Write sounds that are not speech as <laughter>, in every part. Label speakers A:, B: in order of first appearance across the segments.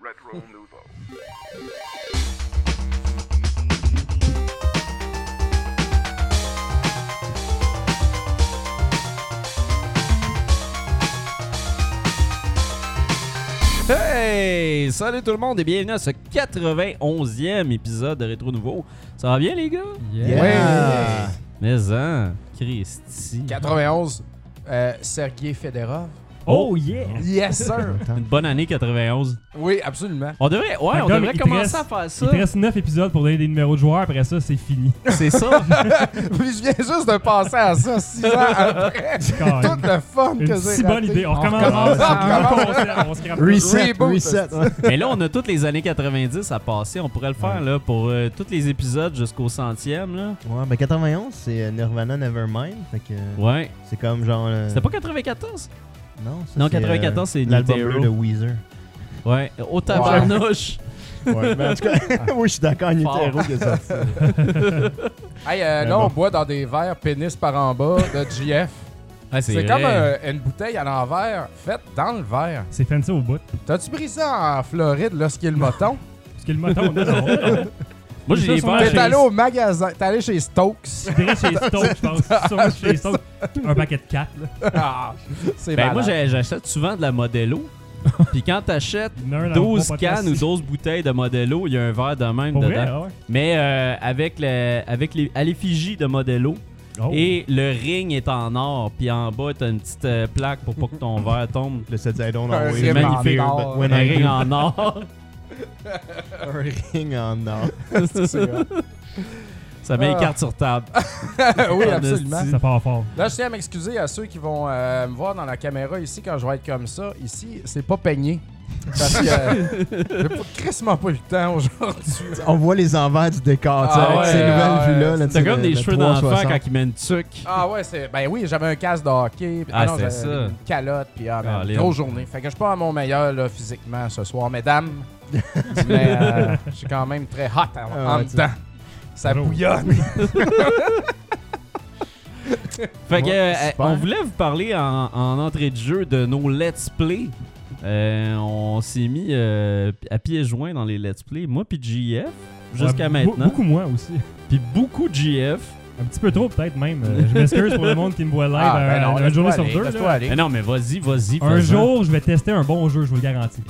A: Retro Nouveau.
B: Hey! Salut tout le monde et bienvenue à ce 91e épisode de Rétro Nouveau. Ça va bien les gars?
C: Yeah.
B: Mais hein, Christy.
C: 91, euh, Sergei Federov.
B: Oh yeah!
C: Yes,
D: <laughs>
C: sir.
B: Une bonne année 91.
C: Oui, absolument.
B: On devrait, ouais,
D: Fait que
B: on
D: là,
B: devrait
D: il te
B: commencer
D: reste-
B: à faire
D: Il
B: ça.
D: te reste 9 épisodes pour donner des numéros de joueurs, après ça, c'est fini.
B: C'est ça.
C: Puis je viens juste de passer à ça 6 ans
D: <laughs>
C: après.
D: Carrément.
C: <laughs> Tout le fun
D: Une
C: que j'ai
D: si bonne
C: raté.
D: idée. On
E: On
D: recommence.
E: recommence.
C: <laughs>
D: On recommence. On se crame.
E: Reset,
C: Reboot.
E: reset.
B: <laughs> Mais là, on a toutes les années 90 à passer. On pourrait le faire là, pour euh, tous les épisodes jusqu'au centième. Là.
E: Ouais, ben 91, c'est euh, Nirvana Nevermind. Fait que euh,
B: Ouais.
E: c'est comme genre. euh,
B: C'était pas 94?
E: Non, ça,
B: Non,
E: c'est, euh,
B: 94, c'est New
E: l'album
B: Hero.
E: bleu de Weezer.
B: Ouais. Au tabarnouche.
E: Ouais, mais en <laughs> tout cas, moi je suis d'accord, New
B: Fort.
E: Hero que ça.
C: Hey, euh,
D: Mais
C: là,
D: bon.
C: on boit dans des verres pénis par en bas
D: <laughs>
C: de GF.
B: Ouais,
C: C'est
B: vrai.
C: comme euh, une bouteille à l'envers faite dans le verre.
D: C'est fancy au bout.
C: T'as-tu pris ça en Floride, là, ce qui est
D: <laughs>
C: le moton?
D: Parce que le moton, non, non.
B: Moi, j'ai
D: Ça,
B: les
D: sur
B: verres
D: la
C: T'es
B: chez-
C: allé au magasin, t'es allé chez Stokes. <laughs>
D: Je dirais chez Stoke, je pense. Sûrement chez Stoke. Un paquet de 4.
C: Ah, c'est
B: Ben,
C: malade.
B: moi, j'ai- j'achète souvent de la Modelo. Puis quand t'achètes 12 cannes ou 12 bouteilles de Modelo, il y a un verre de même
D: Pour
B: dedans.
D: vrai, ah ouais.
B: Mais euh, avec, le, avec les, à l'effigie de Modelo.
D: Oh.
B: Et le ring est en or. Puis en bas, t'as une petite euh, plaque pour pas que ton verre tombe.
E: Le set I don't
C: Un
E: always
C: ring
E: be
B: en
E: here,
C: or.
E: but when
B: Un
E: I
B: ring
E: do-
B: en or.
D: <laughs>
E: Un ring en or.
C: C'est vrai.
B: Ça met
C: Ah.
B: les cartes sur table.
C: <laughs> oui, absolument.
D: Oh. Ça part fort.
C: Là, je tiens à m'excuser à ceux qui vont euh, me voir dans la caméra ici quand je vais être comme ça. Ici, c'est pas peigné. Parce que euh, j'ai pas- crissement pas eu le temps aujourd'hui.
E: On voit les envers du décor, tu sais,
C: Ah
E: avec
C: ouais,
E: ces
C: ah
E: nouvelles
C: ouais.
E: vues-là. là, tu
B: T'as
E: sais,
B: comme
E: le-
B: des
E: le
B: cheveux d'enfant
E: 360.
B: quand ils mènent tuc.
C: Ah ouais, c'est. Ben oui, j'avais un casque de hockey. puis-
B: Ah,
C: non,
B: c'est
C: j'avais
B: ça.
C: Une calotte, puis ah, man,
B: Ah, Léon.
C: grosse journée. Fait que je suis pas à mon meilleur là, physiquement ce soir, mesdames. Mais euh, je suis quand même très hot en,
E: Ah
C: en
E: ouais, tu-
C: dedans. Ça
D: Bonjour.
C: bouillonne.
B: Fait que,
E: Ouais,
B: euh,
E: super.
B: on voulait vous parler en, en entrée de jeu de nos Let's Play. Euh, on s'est mis euh, à pieds joints dans les Let's Play, moi puis JF, jusqu'à
D: Ouais, be-
B: maintenant.
D: Beaucoup moins aussi.
B: Puis beaucoup de JF.
D: Un petit peu trop, peut-être même. Euh, Je m'excuse pour le monde qui me voit live
C: Ah, ben
D: euh,
C: non,
D: un jour
C: laisse-toi
D: sur
C: aller,
D: deux.
C: laisse-toi
D: là.
C: aller.
B: Mais non, mais vas-y, vas-y.
D: Un
B: fais-en.
D: jour, je vais tester un bon jeu, je vous
B: <laughs>
D: le garantis.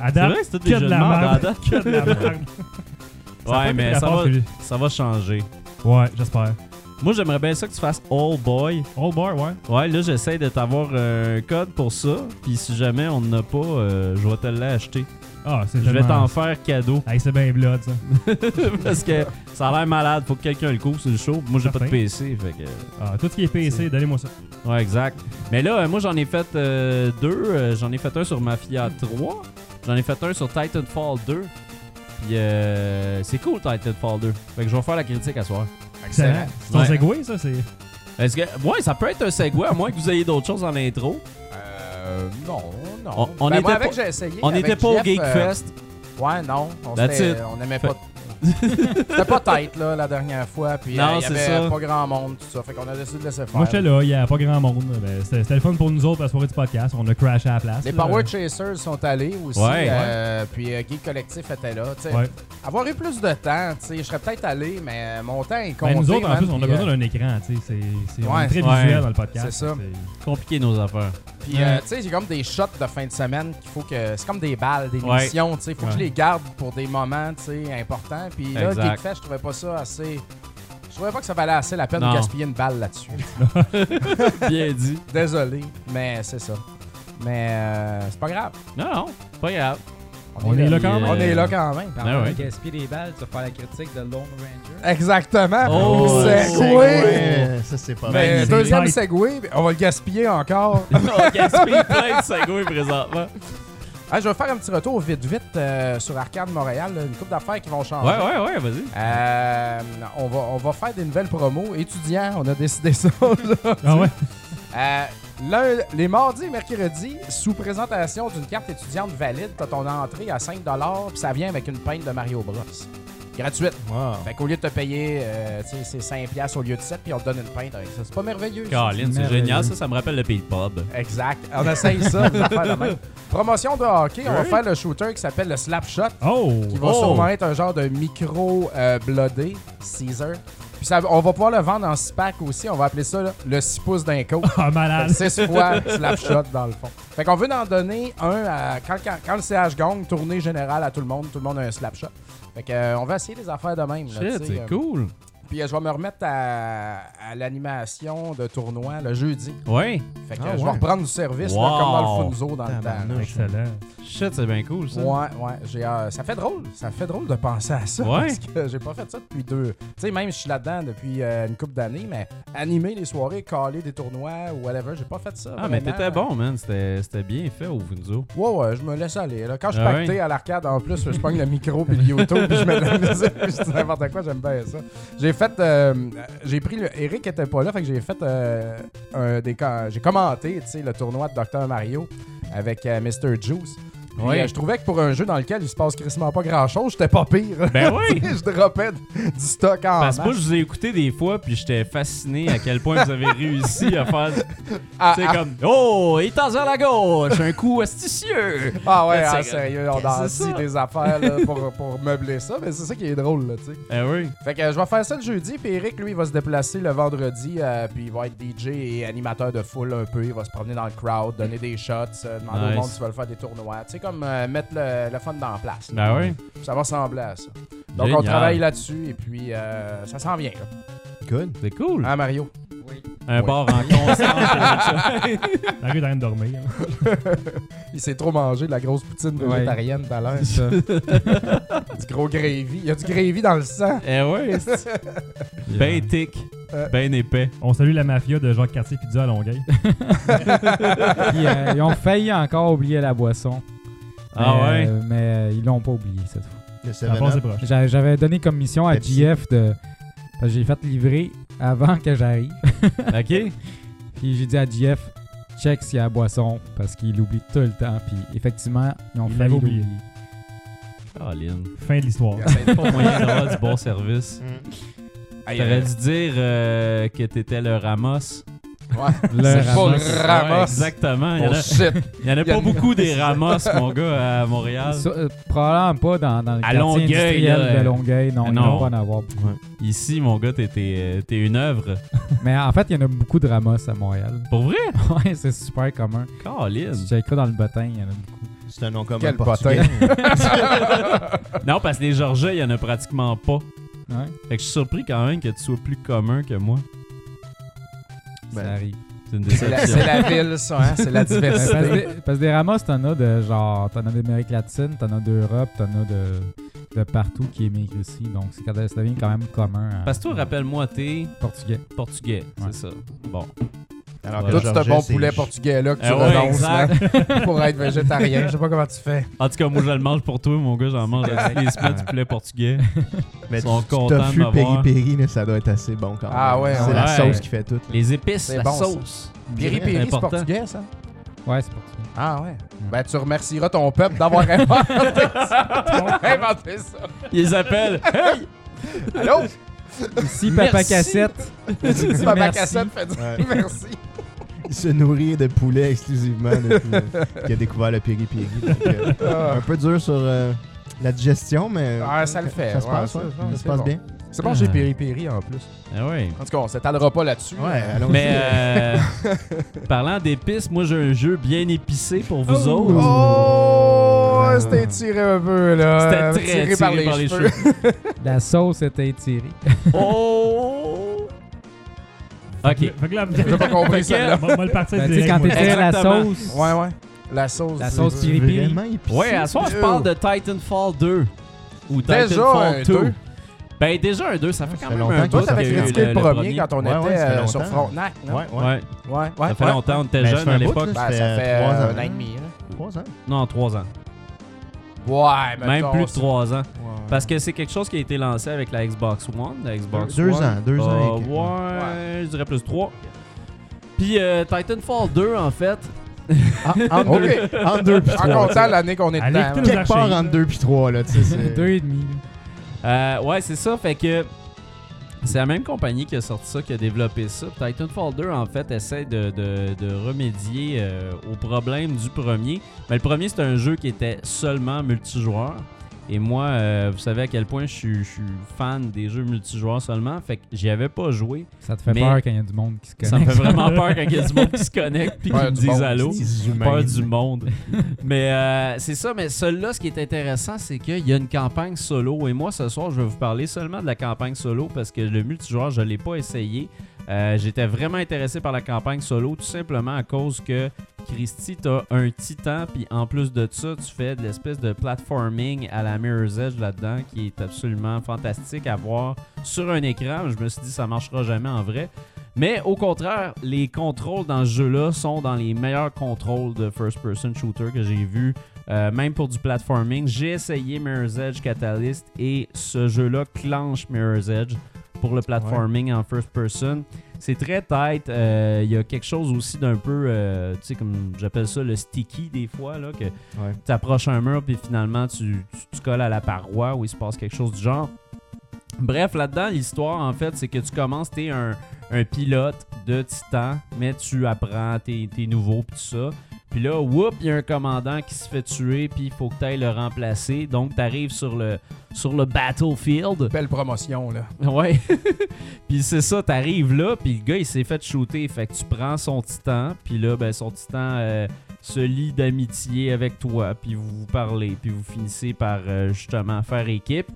D: À
B: C'est
D: date,
B: vrai que c'est tout
D: que
B: des jeux
D: de
B: de
D: la
B: merde, à
D: merde.
B: date.
D: que de
B: <laughs>
D: la merde. Ça a
B: Ouais,
D: pas
B: mais
D: été
B: ça
D: rapport
B: va,
D: que j'ai-
B: ça va changer.
D: Ouais, j'espère.
B: Moi, j'aimerais bien ça que tu fasses All Oh, Boy.
D: All bar, ouais.
B: Ouais, là, j'essaie de t'avoir euh, un code pour ça. Puis si jamais on n'en a pas, euh, je vais te l'acheter.
D: Ah, c'est
B: Je vais
D: tellement-
B: t'en faire cadeau. <laughs>
D: Hey, c'est bien blood, ça.
B: Parce que ça a l'air malade, faut que quelqu'un le couvre sur le show. Moi, j'ai pas de
D: Certain.
B: PC, fait que. euh,
D: Ah, tout ce qui est PC, donnez-moi ça.
B: Ouais, exact. Mais là, euh, moi, j'en ai fait euh, deux. Euh, J'en ai fait un sur Mafia 3. J'en ai fait un sur Titanfall 2. Puis euh, c'est cool, Titanfall 2. Fait que je vais faire la critique à soir.
C: Excellent.
D: C'est ton
B: Ouais.
D: Segway, ça, c'est.
B: Est-ce que. Ouais, ça peut être un segway, à moins que vous ayez d'autres choses en intro.
C: Euh, non, non.
B: On- on
C: Ben, moi,
B: était
C: avec,
B: pas-
C: j'ai essayé,
B: On
C: avec
B: n'était pas au
C: Jeff, euh,
B: Geekfest.
C: Ouais, non. On,
B: That's
C: s'était-
B: it.
C: on aimait
B: Fait-
C: pas. C'était pas tête, là, la dernière fois. Puis
B: Non,
C: euh, il y
B: c'est
C: avait
B: ça.
C: pas grand monde, tout ça. Fait qu'on a décidé de laisser faire.
D: Moi, j'étais là, il n'y a pas grand monde. Ben, C'était c'était le fun pour nous autres, la soirée du podcast. On a crashé à la place.
C: Les
D: là.
C: Power Chasers sont allés aussi.
B: Ouais.
C: euh, Puis euh, Geek Collectif était là. tu sais.
D: Ouais.
C: Avoir eu plus de temps, tu sais, je serais peut-être allé, mais euh, mon temps est compté.
D: Ben, nous autres, en
C: man,
D: plus, on a
C: puis, euh,
D: besoin d'un écran. tu sais, C'est c'est- on
C: Ouais.
D: est très
B: Ouais.
D: visuel dans le podcast.
C: C'est ça.
B: Compliqué nos affaires.
C: euh, Puis, euh, tu sais, j'ai comme des shots de fin de semaine qu'il faut que. C'est comme des balles, des
B: Ouais.
C: missions, tu sais. Faut que je
D: Ouais.
C: les garde pour des moments, tu sais, importants. Puis là,
B: Exact.
C: Geekfest, je trouvais pas ça assez. Je trouvais pas que ça valait assez la peine
B: Non.
C: de gaspiller une
B: <laughs>
C: balle là-dessus.
B: Bien dit.
C: Désolé, mais c'est ça. Mais euh, c'est pas grave.
B: Non, non, pas grave.
D: On est là quand
B: même.
C: On est là quand même.
B: Ah ouais. <laughs>
F: gaspiller des balles, tu vas faire la critique de Lone Ranger.
C: Exactement.
B: Oh,
E: Ben
B: Ben,
C: c'est
E: Segway. Ça, c'est pas mal.
C: Mais
D: c'est
C: deuxième
D: tight.
C: segway, on va le gaspiller encore. <laughs>
B: On gaspille plein de segways présentement.
C: Ah, je vais faire un petit retour vite vite euh, sur Arcade Montréal, là, une coupe d'affaires qui vont changer.
B: Ouais, ouais, ouais, vas-y.
C: Euh, on, va, on va faire des nouvelles promos. Étudiants, on a décidé ça. là.
D: Ah ouais?
C: Euh, lun- les mardis et mercredis, sous présentation d'une carte étudiante valide, t'as ton entrée à 5 puis ça vient avec une pinte de Mario Bros. gratuite.
E: Wow.
C: Fait qu'au lieu de te payer, euh, tu sais, c'est 5$ piastres au lieu de 7$, puis on te donne une pinte avec ça. C'est pas merveilleux. ça.
B: Caroline, c'est
F: merveilleux.
B: génial, ça, ça me rappelle le pays de pub.
C: Exact. On essaye ça, des affaires de même. Promotion de hockey, on va faire le shooter qui s'appelle le Slap Shot,
D: Oh!
C: qui va
B: Oh!
C: sûrement être un genre de micro euh, blodé, Caesar. Puis ça- on va pouvoir le vendre en 6 pack aussi, on va appeler ça là, le 6 pouces d'un
B: <laughs>
C: coup.
D: Ah,
C: <laughs>
D: malade!
C: 6 fois slap shot dans le fond. Fait qu'on veut en donner un à, quand, quand- quand le CH gong, tournée générale à tout le monde, tout le monde a un slap shot. Fait que, euh, on va essayer des affaires de même. là,
B: Shit,
C: tu sais,
B: c'est
C: euh,
B: cool.
C: Puis euh, je vais me remettre à, à l'animation de tournoi le jeudi.
B: Ouais.
C: Fait que
E: Ah
C: euh, je vais
E: ouais.
C: reprendre du service là,
B: Wow.
C: comme dans le Funzo dans le temps.
E: Ah, Tabarnouche.
D: Excellent.
B: Shit, c'est bien cool, ça.
C: Ouais, ouais. J'ai, euh, ça fait drôle. Ça fait drôle de penser à ça.
B: Ouais.
C: Parce que j'ai pas fait ça depuis deux. Tu sais, même je suis là-dedans depuis euh, une couple d'années, mais animer les soirées, caler des tournois ou whatever, j'ai pas fait ça.
B: Ah, mais
C: vraiment.
B: t'étais bon, man. C'était c'était bien fait au Funzo.
C: Ouais, ouais, je me laisse aller. Là. Quand je suis
B: Ah
C: pacté
B: ouais?
C: à l'arcade, en plus, je pogne le micro puis le YouTube puis je mets de la musique puis <laughs> je dis n'importe quoi, j'aime bien ça. J'ai fait. euh, j'ai pris. Le... Eric était pas là, fait que j'ai fait. euh, un des... ca- J'ai commenté, tu sais, le tournoi de Dr. Mario avec euh, Mr. Juice. Puis,
B: Ouais.
C: euh, je trouvais que pour un jeu dans lequel il se passe quasiment pas grand chose, j'étais pas pire. <laughs>
B: Ben oui!
C: Tu sais, je dropais du stock en
B: Parce que moi,
C: masse.
B: je vous ai écouté des fois, puis j'étais fasciné à quel point vous avez réussi à faire.
C: Ah,
B: C'est
C: ah,
B: comme Oh, il tasse vers la gauche, un coup astucieux.
C: ah ouais,
B: C'est
C: ah,
B: comme,
C: sérieux, on
B: qu'est-ce
C: a
B: que c'est
C: dit
B: ça?
C: des affaires là, pour, pour meubler ça, mais c'est ça qui est drôle, là, tu sais.
B: Eh oui.
C: Fait que euh, je vais faire ça le jeudi, puis Eric, lui, il va se déplacer le vendredi, euh, puis il va être DJ et animateur de foule un peu. Il va se promener dans le crowd, donner des shots, euh, demander
B: Nice.
C: au monde s'ils veulent faire des tournois. Tu sais, comme euh, mettre le, le fun dans la place. là.
B: Ben oui.
C: Ça va ressembler à ça. Donc, on
B: Génial.
C: travaille là-dessus, et puis euh, ça s'en vient. Là.
E: Good.
B: C'est cool.
C: Hein, Mario?
B: <laughs>
C: <laughs>
F: Oui.
B: un
C: ouais.
B: bar en
C: <laughs>
B: conscience.
D: La rue est en train de dormir.
C: Il s'est trop mangé de la grosse poutine
F: Ouais.
C: végétarienne tout à l'heure.
B: <laughs>
C: du gros gravy. Il y a du gravy dans
B: <laughs>
C: le sang.
B: eh oui. c'est- Ben tic,
C: Euh.
B: ben épais.
D: On salue la mafia de Jacques Cartier Pizza à Longueuil.
F: Puis, euh,
C: <laughs>
F: ils ont failli encore oublier la boisson.
B: Ah
F: Mais,
B: ouais.
F: euh, mais euh, ils l'ont pas oublié cette fois.
E: Le
D: Dans le fond, c'est
E: 7-Up.
D: proche.
F: J'a- J'avais donné comme mission à
E: Pepsi.
F: JF de. parce que J'ai fait livrer avant que j'arrive. <laughs>
B: OK?
F: Puis j'ai dit à JF, check s'il y a la boisson parce qu'il l'oublie tout le temps. Puis effectivement, ils ont
D: Il
F: failli
D: l'avait oublié.
F: l'oublier.
B: Caroline.
D: Fin de l'histoire.
B: Pas moyen d'avoir du bon service.
C: Mm. Aïe,
B: T'aurais
C: euh,
B: dû dire euh, que t'étais le Ramos.
C: ouais.
F: <laughs> Le
C: C'est pas
F: Ramos.
C: le Ramos.
B: Ouais, exactement. Il y en
C: Oh,
B: a,
C: shit.
B: il y en a
C: Il y
B: pas
C: en a-
B: beaucoup des Ramos, mon gars, à Montréal.
F: Ça, euh, probablement pas dans, dans le
B: À
F: quartier
B: Longueuil,
F: industriel
B: là,
F: de
B: euh,
F: Longueuil. Non,
B: euh,
F: il
B: non.
F: n'en pas en avoir.
B: Ici, mon gars, t'es t'es- euh, t'es une œuvre.
F: Mais en fait, il y en a beaucoup de Ramos à Montréal. <laughs>
B: Pour vrai?
F: ouais, c'est super commun.
B: Caroline.
C: <laughs>
F: Si tu écouté dans le botin, il y en a beaucoup.
E: C'est un nom
C: Quel
E: commun portugais.
B: Non, parce que les Georgiens, il y en a pratiquement pas.
F: Ouais,
B: Fait que je suis surpris quand même que tu sois plus commun que moi.
E: Ben,
F: ça arrive.
B: C'est une
C: C'est la,
B: déception.
C: c'est la ville, ça, hein? C'est la
F: Ouais, parce,
C: diversité.
F: que des, parce que des Ramos, t'en as de genre, t'en as d'Amérique latine, t'en as d'Europe, t'en as de, de partout qui émigrent ici. Donc, c'est quand ça devient quand même commun. hein.
B: Parce que toi, rappelle-moi, t'es
F: portugais.
B: portugais,
F: Ouais.
B: c'est ça. Bon.
E: Alors
B: Ouais.
C: Tout
E: que
C: ce
E: Georges,
C: bon
E: c'est-
C: poulet portugais-là que tu
B: Eh ouais,
C: renonces
B: exact.
C: hein, <laughs> pour être végétarien. Je sais pas comment tu fais.
B: En tout cas, moi, je le mange pour toi, mon gars. J'en mange à tous les semaines du poulet portugais.
E: Mais
B: Ils sont
E: du
B: contents de
E: tofu
B: m'avoir.
E: piri-piri, là, ça doit être assez bon quand même.
C: Ah ouais,
E: C'est
B: ouais.
E: la
B: Ouais.
E: sauce qui fait tout. là.
B: Les épices,
C: C'est
B: la
C: bon, ça.
B: sauce.
C: Piri-piri, c'est
B: Important.
C: portugais, ça?
F: Ouais, c'est portugais.
C: Ah ouais. Ben, tu remercieras ton peuple d'avoir inventé <laughs> ça. D'avoir inventé ça.
B: Ils
C: <laughs>
B: appellent. Hey!
C: Allô?
F: Ici, Papa
B: Merci.
F: Cassette.
C: Petit
F: Dis
C: Papa
F: merci.
C: Cassette fait dire
E: Ouais.
C: merci.
E: Il se nourrit de poulet exclusivement depuis euh, qu'il a découvert le piri-piri. Donc, euh,
C: Ah.
E: Un peu dur sur euh, la digestion, mais
C: Ah, ça le fait.
E: ça se
C: ouais,
E: passe,
C: ça-
E: ouais.
C: ouais,
E: Ça se
C: c'est
E: passe
C: bon.
E: bien.
C: C'est bon, j'ai piri-piri en plus.
B: Ah ouais.
C: En tout cas, on s'étalera pas là-dessus.
E: Ouais, allons
B: Mais euh, <laughs> parlant d'épices, moi, j'ai un jeu bien épicé pour vous autres.
C: Oh,
E: Ah.
C: c'était tiré un peu, là.
B: C'était très tiré, par, les cheveux.
F: La sauce était étirée.
B: oh! OK.
D: Fait que là,
C: J'ai pas compris
B: Fait que-
C: celle-là.
D: on va le partir
F: Ben, tu sais,
D: direct,
F: quand
D: moi.
F: t'étires la
B: Exactement.
F: sauce,
C: Ouais, ouais. La sauce.
F: La
C: du-
F: sauce
E: C'est
F: piri-piri.
E: vraiment épicé.
B: Ouais, à soir, je parle de Titanfall 2. Ou
C: Déjà
B: Titanfall
C: un
B: 2.
C: deux?
B: Ben, déjà un 2, ça fait quand
E: fait
B: même
E: longtemps
B: un
E: que
B: bout
C: Toi, t'avais
B: qu'il y a eu
C: critiqué le, premier quand on
E: Ouais,
C: était
E: ouais, ça fait
C: euh, sur
E: longtemps.
C: Frontenac, non?
E: Ouais, ouais.
B: Ouais,
C: Ouais, ouais.
E: Ça
B: ça fait
C: ouais.
B: longtemps, on était
E: Ben, ça
B: jeune
E: fait
B: à
E: un bout,
B: l'époque.
E: là.
C: Ben,
E: Ça
C: ça
E: fait
C: fait
E: trois
C: euh,
E: ans.
C: un an et demi. là.
E: Trois ans.
B: Non, 3 ans.
C: Ouais,
B: Même
C: mettons,
B: plus de
C: c'est-
B: 3 ans. Parce que c'est quelque chose qui a été lancé avec la Xbox One. La Xbox
E: Deux
B: One.
E: ans, deux ans.
B: Euh,
E: et quelques.
B: ouais, je dirais plus 3. Puis euh, Titanfall 2, en fait.
E: Ah, en deux-
C: Ok.
E: En deux puis
C: En
E: trois.
C: comptant l'année qu'on est
D: Allez,
C: dedans.
D: écoutez-nous
F: <laughs>
C: là.
E: Quelque part entre deux puis trois, là, tu sais. c'est-
F: deux et demi.
B: Euh, ouais, c'est ça. Fait que c'est la même compagnie qui a sorti ça, qui a développé ça. Puis Titanfall 2, en fait, essaie de, de- de remédier euh, au problème du premier. Mais le premier, c'est un jeu qui était seulement multijoueur. Et moi, euh, vous savez à quel point je suis, je suis fan des jeux multijoueurs seulement. Fait que j'y avais pas joué.
F: Ça te fait
B: Mais-
F: peur quand il y a du monde qui se
B: Ça me
F: connecte.
B: fait vraiment
F: <laughs>
B: peur quand il y a du monde qui se connecte puis qui
C: Peur
B: me
C: du
B: disent
C: monde,
B: allô
E: Petits humains.
B: peur du monde. <laughs> mais euh, c'est ça, mais celui-là, ce qui est intéressant, c'est qu'il y a une campagne solo. Et moi, ce soir, je vais vous parler seulement de la campagne solo parce que le multijoueur, je ne l'ai pas essayé. Euh, J'étais vraiment intéressé par la campagne solo, tout simplement à cause que Christy, t'as un titan, puis en plus de ça, tu fais de l'espèce de platforming à la Mirror's Edge là-dedans qui est absolument fantastique à voir sur un écran. Je me suis dit, ça marchera jamais en vrai. Mais au contraire, les contrôles dans ce jeu-là sont dans les meilleurs contrôles de first-person shooter que j'ai vu. Euh, même pour du platforming, j'ai essayé Mirror's Edge Catalyst et ce jeu-là clenche Mirror's Edge pour le platforming en first-person. C'est très tight. euh, Il y a quelque chose aussi d'un peu, euh, tu sais, comme j'appelle ça le sticky des fois, là, que
E: Ouais.
B: tu approches un mur puis finalement tu, tu, tu colles à la paroi où il se passe quelque chose du genre. Bref, là-dedans, l'histoire, en fait, c'est que tu commences, t'es un, un pilote de titan, mais tu apprends, t'es t'es nouveau, puis tout ça. Puis là, whoop, il y a un commandant qui se fait tuer, puis il faut que t'ailles le remplacer. Donc, t'arrives sur le, sur le battlefield.
C: Belle promotion, là.
B: <laughs> Ouais. puis c'est ça, t'arrives là, puis le gars, il s'est fait shooter. Fait que tu prends son titan, puis là, ben, son titan euh, se lie d'amitié avec toi, puis vous vous parlez, puis vous finissez par euh, justement faire équipe.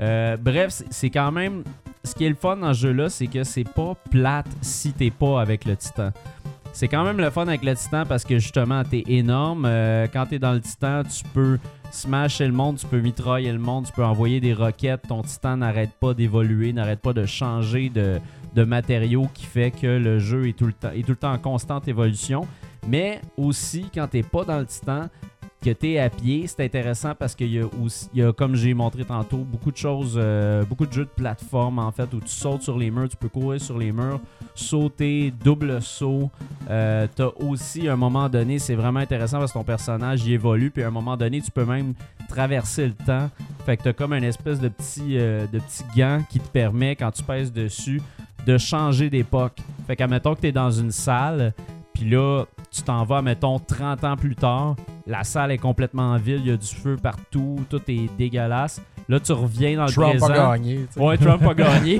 B: Euh, bref, c'est- c'est quand même. Ce qui est le fun dans ce jeu-là, c'est que c'est pas plate si t'es pas avec le titan. C'est quand même le fun avec le titan parce que justement, t'es énorme. Euh, quand t'es dans le titan, tu peux smasher le monde, tu peux mitrailler le monde, tu peux envoyer des roquettes. Ton titan n'arrête pas d'évoluer, n'arrête pas de changer de, de matériaux qui fait que le jeu est tout le temps, est tout le temps en constante évolution. Mais aussi, quand t'es pas dans le titan, que t'es à pied, c'est intéressant parce qu'il y a aussi, il y a, comme j'ai montré tantôt, beaucoup de choses, euh, beaucoup de jeux de plateforme en fait, où tu sautes sur les murs, tu peux courir sur les murs, sauter, double saut, euh, t'as aussi à un moment donné, c'est vraiment intéressant parce que ton personnage y évolue, puis à un moment donné, tu peux même traverser le temps. Fait que t'as comme une espèce de petit, euh, de petit gant qui te permet, quand tu pèses dessus, de changer d'époque. Fait que, admettons que t'es dans une salle, puis là, tu t'en vas, mettons, 30 ans plus tard, la salle est complètement vide, il y a du feu partout, tout est dégueulasse. Là, tu reviens dans le
C: Trump a
B: présent.
C: gagné. tu sais.
B: Ouais, Trump a
C: <laughs>
B: gagné.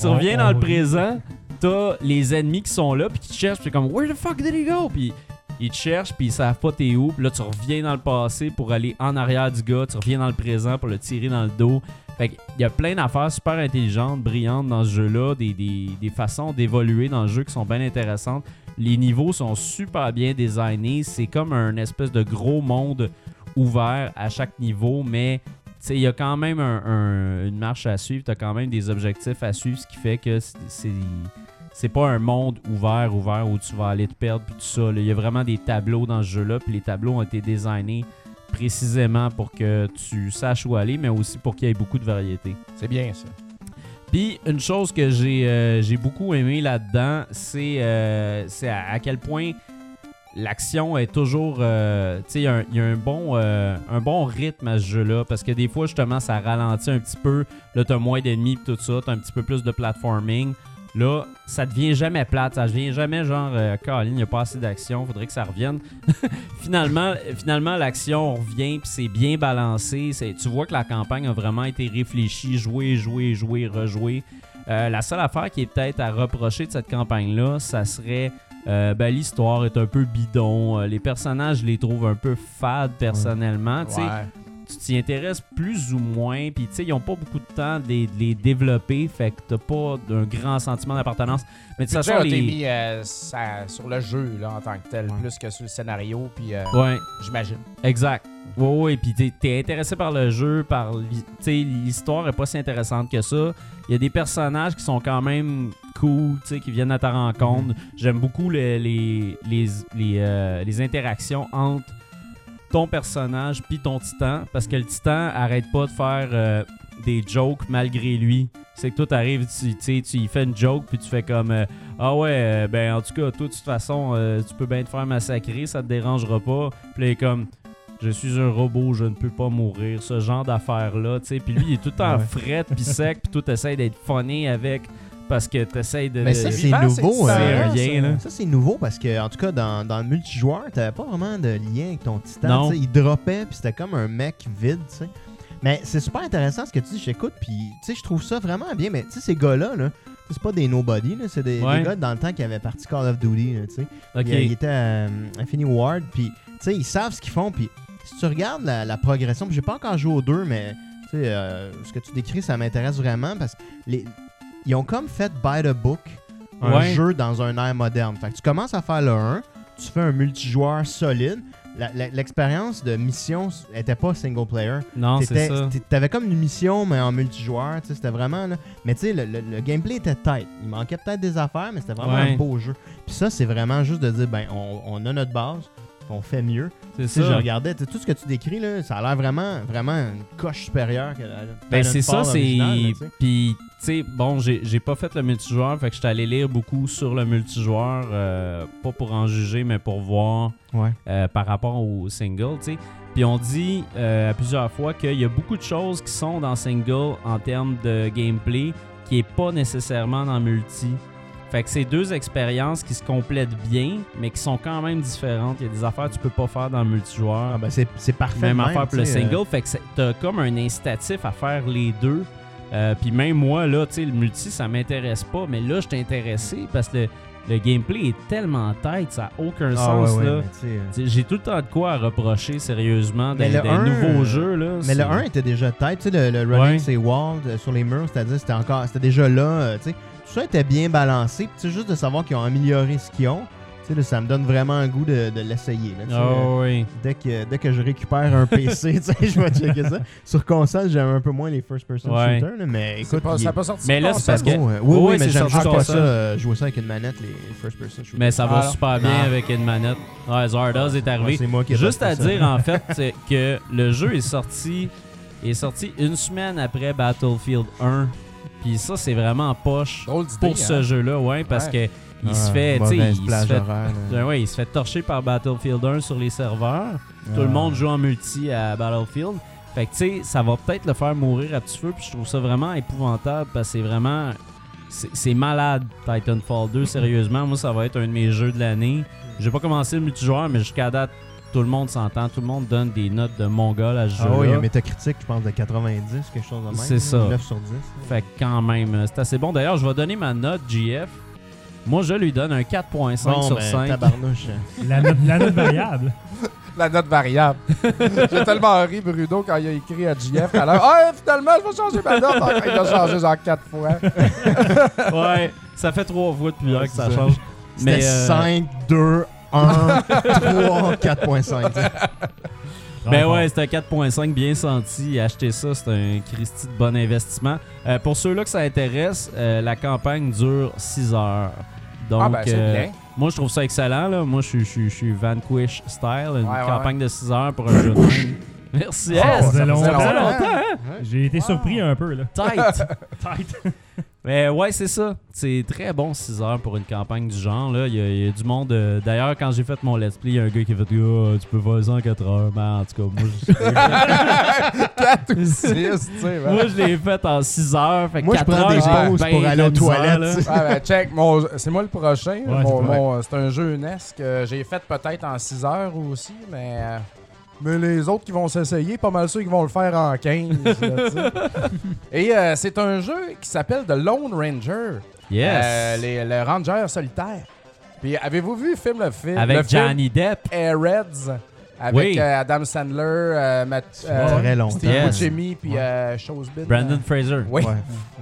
B: tu reviens
D: On-
B: dans
D: on
B: le
D: rit.
B: présent, t'as les ennemis qui sont là, puis qui te cherchent, puis comme, Where the fuck did he go? Puis ils te cherchent, puis ils savent pas t'es où. Puis là, tu reviens dans le passé pour aller en arrière du gars, tu reviens dans le présent pour le tirer dans le dos. Fait qu'il y a plein d'affaires super intelligentes, brillantes dans ce jeu-là, des, des- des façons d'évoluer dans le jeu qui sont bien intéressantes. Les niveaux sont super bien designés. C'est comme un espèce de gros monde ouvert à chaque niveau, mais tu sais, il y a quand même un- un- une marche à suivre, tu as quand même des objectifs à suivre, ce qui fait que c'est- c'est c'est pas un monde ouvert, ouvert où tu vas aller te perdre puis tout ça. là. Il y a vraiment des tableaux dans ce jeu-là, puis les tableaux ont été designés précisément pour que tu saches où aller, mais aussi pour qu'il y ait beaucoup de variété.
C: C'est bien, ça.
B: Puis une chose que j'ai euh, j'ai beaucoup aimé là-dedans, c'est euh, c'est à, à quel point l'action est toujours... euh, tu sais, il y a un- il y, a un bon euh, un bon rythme à ce jeu-là, parce que des fois, justement, ça ralentit un petit peu. Là, t'as moins d'ennemis pis tout ça, t'as un petit peu plus de platforming. Là, ça devient jamais plate, ça devient jamais genre euh, Colin, il n'y a pas assez d'action, faudrait que ça revienne. <laughs> finalement, finalement l'action revient puis c'est bien balancé. C'est- Tu vois que la campagne a vraiment été réfléchie, jouée, jouée, jouée, rejouée. Euh, la seule affaire qui est peut-être à reprocher de cette campagne-là, ça serait euh, ben, l'histoire est un peu bidon. Euh, les personnages, je les trouve un peu fades personnellement. Hein, Tu sais,
C: Ouais.
B: tu t'y intéresses plus ou moins, puis tu sais, ils n'ont pas beaucoup de temps de les, de les développer, fait que t'as pas d'un grand sentiment d'appartenance. Mais de toute
C: Tu sais,
B: façon,
C: on t'est
B: les...
C: mis euh, ça- sur le jeu, là, en tant que tel,
E: Ouais.
C: plus que sur le scénario, puis euh,
B: Ouais,
C: j'imagine.
B: exact. Ouais, ouais, puis t'es, t'es intéressé par le jeu, par l'hi- tu sais, l'histoire est pas si intéressante que ça. Il y a des personnages qui sont quand même cool, tu sais, qui viennent à ta rencontre. J'aime beaucoup les, les, les, les, euh, les interactions entre ton personnage puis ton titan, parce que le titan arrête pas de faire euh, des jokes malgré lui. C'est que toi, t'arrives, tu, tu sais, tu y fais une joke, puis tu fais comme euh, Ah ouais, euh, ben en tout cas, toi, de toute façon, euh, tu peux bien te faire massacrer, ça te dérangera pas. Puis là, il est comme je suis un robot, je ne peux pas mourir, ce genre d'affaires-là, tu sais. Puis lui, il est tout le temps
F: Ouais.
B: fret, puis sec, puis tout essaye d'être funny avec, parce que t'essayes de...
E: Mais ça, c'est
C: vivant, c'est
E: nouveau.
C: différent,
E: euh,
B: rien, là.
E: Ça, c'est nouveau parce que, en tout cas, dans, dans le multijoueur, t'avais pas vraiment de lien avec ton titan.
B: Non.
E: tu sais. Il dropait, puis c'était comme un mec vide, tu sais. Mais c'est super intéressant ce que tu dis, j'écoute, puis tu sais, je trouve ça vraiment bien. Mais tu sais, ces gars-là, là, c'est pas des nobody, là, c'est des, des
B: Ouais.
E: gars dans le temps qui avaient parti Call of Duty, là, tu sais.
B: Ok.
E: Ils, ils étaient à euh, Infinity Ward, puis tu sais, ils savent ce qu'ils font, puis si tu regardes la, la progression, puis j'ai pas encore joué aux deux, mais tu sais, euh, ce que tu décris, ça m'intéresse vraiment parce que les, ils ont comme fait by the book un
B: Ouais.
E: jeu dans un air moderne. Fait que tu commences à faire le 1, tu fais un multijoueur solide. La- la- L'expérience de mission s- était pas single player.
B: Non, c'est
E: T'étais-
B: ça.
E: t'é- T'avais comme une mission, mais en multijoueur. tu sais, C'était vraiment. Là, mais tu sais, le, le- le gameplay était tight. Il manquait peut-être des affaires, mais c'était vraiment
B: Ouais.
E: un beau jeu. Puis ça, c'est vraiment juste de dire ben, on, on a notre base, on fait mieux.
B: C'est
E: Tu sais, je
B: ça.
E: regardais, tu sais, tout ce que tu décris, là, ça a l'air vraiment, vraiment une coche supérieure que la- la-
B: Ben,
E: Titanfall
B: c'est ça, c'est.
E: originale, là, tu sais.
B: Puis, tu sais, bon, j'ai j'ai pas fait le multijoueur, fait que j'étais allé lire beaucoup sur le multijoueur, euh, pas pour en juger, mais pour voir
E: Ouais.
B: euh, par rapport au single, tu sais. Puis on dit euh, à plusieurs fois qu'il y a beaucoup de choses qui sont dans single en termes de gameplay qui est pas nécessairement dans multi. Fait que c'est deux expériences qui se complètent bien, mais qui sont quand même différentes. Il y a des affaires que tu peux pas faire dans le multijoueur.
E: Ah, ben, c'est c'est parfait.
B: même,
E: de
B: affaire pour le
E: tu sais, euh,
B: single. Fait que c'est- t'as comme un incitatif à faire les deux. Euh, Puis même moi, là, tu sais, le multi, ça m'intéresse pas. Mais là, je suis intéressé parce que le, le gameplay est tellement tête, ça n'a aucun
E: ah, ouais,
B: sens,
E: ouais,
B: là.
E: mais tu sais, euh,
B: T'sais, J'ai tout le temps de quoi à reprocher sérieusement
E: Mais
B: des,
E: le
B: des
E: un,
B: nouveaux
E: euh,
B: jeux. Là,
E: Mais
B: c'est-
E: le 1 était déjà tête, tu sais, le, le running
B: Ouais.
E: c'est wall euh, sur les murs, c'est-à-dire c'était encore, c'était déjà là, euh, tu sais, tout ça était bien balancé, puis tu sais, juste de savoir qu'ils ont amélioré ce qu'ils ont, tu sais, là, ça me donne vraiment un goût de, de l'essayer. là, tu sais, euh,
B: Ah oui.
E: dès, que, dès que je récupère un PC, <laughs> tu sais, je vais checker ça. Sur console, j'aime un peu moins les first-person
B: Ouais,
E: shooters, là, mais
C: C'est
E: écoute,
C: pas-
E: il
C: ça
E: est
C: n'a pas sorti.
B: Mais
C: sur
B: là, c'est parce
C: console,
B: que-
E: bon, euh,
B: Oui,
E: oui, oui,
B: oui,
E: mais
B: c'est
E: j'aime
B: sorti
E: juste
B: sur
E: pas ça,
B: console.
E: euh, jouer ça avec une manette, les first-person shooters.
B: Mais ça va
F: Alors.
B: super bien
E: Ah.
B: avec une manette. Ouais, Zardoz est
E: Ouais,
B: arrivé.
E: c'est moi qui ai
B: Juste
E: fait
B: à
E: ça.
B: dire en fait c'est que le jeu est sorti est sorti une semaine après Battlefield 1. Puis ça c'est vraiment poche
C: Drôle d'idée,
B: pour ce
C: hein.
B: jeu-là, ouais, parce que il se
E: Ah,
B: fait, tu sais,
E: mauvaise
B: il se
E: plage
B: fait
E: horaire, là.
B: ben ouais, il se fait torcher par Battlefield 1 sur les serveurs. Tout
C: euh,
E: Ah.
B: le monde joue en multi à Battlefield. Fait que, tu sais, ça va peut-être le faire mourir à petit feu. Puis je trouve ça vraiment épouvantable parce que c'est vraiment. C'est c'est malade, Titanfall 2, sérieusement. Moi, ça va être un de mes jeux de l'année. J'ai pas commencé le multijoueur, mais jusqu'à date, tout le monde s'entend. Tout le monde donne des notes de mongol à ce
E: Ah oui, il y a
B: jeu-là.
E: un métacritique, je pense, de 90, quelque chose de même.
B: C'est
E: là,
B: ça.
E: 9 sur 10.
B: Fait que quand même, euh, c'est assez bon. D'ailleurs, je vais donner ma note, JF. Moi, je lui donne un 4.5
E: Bon,
B: sur
E: ben,
B: 5. <laughs>
E: Tabarnouche.
D: La note, la note variable.
C: La note variable. <laughs> J'ai tellement ri, Bruno, quand il a écrit à JF. Alors, ah, finalement, je vais changer ma note. Encore, Il a changé genre quatre fois. Ah,
B: ouais, ça fait trois voix depuis hier
E: Ouais,
B: que
E: c'est
B: ça
E: ça.
B: change.
E: C'était
B: euh,
E: 5, 2, 1, 3,
C: <laughs>
E: 4.5. tu sais.
B: Ben
D: Encore.
B: ouais, c'est un 4.5 bien senti. Acheter ça, c'est un Christy de bon investissement. Euh, pour ceux-là que ça intéresse, euh, la campagne dure 6 heures. Donc,
C: ah, ben, c'est
B: euh,
C: bien.
B: moi, je trouve ça excellent. Là. Moi, je suis- je suis- je suis Vanquish style. Une
C: Ouais, ouais,
B: campagne de 6 heures pour un jeu de
C: <laughs>
B: même. Merci.
C: Ah,
B: yes.
C: ouais,
D: Ça
C: ça
D: faisait
C: faisait
D: longtemps.
C: longtemps.
D: J'ai été
C: Wow.
D: surpris un peu, là.
C: <laughs>
B: Tight.
D: Tight.
B: Mais ouais, c'est ça. C'est très bon 6 heures pour une campagne du genre. Là. Il, y a, il y a du monde. euh, D'ailleurs, quand j'ai fait mon let's play, il y a un gars qui a fait Ah, Tu peux faire ça en 4 heures. Mais en tout cas, moi,
C: <laughs>
B: je-
C: Quatre ou six, tu sais. ben.
B: Moi, je l'ai fait en 6 heures. Fait que
E: Moi, je
B: quatre
E: prends des
B: heures, j'ai
E: pauses
B: bien
E: pour
B: de
E: aller
B: la
E: aux
B: misère,
E: toilettes,
B: là.
C: <laughs>
E: tu sais.
C: Ah, ben, check, mon- c'est moi le prochain.
D: Ouais,
C: Mon-
D: c'est vrai.
C: mon- c'est un jeu NES que j'ai fait peut-être en 6 heures aussi, mais, euh, mais les autres qui vont s'essayer, pas mal ceux qui vont le faire en 15. là, tu sais. Et euh, c'est un jeu qui s'appelle The Lone Ranger,
B: Yes.
C: Euh, les- le Ranger solitaire. Puis avez-vous vu le film le film le
B: Avec
C: film
B: Johnny Depp.
C: Airheads avec
B: Oui.
C: euh, Adam Sandler, euh, Matt,
E: Ça
C: euh,
E: durait longtemps.
C: Steve
B: Yes.
C: Buscemi, puis
E: Ouais.
C: euh, Showsbit.
B: Brandon Fraser.
C: Oui.
E: Ouais.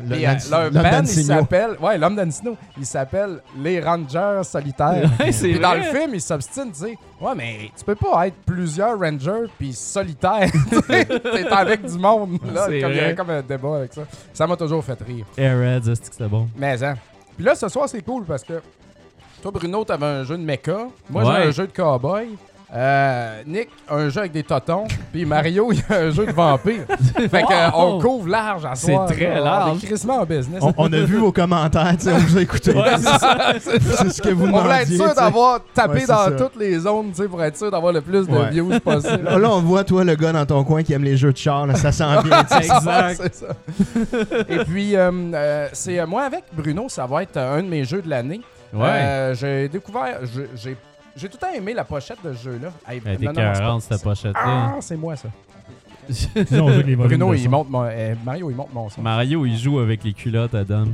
E: Le-
C: Puis, euh,
E: l'Anci-
C: leur
E: l'homme
C: band, il
E: d'Ancinio.
C: s'appelle. Ouais, l'homme d'Ancino. Il s'appelle Les Rangers Solitaires.
B: Ouais, c'est
C: Puis dans le
B: vrai.
C: film, ils s'obstinent, tu sais. Ouais, mais tu peux pas être plusieurs Rangers puis solitaire. Tu sais, <laughs> T'es avec du monde. Là, comme,
B: C'est
C: il y avait
B: vrai.
C: comme un débat avec ça. Ça m'a toujours fait rire.
B: Airheads, est-ce que c'était bon?
C: Mais, hein. Puis là, ce soir, c'est cool parce que toi, Bruno, t'avais un jeu de mecha. Moi,
B: Ouais.
C: j'ai un jeu de cowboy. Euh, Nick, un jeu avec des totons. Puis Mario, <laughs> il y a un jeu de
E: <laughs>
C: vampire. fait que, euh, on couvre large à
B: C'est
C: soir,
B: très
C: là.
B: large.
C: On est crissement en business. <laughs>
E: On, on a vu vos commentaires, tu sais, on vous a écouté.
B: Ouais, c'est
E: c'est ce que vous
C: On voulait
E: demandiez.
C: être sûr
E: tu sais.
C: d'avoir
E: Ouais,
C: tapé
E: c'est
C: dans
E: ça.
C: toutes les zones, tu sais, pour être sûr d'avoir le plus de
E: Ouais. <laughs>
C: views possible.
E: Là, là, on voit, toi, le gars dans ton coin qui aime les jeux de char, là, ça sent
C: <laughs>
E: bien.
B: Ah,
E: tu sais.
B: Exact.
C: C'est ça. Et puis, euh, euh, c'est euh, moi avec Bruno, ça va être euh, un de mes jeux de l'année.
B: Ouais.
C: Euh, j'ai découvert, je- j'ai j'ai tout le temps aimé la pochette de ce jeu-là. Hey,
B: Elle était
C: non, non, non, c'est pas-
B: 40 cette pochette-là.
C: Ah, c'est moi ça.
B: Ah. <laughs>
D: Sinon, on joue avec les volumes.
C: Bruno,
D: de
C: il
D: son.
C: monte mon, euh, Mario, il monte mon son.
B: Mario, il joue avec les culottes, Adam.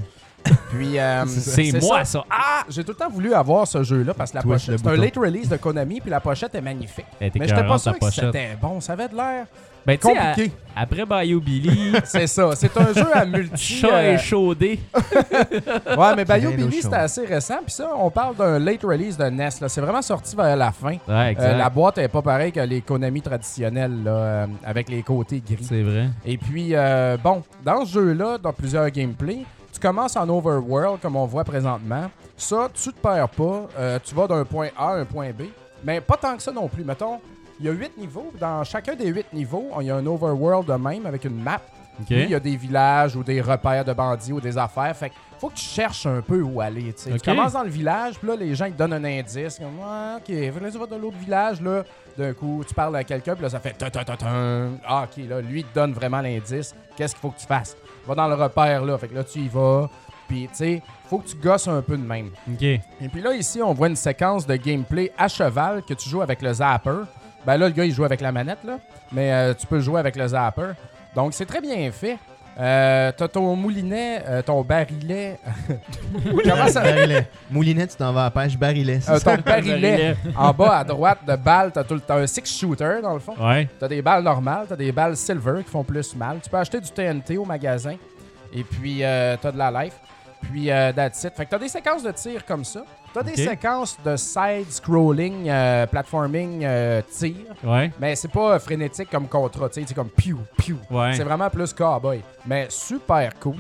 C: Puis, euh,
B: C'est moi,
C: ça.
B: ça.
C: Ah, j'ai tout le temps voulu avoir ce jeu-là parce que la
E: Twitch
C: pochette,
E: le
C: c'est un
E: bouton.
C: late release de Konami, puis la pochette est magnifique.
B: Elle était
C: Mais j'étais pas
B: écœurante, ta
C: sûr que
B: pochette.
C: c'était euh, bon. Ça avait de l'air
B: Ben, tu sais, à-
C: compliqué.
B: après Bayou
C: <laughs>
B: Billy,
C: C'est ça. C'est un jeu
B: <laughs>
C: à multi.
B: chat
C: euh,
B: échaudé.
C: Ouais, mais Bayou
E: Rien d'autre
C: Billy,
E: chose.
C: c'était assez récent. Puis ça, on parle d'un late release de NES. là. C'est vraiment sorti vers la fin.
B: Ouais,
C: Euh, la
B: exact.
C: boîte est pas pareille que les Konami traditionnels, là, euh, avec les côtés gris.
B: C'est vrai.
C: Et puis, euh, bon, dans ce jeu-là, dans plusieurs gameplays, tu commences en overworld, comme on voit présentement. Ça, tu te perds pas. Euh, tu vas d'un point A à un point B. Mais pas tant que ça non plus. Mettons, il y a huit niveaux. Dans chacun des huit niveaux, il y a un overworld de même avec une map.
B: OK.
C: Puis, il y a des villages ou des repères de bandits ou des affaires. Fait que faut que tu cherches un peu où aller. tu sais.
B: Ok.
C: Tu commences dans le village, puis là, les gens ils te donnent un indice. Comme, ah, OK, Fait que là, tu vas dans l'autre village, là. D'un coup, tu parles à quelqu'un, puis là, ça fait. ta, ta, ta, ta. Ah, OK, là, lui, il te donne vraiment l'indice. Qu'est-ce qu'il faut que tu fasses? Va dans le repère, là. Fait que là, tu y vas. Puis, tu sais, faut que tu gosses un peu de même.
B: OK.
C: Et puis là, ici, on voit une séquence de gameplay à cheval que tu joues avec le zapper. Ben là, le gars, il joue avec la manette, là. Mais euh, tu peux jouer avec le zapper. Donc, c'est très bien fait. Euh, t'as ton moulinet, euh, ton barillet. <laughs>
E: <laughs>
C: Comment ça-
E: Barillet. Moulinet, tu t'en vas à la pêche, barillet. c'est
C: euh,
E: ça?
C: ton barillet. en bas à droite de balles, t'as, tout le- t'as un six-shooter, dans le fond.
B: Ouais.
C: T'as des balles normales, t'as des balles silver qui font plus mal. Tu peux acheter du TNT au magasin. Et puis, euh, t'as de la life. Puis, euh, that's it. Fait que t'as des séquences de tir comme ça. T'as
B: Ok.
C: des séquences de side-scrolling, euh, platforming, euh, tir.
B: Ouais.
C: Mais c'est pas euh, frénétique comme Contra, tu sais, c'est comme piou, piou.
B: Ouais.
C: C'est vraiment plus cowboy. Mais super cool.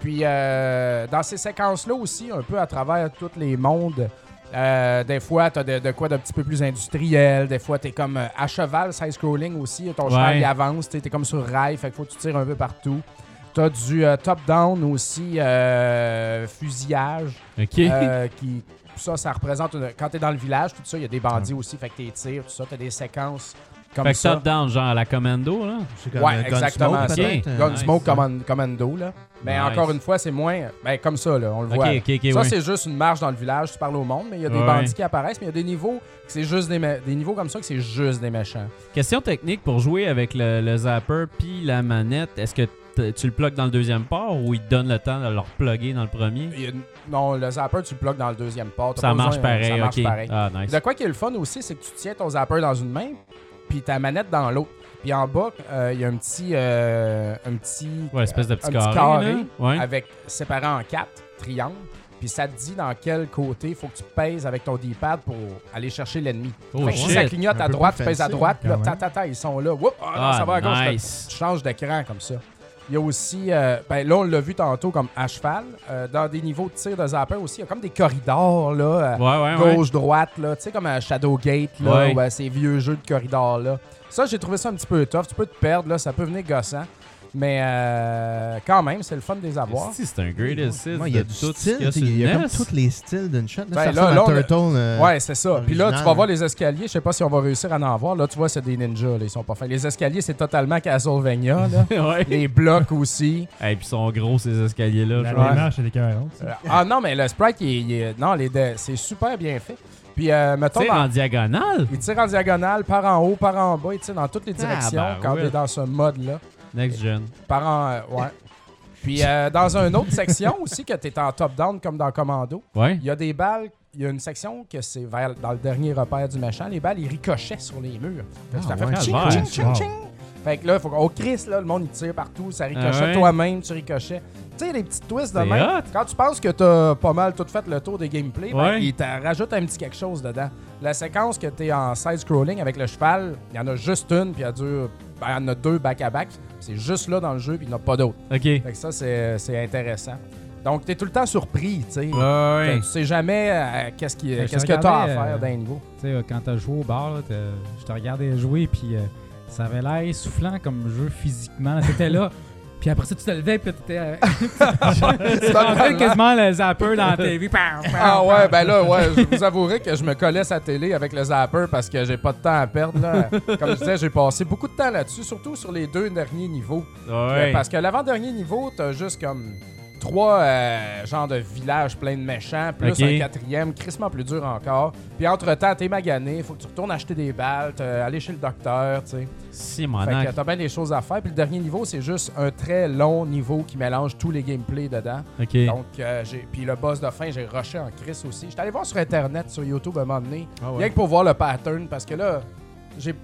C: Puis euh, dans ces séquences-là aussi, un peu à travers tous les mondes, euh, des fois, t'as de, de quoi d'un petit peu plus industriel. Des fois, t'es comme euh, à cheval, side-scrolling aussi. Ton cheval,
B: Ouais.
C: il avance. T'es t'es comme sur rail, fait qu'il faut que tu tires un peu partout. T'as du euh, top-down aussi, euh, fusillage.
B: OK.
C: Euh, qui ça ça représente une- quand t'es dans le village tout ça il y a des bandits aussi fait que t'es tirs tout ça t'as des séquences comme
B: fait que
C: ça
B: top-down, genre à la commando, là.
E: C'est comme,
C: ouais,
E: euh, Gunsmoke,
C: exactement,
B: ça. Ok.
E: peut-être? Euh,
C: Gunsmoke
B: Nice.
C: command- commando là mais
B: Nice.
C: Ben, encore une fois c'est moins ben comme ça là on le
B: OK,
C: voit
B: OK, OK,
C: ça
B: ouais.
C: c'est juste une marche dans le village tu parles au monde mais il y a des
B: Ouais.
C: bandits qui apparaissent mais il y a des niveaux que c'est juste des, mé- des niveaux comme ça que c'est juste des méchants
B: Question technique pour jouer avec le, le zapper puis la manette, est-ce que t- tu le plugues dans le deuxième port ou il te donne le temps de le repluguer dans le premier?
C: Il y a- non le zapper tu le bloques dans le deuxième port T'as
B: Ça
C: pas
B: marche
C: besoin, hein,
B: pareil,
C: ça marche
B: ok.
C: pareil.
B: Ah, nice.
C: De quoi qui est le fun aussi, c'est que tu tiens ton zapper dans une main, puis ta manette dans l'autre. Puis en bas, euh, il y a un petit, euh, un petit
B: Ouais, espèce de petit
C: un
B: carré.
C: petit carré
B: là. Ouais.
C: avec séparé en quatre triangles. Puis ça te dit dans quel côté il faut que tu pèses avec ton D-pad pour aller chercher l'ennemi.
B: Oh
C: fait que si ça
B: shit.
C: clignote
E: Un
C: à
E: peu
C: droite, tu
E: plus
C: pèses à
E: fancy,
C: droite, puis là,
D: quand
C: ta,
D: même.
C: ta, ta, ils sont là. Whoop, ah, non,
B: Ah,
C: ça va à gauche. là.
B: nice.
C: Tu changes d'écran comme ça. Il y a aussi, euh, ben là, on l'a vu tantôt comme à cheval. Euh, dans des niveaux de tir de zapper aussi, il y a comme des corridors, là. euh,
B: Ouais, ouais, ouais.
C: gauche, droite, là. Tu sais, comme à Shadowgate, là,
B: Ouais.
C: ou à ces vieux jeux de corridor, là. Ça, j'ai trouvé ça un petit peu tough. Tu peux te perdre, là. Ça peut venir gossant. Mais euh, quand même, c'est le fun de les avoir.
B: Si, C'est un great assist.
E: Ouais, Il y a
B: de
E: du
B: tout ce
E: style,
B: qu'il y a
E: tu sais,
B: sur
E: il y a
B: le E
E: comme
B: NES.
E: tous les styles d'une shot.
C: Ben,
E: Là,
C: là,
E: ça
C: là,
E: ressemble
C: on a-
E: à Turtle. euh,
C: Ouais, c'est ça. Puis là, tu vas
E: original.
C: voir les escaliers. Je sais pas si on va réussir à en avoir. Là, tu vois, c'est des ninjas. Là, ils sont pas fins. Les escaliers, c'est totalement Castlevania.
B: <laughs>
C: Là.
B: ouais.
C: les blocs aussi.
B: Et puis ils sont gros ces escaliers-là.
D: La
B: genre.
C: Ouais.
D: démarche, elle est écœurante. ça.
C: Euh, ah non, mais le sprite, il, est- il est- non, les dé- c'est super bien fait. Puis, euh, mettons,
B: Tu sais,
C: dans-
B: en diagonale.
C: il tire en diagonale, par en haut, par en bas. Il tire dans toutes les directions
B: Tabarouette.
C: quand t'es dans ce mode-là.
B: Next gen.
C: Par an, euh, ouais. Puis euh, dans une autre section aussi, que tu es en top-down comme dans Commando,
B: Ouais.
C: il y a des balles. Il y a une section que c'est vers, dans le dernier repère du méchant. Les balles, ils ricochaient sur les murs. Fait que
E: Ah
C: ça fait
E: ouais,
C: tching,
B: calvaire.
C: tching, tching,
D: Wow.
C: tching. Fait que là, faut qu'on crisse, là, le monde, il tire partout. Ça ricochait
B: Ah ouais.
C: toi-même, tu ricochais. Tu sais, les petits twists de
B: C'est
C: même.
B: hot.
C: Quand tu penses que t'as pas mal tout fait le tour des gameplays, ben,
B: Ouais.
C: ils t'en rajoutent un petit quelque chose dedans. La séquence que t'es en side-scrolling avec le cheval, il y en a juste une, puis il y, a deux- ben, il y en a deux back-à-back. C'est juste là dans le jeu, puis il n'y en a pas d'autres.
B: Ok.
C: Fait que ça, c'est c'est intéressant. Donc, t'es tout le temps surpris, tu sais.
F: Ah
C: Fait que
F: ouais.
C: Ben, Tu sais jamais euh, qu'est-ce qui-
F: Ben, je
C: qu'est-ce que
F: te
C: t'as à
F: regardais,
C: faire
F: euh, <laughs>
C: d'un niveau.
F: Tu sais, euh, quand t'as joué au bar, là, t'as- je te regardais jouer, puis euh, ça avait l'air essoufflant comme jeu physiquement. là. T'étais là, puis après ça, tu te levais, puis t'étais. euh, tu sentais quasiment le zapper dans la TV. Pow, pow,
C: Ah
F: pow.
C: ouais, ben là, ouais, je vous avouerai que je me collais sa télé avec le zapper parce que j'ai pas de temps à perdre.
F: <laughs>
C: Là. Comme je disais, j'ai passé beaucoup de temps là-dessus, surtout sur les deux derniers niveaux.
B: Ouais.
C: Parce que l'avant-dernier niveau, t'as juste comme trois euh, genres de villages pleins de méchants, plus
B: Ok.
C: un quatrième, crissement plus dur encore. Puis entre-temps, t'es magané, faut que tu retournes acheter des balles, t'as- aller chez le docteur, tu sais.
B: Si,
C: Fait que
B: monac.
C: t'as bien des choses à faire. Puis le dernier niveau, c'est juste un très long niveau qui mélange tous les gameplays dedans.
B: Ok.
C: Donc, euh, j'ai- puis le boss de fin, j'ai rushé en Chris aussi. J'étais allé voir sur Internet, sur YouTube à un moment donné,
E: Ah
C: rien
E: ouais.
C: que pour voir le pattern, parce que là, j'ai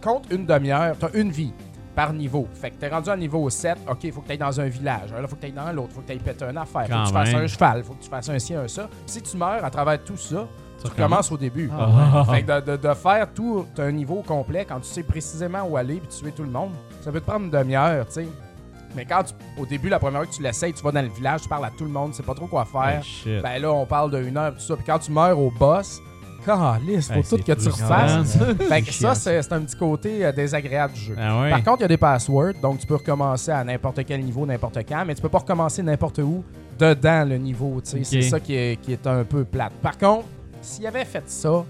C: compte une demi-heure, t'as une vie par niveau. Fait que t'es rendu à niveau 7, OK, faut que t'ailles dans un village. Là, faut que t'ailles dans l'autre, faut que t'ailles péter un affaire, faut
B: Quand
C: que tu fasses
B: même.
C: un cheval, faut que tu fasses un ci, un ça. Si tu meurs à travers tout ça, tu recommences au début.
B: Ah, ouais.
C: Fait que de, de- de faire tout un niveau complet, quand tu sais précisément où aller puis tuer tout le monde, ça peut te prendre une demi-heure, tu sais. Mais quand tu- au début, la première fois que tu l'essayes, tu vas dans le village, tu parles à tout le monde, tu sais pas trop quoi faire.
B: Hey, Ah, shit.
C: ben là, on parle de une heure pis tout ça. Puis quand tu meurs au boss, calisse, faut
B: Hey,
C: tout
B: c'est
C: que tu
B: frustrant, <laughs>
C: refasses.
B: ça.
C: fait que ça,
E: C'est chiant,
C: c'est c'est un petit côté euh, désagréable du jeu.
B: Ah ouais.
C: Par contre, il y a des passwords, donc tu peux recommencer à n'importe quel niveau, n'importe quand, mais tu peux pas recommencer n'importe où dedans le niveau. tu sais.
B: Ok.
C: C'est ça qui est, qui est un peu plate. Par contre, s'il avait fait ça euh,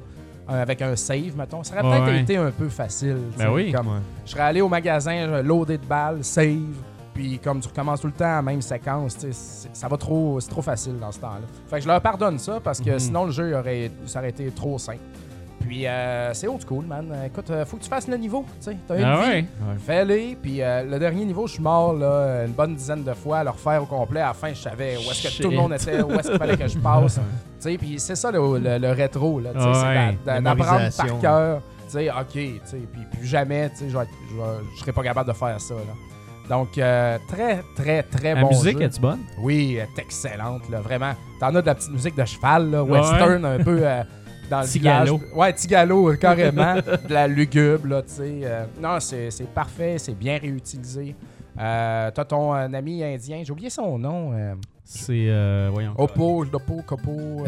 C: avec un save, mettons, ça aurait peut-être
B: Ouais.
C: été un peu facile. tu
B: Ben
C: sais,
B: oui.
C: comme- je serais allé au magasin, je- loadé de balles, save, puis comme tu recommences tout le temps la même séquence, tu sais, c'est- ça va trop, c'est trop facile dans ce temps-là. Fait que je leur pardonne ça parce que
B: Mhm.
C: sinon le jeu il aurait, ça aurait été trop simple. Puis euh, c'est old school, man. Écoute, euh, faut que tu fasses le niveau, tu sais. T'as une
B: Ah
C: vie.
B: ouais.
C: Fais-les, puis euh, le dernier niveau, je suis mort là, une bonne dizaine de fois à le refaire au complet. À la fin, je savais où est-ce que
B: Shit.
C: tout le monde était, où est-ce qu'il fallait que
B: <laughs>
C: je passe. Tu sais, puis c'est ça le, le- le rétro, là, tu sais, c'est
B: Ouais.
C: d'a- d'a- d'apprendre par
E: Mémorisation.
C: cœur. Tu sais, OK, tu sais, puis plus jamais, tu sais, je vais être- je vais- je serai pas capable de faire ça. là. Donc, euh, très, très, très
B: La
C: bon
B: musique
C: jeu.
B: est-tu bonne?
C: Oui, elle est excellente, là, vraiment. T'en as de la petite musique de cheval, là, western, un peu euh, dans le
B: Tigalo.
C: village. Ouais, Tigalo, euh, carrément. <laughs> de la lugubre, là, tu sais. euh, non, c'est c'est parfait, c'est bien réutilisé. Euh, T'as ton euh, ami indien, j'ai oublié son nom. euh,
B: C'est. euh, Voyons.
C: Oppo, Lopo, Copo. euh,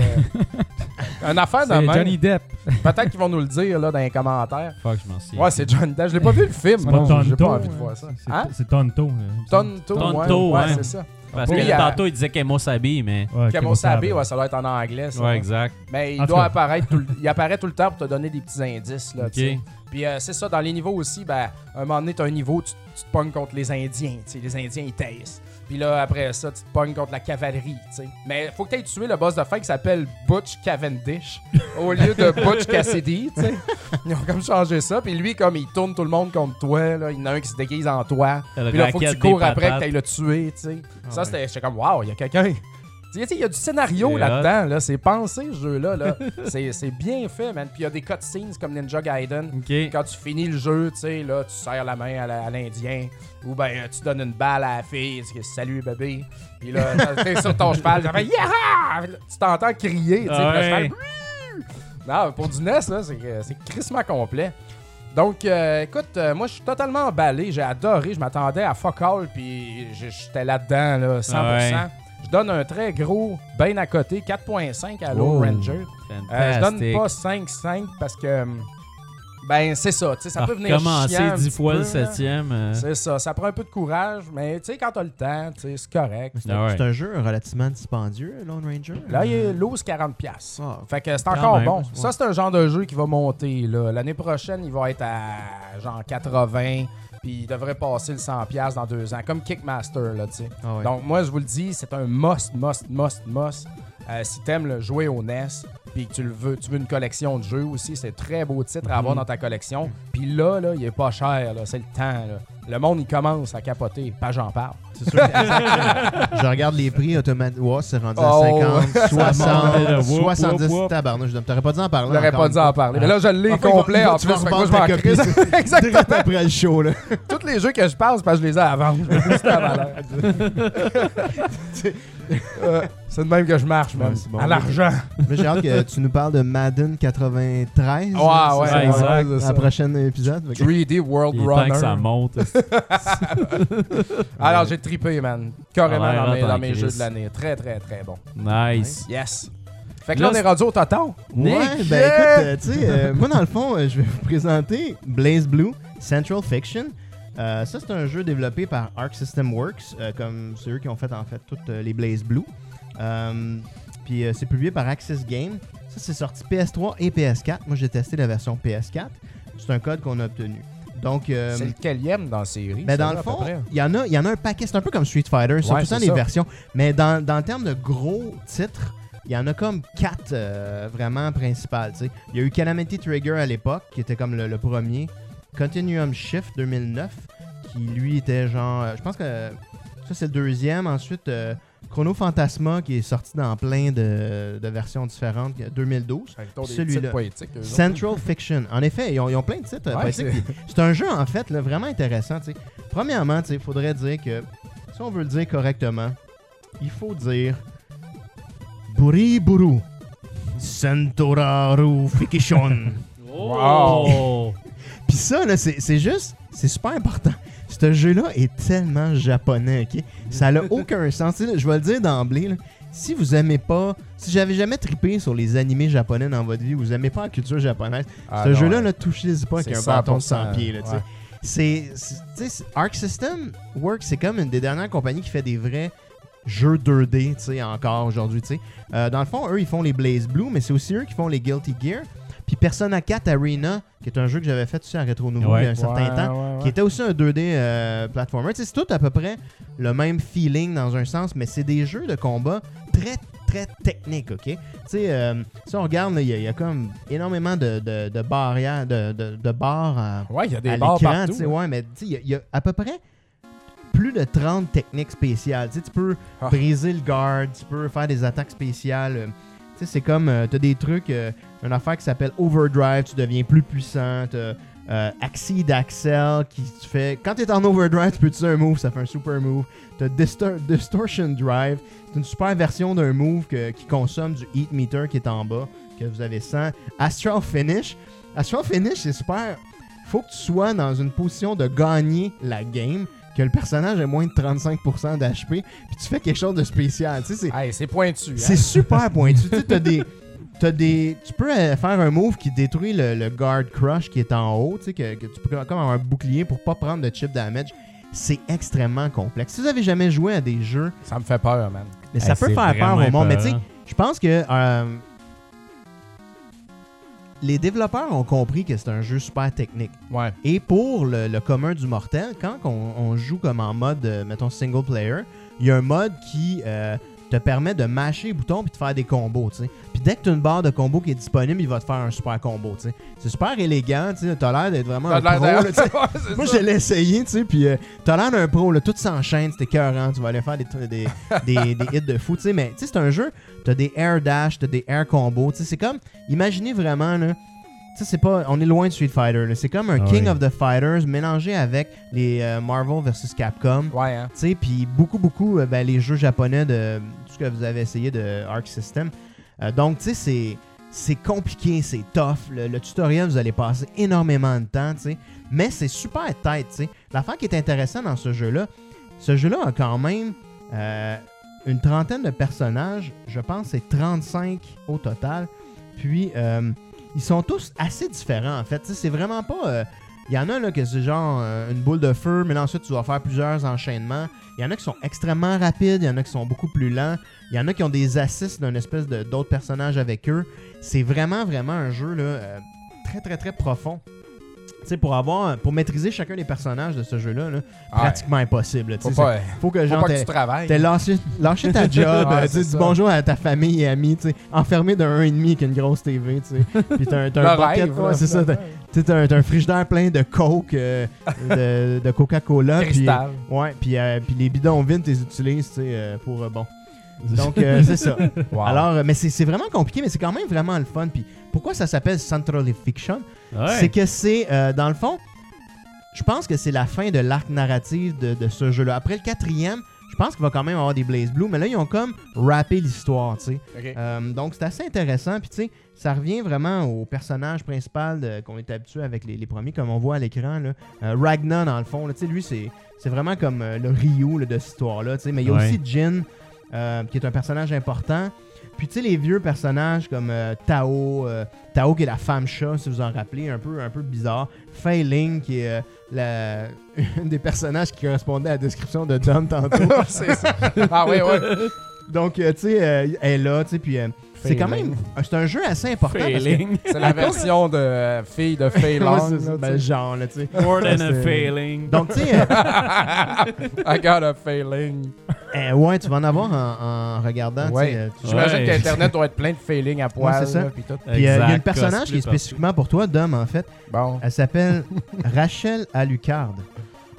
C: un affaire de
F: C'est
C: même.
F: Johnny Depp.
C: Peut-être qu'ils vont nous le dire là, dans les commentaires.
B: Fuck, je m'en souviens.
C: Ouais, c'est Johnny Depp. Je l'ai pas vu le film.
D: pas
C: non, J'ai pas
D: Tonto,
C: envie de
D: hein,
C: voir ça.
D: C'est-
C: Hein?
D: C'est Tonto. là.
C: Tonto, ouais,
B: Tonto,
C: ouais,
B: ouais.
C: c'est ça.
B: Parce
C: Oui,
B: que
C: euh,
B: tantôt, il disait Kemo Sabi, mais.
D: Ouais,
C: Camo
D: Kemosabe.
C: Sabé, ouais, ça doit être en anglais. ça.
B: Ouais, exact.
C: Mais Ben, il
D: En tout
C: doit
D: cas.
C: apparaître
D: <laughs>
C: tout le- il apparaît tout le temps pour te donner des petits indices. Là,
B: Ok.
C: tu sais. Puis euh, c'est ça, dans les niveaux aussi, ben, un moment donné, t'as un niveau, tu, tu te pognes contre les Indiens. tu sais, Les Indiens, ils taissent. Puis là, après ça, tu te pognes contre la cavalerie. tu sais. Mais faut que t'aies tué le boss de fin qui s'appelle Butch
D: <laughs>
C: Cavendish au lieu de Butch Cassidy. tu sais. Ils ont comme changé ça. Puis lui, comme il tourne tout le monde contre toi, là, il y en a un qui se déguise en toi.
B: La
C: Puis là, faut que tu
B: raquette
C: cours
B: des
C: après que
B: patates. Ah
C: t'ailles le tuer, tu sais. ça,
B: ouais.
C: c'était... J'étais comme, waouh, il y a quelqu'un... Tu sais, il y a du scénario
B: C'est
C: là-dedans, là. C'est pensé, ce
B: <laughs>
C: jeu-là, là. c'est, c'est bien fait, man. Puis il y a des cutscenes comme Ninja Gaiden.
B: Ok.
C: Quand tu finis le jeu, tu sais, là, tu serres la main à, la- à l'Indien. Ou ben, euh, tu donnes une balle à la fille. Tu dis, salut, bébé. Puis
B: <laughs>
C: là, t'es sur ton cheval. Ça fait, yeah! Tu t'entends crier, tu sais.
B: Ah
C: puis le
B: ouais.
C: cheval, Mmh! non, pour du NES, là, c'est, euh, c'est crissement complet. Donc, euh, écoute, euh, moi, je suis totalement emballé. J'ai adoré. Je m'attendais à fuck all, puis j- j'étais là-dedans, là, 100%.
B: Ouais.
C: Je donne un très gros ben à côté, 4.5 à Lone
B: Oh.
C: Ranger. Euh, je donne
B: Fantastique.
C: pas 5-5 parce que, hum, ben, c'est ça. tu sais, Ça
B: À
C: peut venir chiant
B: Ah, recommencer
C: un
B: 10
C: petit
B: fois
C: peu,
B: le
C: là.
B: septième. euh,
C: C'est ça. Ça prend un peu de courage, mais tu sais, quand t'as le temps, tu sais, c'est correct.
E: C'est
B: Ah ouais.
E: c'est un jeu relativement dispendieux, Lone Ranger.
C: Là, il est lourd, c'est 40$.
E: Ah,
C: Fait que c'est
B: Quand
C: encore
B: même,
C: bon.
B: ouais.
C: Ça, c'est un genre de jeu qui va monter. là. L'année prochaine, il va être à genre 80, puis il devrait passer le 100$ dans deux ans, comme Kickmaster, là, tu sais.
E: ah ouais.
C: Donc, moi, je vous le dis, c'est un must, must, must, must. Euh, si t'aimes le jouer au NES, puis que tu le veux, tu veux une collection de jeux aussi, c'est un très beau titre à avoir
E: Mhm.
C: dans ta collection. Puis là, là, il est pas cher, là, c'est le temps. là. Le monde, il commence à capoter, pas j'en parle.
E: C'est sûr que- je regarde les prix automatiques. Ouais, c'est rendu à
C: Oh, <laughs>
E: 50,
B: monte, là.
E: 60,
B: Whoop, whoop,
E: 70.
B: whoop.
E: Tabarnouche, je t'aurais pas dû en parler.
C: Je n'aurais pas
E: encore
C: dû
E: une
C: en parler. Mais là, je l'ai
E: Ah. Enfin,
C: complet
E: il va-
C: en
E: tu
C: plus.
E: vas
C: fait que moi, je
E: revendre
C: m'en
E: ta
C: crisse. <laughs>
E: <laughs> fois.
C: Exactement.
E: Direct après le show, là. <laughs>
C: Tous les jeux que je passe, parce que je les ai à vendre. Je me dis, c'est à valeur. Euh, c'est de même que je marche, man.
E: Ouais, c'est bon.
C: à l'argent.
E: Mais j'ai hâte que tu nous parles de Madden
C: Ouais,
E: 93. hein, c'est
C: ouais,
E: ça,
B: ouais, exact.
E: Dans le prochain épisode. Fait que-
C: 3D World
B: Il est temps que ça
C: Runner. <laughs>
B: monte.
C: Alors, j'ai trippé, man. Carrément
B: Ah,
C: dans mes,
B: attends,
C: dans mes
B: Chris.
C: jeux de l'année. Très, très, très bon.
B: nice.
C: Yes. Fait que là,
B: Là,
C: on est rendu au total.
E: Ouais,
C: Nick,
E: ben
C: yeah!
E: écoute, euh, tu sais, euh, moi dans le fond, euh, je vais vous présenter Blaze Blue Central Fiction. Euh, ça, c'est un jeu développé par Arc System Works, euh, comme c'est eux qui ont fait en fait toutes euh, les Blaze Blue. Euh, Puis euh, c'est publié par Access Game. Ça, c'est sorti PS3 et PS4. Moi, j'ai testé la version PS4. C'est un code qu'on a obtenu. Donc, euh,
C: C'est le quatrième dans la série.
E: mais
C: ça,
E: dans
C: là,
E: le
C: à peu
E: fond,
C: près.
E: il y, en a- il y en a un paquet. C'est un peu comme Street Fighter, surtout
C: Ouais,
E: ça,
C: c'est
E: les
C: ça.
E: versions. Mais dans, dans le terme de gros titres, il y en a comme quatre euh, vraiment principales. tu sais. Il y a eu Calamity Trigger à l'époque, qui était comme le, le premier. Continuum Shift 2009, qui lui était genre. euh, je pense que ça, c'est le deuxième. Ensuite, euh, Chrono Fantasma, qui est sorti dans plein de, de versions différentes, 2012.
C: Fait que t'as des
E: celui-là.
C: titres poétiques, eux autres.
E: Central Fiction. En effet, ils ont, ils ont plein de titres euh,
C: Ouais,
E: poétiques,
C: c'est-
E: c'est un jeu, en fait, là, vraiment intéressant. tu sais. Premièrement, il faudrait dire que, si on veut le dire correctement, il faut dire Buriburu Santoraru Fikishon.
B: Oh!
E: <laughs> Puis ça, là, c'est c'est juste, c'est super important. Ce jeu-là est tellement japonais, ok? Ça n'a
C: <laughs>
E: aucun sens. Tu sais, là, Je vais le dire d'emblée, là, si vous aimez pas, si j'avais jamais trippé sur les animés japonais dans votre vie, vous aimez pas la culture japonaise,
C: Ah,
E: ce
C: non,
E: jeu-là,
C: ouais.
E: ne touchez pas avec
C: C'est
E: un bâton
C: 100%,
E: sans pied. Là, tu sais.
C: ouais.
E: C'est. c'est- tu sais, c'est- Arc System Works, c'est comme une des dernières compagnies qui fait des vrais jeux 2D, tu sais, encore aujourd'hui, tu sais. Euh, dans le fond, eux, ils font les Blaze Blue, mais c'est aussi eux qui font les Guilty Gear. Puis Persona 4 Arena, qui est un jeu que j'avais fait, tu sais, en rétro nouveau
B: Ouais.
E: il y a un certain
C: Ouais,
E: temps,
C: ouais, ouais.
E: qui était aussi un 2D euh, platformer. Tu sais, c'est tout à peu près le même feeling dans un sens, mais c'est des jeux de combat très, très techniques, OK? Tu sais, euh, si on regarde, là, il y, a- il y a comme énormément de, de- de barrières, de, de, de barres à,
C: Ouais, il y a
E: à
C: des barres
E: l'écran, tu
C: partout.
E: sais, ouais, mais tu sais, il y a- il y, a à peu près plus de 30 techniques spéciales. Tu sais, tu peux
C: Ah.
E: briser le guard, tu peux faire des attaques spéciales. euh, tu sais, c'est comme, euh, t'as des trucs, euh, une affaire qui s'appelle overdrive, tu deviens plus puissant, t'as euh, Accede Axel qui tu fais... Quand t'es en overdrive, tu peux utiliser un move, ça fait un super move. T'as Distor- Distortion Drive, c'est une super version d'un move que- qui consomme du Heat Meter qui est en bas, que vous avez 100. Astral Finish, Astral Finish, c'est super faut que tu sois dans une position de gagner la game, que le personnage ait moins de 35% d'HP, puis tu fais quelque chose de spécial. Tu sais, c'est-
C: Hey, c'est pointu. hein.
E: c'est super pointu. tu sais, t'as des. t'as des- tu peux euh, faire un move qui détruit le, le guard crush qui est en haut, tu sais, que, que tu peux comme avoir un bouclier pour pas prendre de chip damage. C'est extrêmement complexe. Si vous avez jamais joué à des jeux,
C: Ça me fait peur, man.
E: mais ça peut faire peur au monde. Mais tu sais, je pense que euh, les développeurs ont compris que c'est un jeu super technique.
C: Ouais.
E: Et pour le, le commun du mortel, quand on, on joue comme en mode, euh, mettons, single player, il y a un mode qui euh, te permet de mâcher les boutons puis de faire des combos, tu sais. Puis dès que tu as une barre de combo qui est disponible, il va te faire un super combo, tu sais. C'est super élégant, tu sais. T'as l'air d'être vraiment un
C: T'as
E: pro,
C: de l'air
E: là, tu sais.
C: <laughs> Ouais, c'est
E: Moi,
C: ça.
E: je l'ai essayé, tu sais, puis euh, t'as l'air d'un pro, là, tout s'enchaîne, c'était écœurant, tu vas aller faire des, des, des, des hits de fou, tu sais, mais tu sais, c'est un jeu, t'as des air dash, t'as des air combos, tu sais, c'est comme, imaginez vraiment, là, tu sais, c'est pas, on est loin de Street Fighter, là, c'est comme un
B: Ah
E: King
B: oui.
E: of the Fighters mélangé avec les euh, Marvel vs Capcom,
C: Ouais, hein.
E: tu sais, puis beaucoup, beaucoup, euh, ben, les jeux japonais de tout ce que vous avez essayé de Arc System. Euh, donc, tu sais, c'est. C'est compliqué, c'est tough. Le, le tutoriel, vous allez passer énormément de temps, tu sais. Mais c'est super tête, tu sais. L'affaire qui est intéressante dans ce jeu-là, ce jeu-là a quand même euh, une trentaine de personnages. Je pense que c'est 35 au total. Puis, euh, ils sont tous assez différents, en fait. Tu sais, c'est vraiment pas... euh, il y en a là que c'est genre euh, une boule de feu, mais là, ensuite tu dois faire plusieurs enchaînements. Il y en a qui sont extrêmement rapides, il y en a qui sont beaucoup plus lents. Il y en a qui ont des assists d'un espèce de d'autres personnages avec eux. C'est vraiment, vraiment un jeu là, euh, très, très, très profond. Tu sais, pour avoir, pour maîtriser chacun des personnages de ce jeu-là, là, pratiquement impossible. là, tu
C: Faut
E: sais.
C: pas,
E: C'est- faut que
C: faut
E: genre,
C: pas que
E: t'aies-
C: tu travailles.
E: T'as lâché,
C: <laughs>
E: lâché ta job,
C: Ouais,
E: euh,
C: c'est
E: tu sais, dis
C: ça.
E: bonjour à ta famille et amis, tu sais, enfermé d'un 1,5 avec une grosse TV, tu sais. Puis t'as un, t'as un
C: Le
E: bucket,
C: rêve,
E: ouais,
C: là,
E: c'est ça, t'as- tu sais, t'as un, t'as un frigidaire plein de Coke, euh, de, de Coca-Cola, puis
C: Cristal.
E: ouais, puis euh, puis les bidons vides, tu les utilises, tu sais, euh, pour euh, bon. Donc euh, c'est ça.
C: Wow.
E: Alors, euh, mais c'est c'est vraiment compliqué, mais c'est quand même vraiment le fun. Puis pourquoi ça s'appelle Central Fiction c'est
B: Ouais.
E: que c'est, euh, dans le fond, je pense que c'est la fin de l'arc narratif de, de ce jeu-là. Après le quatrième, je pense qu'il va quand même avoir des Blaze Blue, mais là, ils ont comme rappé l'histoire, tu sais.
C: Ok. <laughs>
E: Euh, donc, c'est assez intéressant. Puis, tu sais, ça revient vraiment au personnage principal de- qu'on est habitué avec les, les premiers, comme on voit à l'écran. là. Euh, Ragnar, dans le fond, là, tu sais, lui, c'est, c'est vraiment comme euh, le Ryu là, de cette histoire-là. tu sais. Mais il y a
B: Ouais.
E: aussi Jin, euh, qui est un personnage important. Puis, tu sais, les vieux personnages comme euh, Tao, euh, Tao qui est la femme chat, si vous en rappelez, un peu, un peu bizarre. Fei Ling, qui est euh, la- <laughs> une des personnages qui correspondait à la description de Dom
C: <laughs>
E: tantôt.
C: C'est ça. Ah oui, oui.
E: Donc, euh, tu sais, euh, elle est là, tu sais, puis euh, <laughs> c'est quand
C: Failing.
E: même. euh, C'est un jeu assez important. parce que- <laughs>
B: Failing.
C: C'est la version de euh, fille de Fay
E: Ouais,
C: Long.
E: c'est ça, ben, genre, là, tu sais.
B: More
C: <laughs>
B: than a
E: C'est-
B: failing.
E: Donc, tu sais, euh,
C: I got a failing.
E: euh, ouais, tu vas en avoir en, en regardant. tu sais,
C: Ouais.
E: euh, tu-
B: Ouais.
C: J'imagine qu'Internet doit être plein de failing à poil.
E: Ouais, c'est ça.
C: là, puis tout.
E: Puis euh, il y a une
B: Exact,
E: personnage
B: cosplay
E: qui est
B: partout.
E: spécifiquement pour toi, Dom, en fait.
C: Bon.
E: Elle s'appelle Rachel Alucard.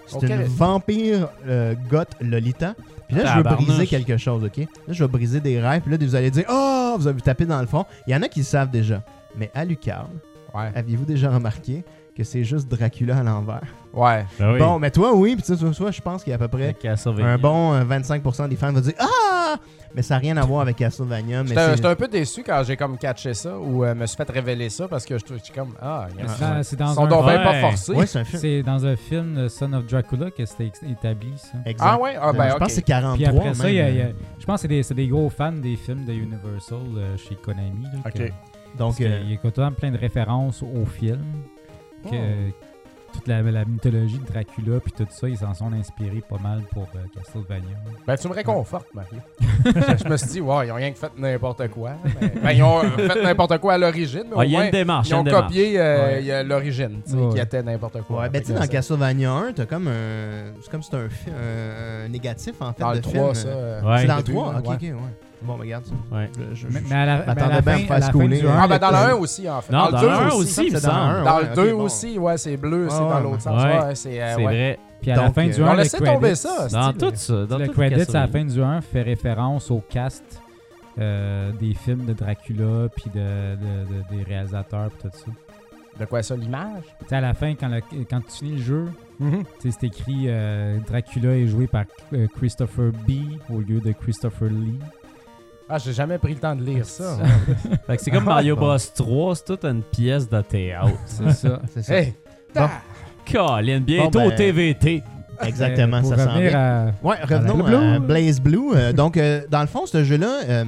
E: C'est
C: Ok.
E: une vampire euh, goth Lolita. Puis là, je veux
B: Tabarnouche.
E: briser quelque chose, OK? Là, je vais briser des rêves. Puis là, vous allez dire, oh, vous avez tapé dans le fond. Il y en a qui le savent déjà. Mais Alucard,
C: Ouais.
E: aviez-vous déjà remarqué que c'est juste Dracula à l'envers?
C: Ouais.
B: Ben oui.
E: Bon, mais toi, oui. Puis tu sais, toi, toi, je pense qu'il y a à peu
B: Le
E: près
B: Castlevania.
E: un bon euh, 25% des fans vont dire Ah Mais ça n'a rien à voir avec Castlevania. Mais
C: J'étais
E: c'est-
C: j'étais un peu déçu quand j'ai comme catché ça ou euh, me suis fait révéler ça parce que je suis comme ah, il y a-
F: C'est dans- c'est
C: ils
F: dans,
C: sont
F: un,
C: donc bien pas
B: Ouais.
C: forcés.
E: Ouais, c'est un film.
F: c'est dans un film, le Son of Dracula, que c'était ex- établi, ça.
E: Exact.
C: Ah ouais, ah ben
E: je
C: ok.
E: pense que c'est 43.
F: Puis après ça,
E: même. euh.
F: il y a- il y a- je pense que c'est des, c'est des gros fans des films de Universal euh, chez Konami. Là,
C: Ok.
F: que- parce
E: Donc,
F: que
E: euh,
F: Il y a autant plein de références aux films que toute la, la mythologie de Dracula puis tout ça, ils s'en sont inspirés pas mal pour euh, Castlevania.
C: Ben, tu me réconfortes,
B: <laughs>
C: Mario. je me suis dit, wow, ils ont rien que fait n'importe quoi. mais- ben, ils ont fait n'importe quoi à l'origine, mais
B: Ah,
C: au
B: il y a
C: moins,
B: une démarche. il
C: ils
B: y a
C: ont
B: une démarche.
C: copié euh,
E: Ouais.
C: il y a l'origine, tu sais,
F: Ouais.
C: qui était n'importe quoi.
E: Ouais, ben tu sais,
C: Fait
E: dans
C: que
E: Castlevania 1, t'as comme un. C'est comme si t'as un, fi- un- un négatif en fait
C: dans
E: de
C: le
E: film.
C: 3, ça.
E: Euh,
B: Ouais.
C: euh,
E: C'est dans le
C: début,
E: 3, ok,
C: ouais.
E: ok, ouais. Bon, ben, regarde ça.
B: Ouais.
E: Je- je-
F: Mais,
E: je-
F: mais à la, mais à
E: m'attendais
F: la
E: bien
F: fin, à
E: à
F: la
E: me faire
F: fin
E: schooler,
F: du
E: hein.
F: un,
C: Ah, ben dans le 1 aussi, en fait.
B: Non,
C: dans
B: dans le
C: le 2
B: un
C: aussi.
B: aussi, il me
E: c'est dans
B: semble.
E: un,
C: Dans
E: ouais,
C: le
E: ok,
C: 2
E: bon.
C: aussi, ouais, c'est bleu,
E: Ah,
C: c'est dans
E: ouais.
C: l'autre sens.
B: Ouais.
C: Ouais, c'est. euh,
B: C'est
C: ouais.
B: vrai.
F: puis à la
E: Donc,
F: fin
E: euh,
F: du
E: on
F: 1,
C: On
F: le
C: laissait tomber
F: credits,
C: ça.
E: Ah,
B: Dans
C: c'est-tu,
B: tout ça. Dans
F: le
B: tout
F: credits à la
B: Castlevania.
F: fin du 1 fait référence au cast euh, des films de Dracula puis de, de- de- des réalisateurs puis tout ça.
C: De quoi ça, l'image
F: Tu sais, à la fin, quand, le- quand tu finis le jeu, Tu sais, c'est écrit euh, Dracula est joué par euh, Christopher B au lieu de Christopher Lee.
C: Ah, j'ai jamais pris le temps de lire ça.
B: Fait que c'est comme Mario
E: <laughs> Bon.
B: Bros 3, c'est toute une pièce de théâtre.
F: C'est ça.
E: <laughs> C'est ça.
C: Hey! ta-
B: Colin, bientôt
E: Bon, ben,
B: au TVT.
E: Exactement,
F: Euh, pour
E: Ah, ça s'en
F: revenir
E: vient.
F: à-
E: Ouais, revenons
F: Blue.
E: à Blaze Blue. Euh, <laughs> donc, euh, dans le fond, ce jeu-là, euh,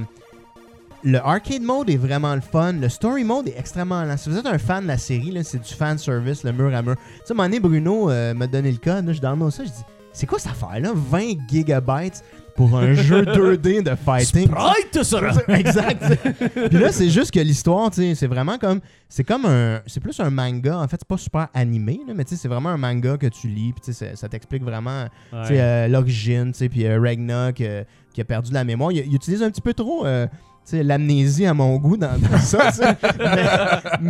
E: le arcade mode est vraiment le fun. Le story mode est extrêmement lent. Si vous êtes un fan de la série, là, c'est du fan service, le mur à mur. Tu sais, à un moment donné, Bruno euh, m'a donné le code. Là, je download ça. Je dis, c'est quoi cette affaire-là? 20 gigabytes pour un jeu 2D de fighting.
B: Sprite sera.
E: <laughs> exact. Puis là, c'est juste que l'histoire, tu sais, c'est vraiment comme. C'est comme un. C'est plus un manga. En fait, c'est pas super animé, là, mais tu sais, c'est vraiment un manga que tu lis. Puis tu sais, ça- ça t'explique vraiment tu sais,
B: Ouais.
E: euh, l'origine, tu sais, puis euh, Ragnar qui, euh, qui a perdu la mémoire. Il, il utilise un petit peu trop euh, tu sais, l'amnésie à mon goût dans, dans ça. tu sais. mais,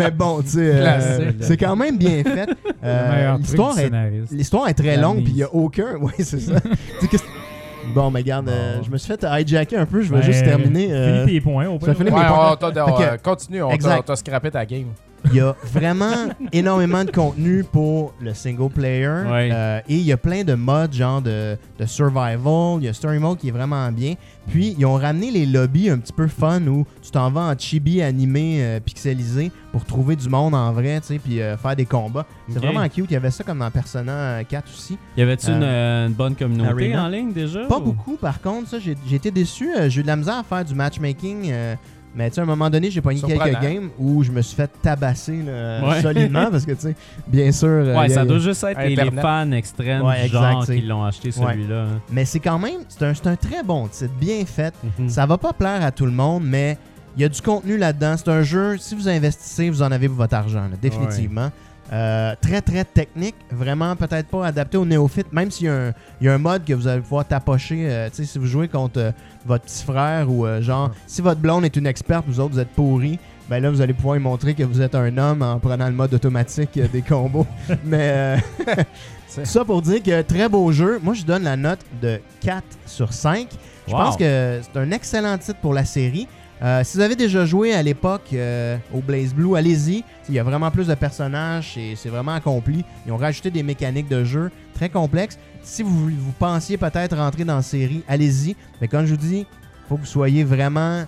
E: mais bon, tu sais, euh,
F: Classique.
E: c'est quand même bien fait. Euh,
F: le meilleur truc
E: L'histoire
F: du
E: est,
F: scénariste.
E: l'histoire est très longue,
F: L'amnésie.
E: puis il n'y a aucun. <laughs> Oui, c'est ça. Tu sais, qu'est-ce- bon, mais regarde, euh,
D: Bon.
E: je me suis fait hijacker un peu. Je vais
D: Ben,
E: juste terminer. euh,
D: Finis tes points, au
E: je
D: pire.
E: vais finir
C: Ouais,
E: mes points.
C: on t'a- on,
E: Fait que-
C: euh, continue, on t'a-
E: Exact.
C: on t'a scrappé ta game.
E: Il y a vraiment énormément de contenu pour le single player.
B: Ouais.
E: Euh, et il y a plein de modes, genre de, de survival. Il y a story mode qui est vraiment bien. Puis, ils ont ramené les lobbies un petit peu fun où tu t'en vas en chibi animé euh, pixelisé pour trouver du monde en vrai, tu sais, puis euh, faire des combats. C'est
B: Ok.
E: vraiment cute. Il y avait ça comme dans Persona 4 aussi.
B: Y avait-tu
E: Euh,
B: une, euh, une bonne communauté
E: Arena.
B: en ligne déjà?
E: Pas
B: ou-
E: beaucoup, par contre. ça J'ai j'ai été déçu. Euh, J'ai eu de la misère à faire du matchmaking. euh, mais tu sais, à un moment donné, j'ai pogné
C: Surprenant.
E: quelques games où je me suis fait tabasser là,
B: Ouais.
E: <laughs> solidement parce que, tu sais, bien sûr. euh,
B: Ouais,
E: il y
B: ça
E: a- il y a-
B: doit juste être les, les
C: Internet.
B: fans extrêmes
E: Ouais,
B: du genre
E: exact, c'est-
B: qui l'ont acheté celui-là. hein.
E: Mais c'est quand même, c'est un, c'est un très bon titre, bien fait.
B: Mm.
E: Ça va pas plaire à tout le monde, mais il y a du contenu là-dedans. C'est un jeu, si vous investissez, vous en avez pour votre argent, là, définitivement. Euh, très très technique, vraiment peut-être pas adapté aux néophytes, même s'il y, a un- il y a un mode que vous allez pouvoir tapocher, euh, tu sais, si vous jouez contre euh, votre petit frère ou euh, genre, si votre blonde est une experte, vous autres vous êtes pourris, ben là vous allez pouvoir lui montrer que vous êtes un homme en prenant le mode automatique euh, des combos. Mais euh, tout ça pour dire que très beau jeu, moi je donne la note de 4 sur 5. Je
B: Wow.
E: pense que c'est un excellent titre pour la série. Euh, si vous avez déjà joué à l'époque euh, au Blaze Blue, allez-y. Il y a vraiment plus de personnages et c'est vraiment accompli. Ils ont rajouté des mécaniques de jeu. très complexe. Si vous, vous pensiez peut-être rentrer dans la série, allez-y. Mais comme je vous dis, faut que vous soyez vraiment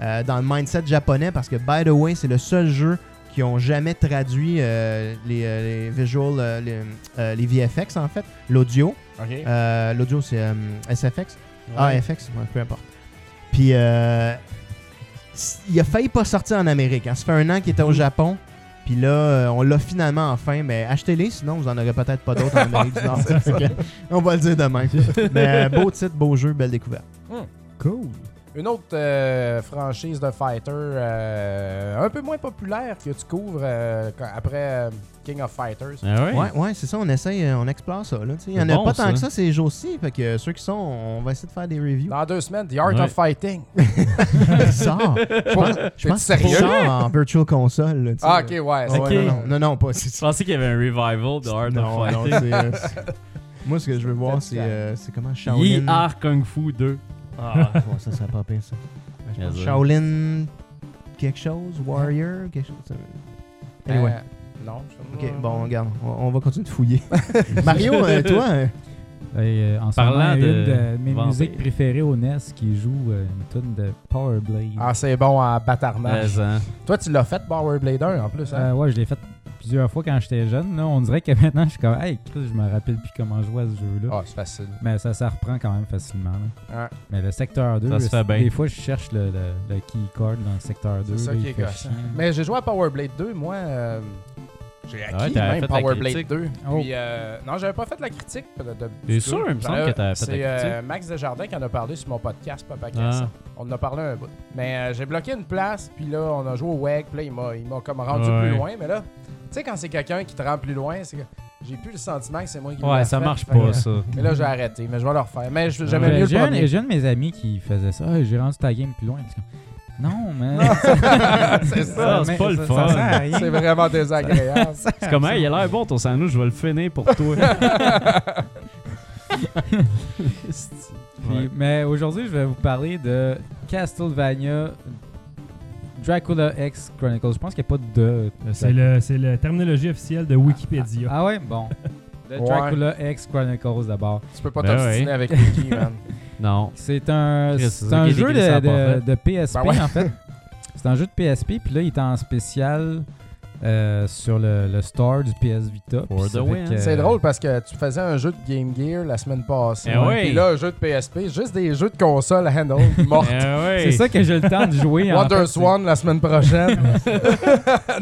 E: euh, dans le mindset japonais parce que, by the way, c'est le seul jeu qui ont jamais traduit euh, les, euh, les visuals, euh, les, euh, les VFX en fait, l'audio.
C: Ok.
E: Euh, l'audio, c'est euh, SFX. Ah, FX, ouais, peu importe. Puis, euh, s- il a failli pas sortir en Amérique. hein. Ça fait un an qu'il était au Japon. Puis là, euh, on l'a finalement enfin. Mais achetez-les, sinon vous en aurez peut-être pas d'autres en Amérique du Nord. Fait que, <laughs> on va le dire demain. mais euh, beau titre, beau jeu, belle découverte.
D: Cool.
C: Une autre euh, franchise de fighter euh, un peu moins populaire que tu couvres euh, quand- après euh, King of Fighters.
B: Ah ouais?
E: Ouais, ouais, c'est ça, on essaye, euh, on explore ça. Là, tu sais. il y en
B: C'est
E: a
B: bon,
E: pas tant
B: ça.
E: que ça ces jours-ci. Fait que euh, ceux qui sont, on va essayer de faire des reviews.
C: Dans deux semaines, The Art
B: Ouais.
C: of Fighting. <laughs>
E: Il sort. Je pense, je
C: T'es
E: pense
C: sérieux?
E: qu'il sort en Virtual Console. là, tu sais.
C: Ah, ok, ouais. c'est-
E: Ouais,
B: Ok.
E: non, non, non, non, pas.
B: Je pensais qu'il y avait un revival de Art
E: non,
B: of
E: non,
B: Fighting.
C: <laughs>
E: c'est, euh, c'est- Moi, ce que je veux voir, c'est euh, c'est comment Shaolin.
B: Yi Ar Kung Fu 2.
E: Ah, ouais, ça serait pas pire, ça. Ben,
B: Yes,
E: je
B: hein.
E: pense
B: sir.
E: Shaolin. Quelque chose Warrior Quelque chose. ça- Anyway.
C: Euh, non. je-
E: ok, bon, regarde, on, on va continuer de fouiller. <laughs> Mario, euh, toi. euh,
F: <laughs> Et, euh, en ce
B: Parlant
F: moment, il y a une
B: de
F: de mes
B: vampires.
F: musiques préférées au NES qui joue euh, une tune de Power Blade.
C: Ah, c'est bon à
B: Mais,
C: Batarnage.
B: hein.
C: Toi, tu l'as fait, Power Blade 1 en plus. Hein?
F: Euh, ouais, je l'ai faite plusieurs fois quand j'étais jeune. là. On dirait que maintenant, je suis comme, hey, Chris, je me rappelle plus comment jouer à ce
B: Euh,
F: jeu-là.
C: Ah, c'est facile.
F: Mais ça, ça reprend quand même facilement. là.
C: Ouais.
F: Mais le secteur 2,
B: Ça se
F: le-
B: fait bien.
F: des fois, je cherche le, le, le keycard dans le secteur 2.
C: C'est ça
F: là,
C: qui
F: il
C: est
F: fait
C: gossant.
F: chier.
C: Mais j'ai joué à Power Blade 2, moi. euh, j'ai
B: ouais, t'avais
C: acquis
B: fait
C: même
B: la
C: Power Blade
B: critique.
C: 2.
F: Oh.
C: Puis, euh, non, j'avais pas fait la critique. de- de-
B: T'es
C: du
B: sûr?
C: jeu.
B: Il me semble
C: J'en ai-
B: que t'avais fait la
C: c'est, euh,
B: critique.
C: Max Desjardins qui en a parlé sur mon podcast, Papa Cass.
E: hein.
B: Ah.
C: On en a parlé un bout. Mais euh, j'ai bloqué une place, puis là, on a joué au WEG, puis là, il m'a- il m'a comme rendu
B: Ouais.
C: plus loin. Mais là, tu sais, quand c'est quelqu'un qui te rend plus loin, c'est que j'ai plus le sentiment que c'est moi qui
B: Ah. Ouais,
C: l'ai
B: ça
C: fait.
B: marche
C: Fait que,
B: pas,
C: euh,
E: <laughs>
B: ça.
C: <laughs> Mais là, j'ai arrêté, mais je vais le refaire. Mais je-
B: Ouais.
C: j'aimais mieux
F: j'ai,
C: le
F: un,
C: premier.
F: j'ai un de mes amis qui faisait ça. Ah, j'ai rendu ta game plus loin. Puis je suis comme, Non, mais. <laughs>
C: <laughs> C'est ça,
B: c'est
F: mais-
B: pas le
F: ça-
B: fun.
F: Ça sert à rien.
C: C'est vraiment désagréable.
B: C'est comme, hey, il a l'air bon ton sandwich, je vais le finir pour toi.
E: <laughs>
F: Puis-
B: Ouais.
F: Mais aujourd'hui, je vais vous parler de Castlevania Dracula X Chronicles. Je pense qu'il n'y a pas de.
D: C'est le, c'est la terminologie officielle de Wikipédia.
F: Ah ouais,
C: <laughs>
F: bon. The
C: Ouais.
F: Dracula X Chronicles d'abord.
C: tu peux pas
B: Ben
C: t'obstiner
B: ouais.
C: avec Mickey, man.
B: non.
F: C'est un,
B: Chris,
F: c'est
B: c'est
F: un
B: qui
F: jeu
B: décrit
F: de,
B: ça pas
F: de- de PSP
C: Ben ouais.
F: en
C: <laughs>
F: fait. C'est un jeu de PSP, puis là, il est en spécial euh, sur le, le store du PS Vita.
B: For
F: puis
B: the
F: ça fait
B: win.
F: que-
C: C'est drôle parce que tu faisais un jeu de Game Gear la semaine passée.
B: Eh oui.
C: Puis là, un jeu de PSP, juste des jeux de console handle mortes.
B: Eh ouais.
F: C'est ça que j'ai le temps de
C: <laughs>
F: jouer. en fait,
C: Wonder
F: c'est-
C: Swan la semaine prochaine.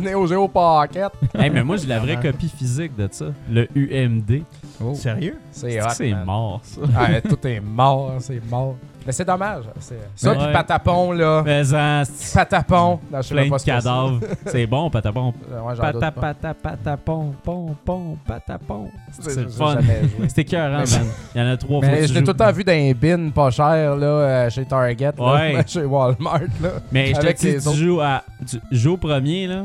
C: Neo Geo Pocket.
B: Hey, mais moi, j'ai la vraie copie physique de ça. Le UMD.
F: Oh.
E: Sérieux?
C: C'est
B: C'est
C: hot,
B: que c'est
C: man.
B: mort, ça.
C: Ah, tout est mort, c'est mort. Mais c'est dommage. c'est- Ça,
B: Ouais.
C: puis Patapon, là.
B: Mais en
C: Patapon. Non, Ah. je sais
B: plein
C: même pas
B: de
C: ce que c'est.
B: cadavres. C'est bon, patapon.
C: Euh, ouais, j'en doute pas.
B: Patapata, patapon, pon, pon, patapon.
C: J'ai-
B: C'est le
C: j'ai
B: fun.
C: jamais joué.
B: C'était écœurant, man. Il y en a trois fois. que
C: Mais
B: tu
C: je l'ai
B: joues.
C: tout le temps vu dans les bins pas chers, là, euh, chez Target, là,
B: Ouais.
C: <laughs> chez Walmart, là.
B: Mais je
C: Avec
B: te
C: les
B: dis,
C: autres.
B: tu joues, à, tu joues au premier, là.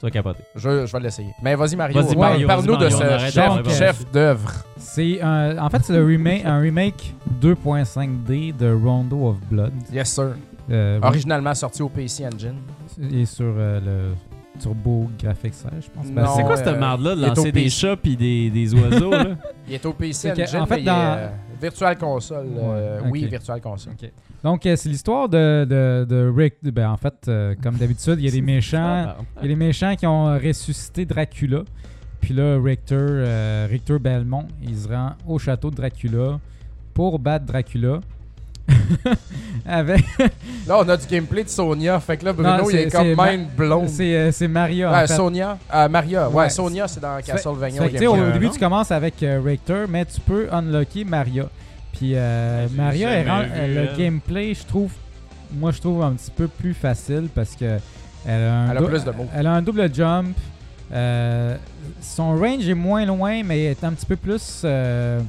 B: Tu vas capoter.
C: Je, je vais l'essayer. Mais vas-y, Mario.
B: Vas-y,
C: Ouais,
B: Mario,
C: Parle-nous
B: vas-y,
C: de
B: Mario, on
C: ce
B: arrête
C: chef,
B: d'avoir-
C: chef d'œuvre.
F: C'est un- en fait, c'est le remake, un remake 2.5D de Rondo of Blood.
C: Yes, sir.
F: Euh,
C: Originalement sorti au PC Engine.
F: Et sur euh, le Turbo Graphics 16, je pense. Ben,
C: Non,
B: C'est quoi
C: euh,
B: cette merde-là de
C: il est au
B: lancer des
C: pis.
B: chats pis des, des oiseaux,
C: <laughs>
B: là?
C: Il est au PC
F: C'est que,
C: Engine.
F: en fait,
C: mais il
F: dans-
C: est, euh, Virtual Console. euh,
F: Ouais,
C: Oui,
F: ok.
C: Virtual Console.
F: Donc, euh, c'est l'histoire de, de, de Rick. Ben, en fait, euh, comme d'habitude, il y a des méchants.
B: Ah,
F: Il y a des méchants qui ont euh, ressuscité Dracula. Puis là, Richter, euh, Richter Belmont, il se rend au château de Dracula pour battre Dracula. <laughs> Avec.
C: Là, on a du gameplay de Sonia. Fait que là, Bruno,
F: Non,
C: il
F: c'est-
C: est, comme
F: c'est ma-
C: mind blown.
F: C'est euh, c'est Maria. en
C: Ouais,
F: fait.
C: Sonia. Euh, Maria. Ouais,
F: Ouais.
C: Sonia, c'est dans
F: fait-
C: Castlevania.
F: Fait que, tu
C: au
F: sais,
C: Game
F: au
C: Gear.
F: début,
E: non?
F: tu commences avec euh, Richter, mais tu peux unlocker Maria. Puis euh,
B: j'ai
F: Maria, elle
B: jamais
F: rend-
B: vu,
F: euh, le
B: elle.
F: gameplay, je trouve, moi, je trouve un petit peu plus facile parce que elle a un,
C: Elle a
F: dou-
C: plus de moves.
F: elle a un double jump. euh, son range est moins loin, mais est un petit peu plus. euh,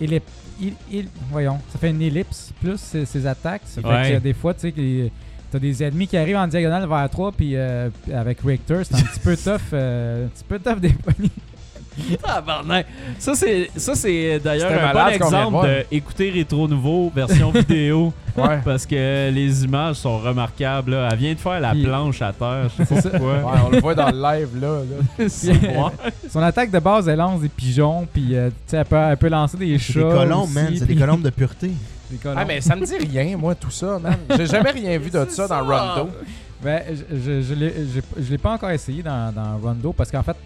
F: ellip- il, il- voyons, ça fait une ellipse plus ses, ses attaques. Ça fait
B: Ouais.
F: que, euh, des fois, tu sais, que- t'as des ennemis qui arrivent en
B: <laughs>
F: diagonale vers toi, puis euh, avec Richter, c'est un petit peu tough, euh, un petit peu tough des poignées.
B: Tabarnak. Ça, c'est, ça, c'est d'ailleurs
C: C'était
B: un bon
C: malade ce qu'on vient de
B: exemple
C: voir.
B: d'écouter Rétro Nouveau
C: <laughs>
B: version vidéo
C: Ouais.
B: parce que les images sont remarquables. là. Elle vient de faire la
F: Puis-
B: planche à terre.
F: <laughs>
B: Je
F: <laughs>
B: sais
F: C'est ça.
B: pas pourquoi.
C: Ouais, on le voit dans le live, là. là.
B: C'est moi.
F: Son attaque de base, elle lance des pigeons, puis euh, tu sais, elle, peut, elle peut lancer des
E: <laughs> C'est
F: chats.
E: des colombes,
F: aussi,
E: man. C'est des
F: puis-
E: colombes de pureté.
F: <laughs> des colombes.
C: Ah, mais ça me dit rien, moi, tout ça, man. J'ai jamais rien vu de
B: C'est
C: ça dans
B: ça.
C: Rondo.
F: Ben, je- je je l'ai j'ai- je l'ai pas encore essayé dans, dans Rondo parce qu'en fait,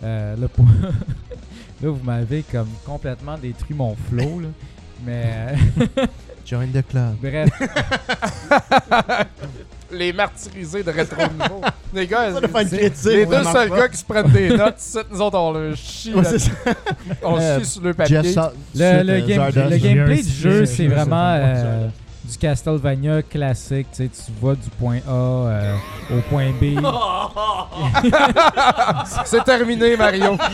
F: euh, là, pour- <laughs> là, vous m'avez comme complètement détruit mon flow. là. Mais euh,
E: Join the club.
F: <laughs> bref,
C: Les martyrisés de rétro nouveau. Les gars,
E: Ça doit faire une
C: c'est-
E: critique,
C: les
E: on
C: deux
E: remarque
C: seuls
E: pas.
C: gars qui se prennent des notes, c'est nous autres, on le chie.
E: Ouais,
C: là-
E: c'est ça.
C: on
E: Euh,
C: chie sur le
E: Jeff
C: papier.
E: Sa-
F: le, le
E: suite, euh,
F: game-
E: Zardoz.
F: le gameplay du
D: Zardust.
F: jeu,
D: Zardust.
F: c'est vraiment
D: Zardust.
F: euh, du Castlevania classique. Tu sais, tu vas du point A euh, au point
C: <laughs>
F: B.
C: Oh, C'est terminé, Mario.
E: <laughs>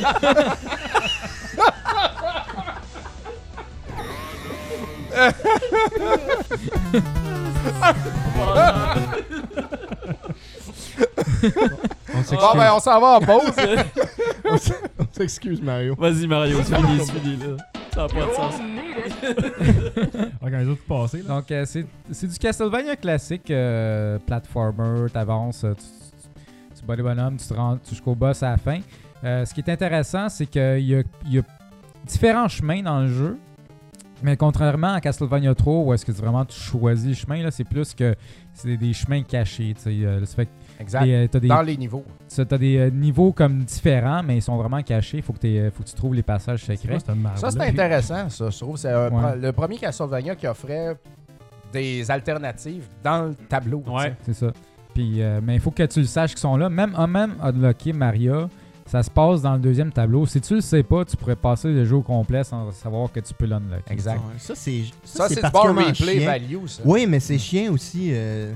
E: On s'excuse.
C: Bon, ben, on s'en va en pause.
E: On s- <laughs> on s'excuse, Mario.
B: Vas-y, Mario, c'est fini, c'est fini, là. Ça n'a pas de sens.
D: Ah, quand les autres sont passés, là.
F: Donc, euh, c'est c'est du Castlevania classique, euh, platformer, t'avances, euh, tu, tu, tu- tu bats les bonhommes, tu te rends tu- jusqu'au boss à la fin. Euh, ce qui est intéressant, c'est qu'il y a, il y a différents chemins dans le jeu, mais contrairement à Castlevania 3, où est-ce que tu- vraiment tu choisis le chemin, là, c'est plus que c'est des chemins cachés. tu sais, euh, ça fait que
C: Exact.
F: t'es- euh, t'as des,
C: Dans les niveaux.
F: t'as- t'as des, euh, niveaux comme différents, mais ils sont vraiment cachés. Faut que, t'aies- euh, faut que tu trouves les passages secrets.
C: Ça, c'est intéressant, ça, je trouve. C'est un
F: Ouais.
C: pre- le premier Castlevania qui offrait des alternatives dans le tableau. tu sais.
B: Ouais.
F: C'est ça. Puis, euh, mais il faut que tu le saches qu'ils sont là. Même ah, même unlocker Maria, ça se passe dans le deuxième tableau. Si tu le sais pas, tu pourrais passer le jeu au complet sans savoir que tu peux l'unlocker.
C: Exact.
E: Ouais, Ça, c'est
C: Ça,
E: ça,
C: c'est du bon
E: particulièrement
C: replay
E: chien.
C: value, ça.
E: Oui, mais c'est chien aussi. euh,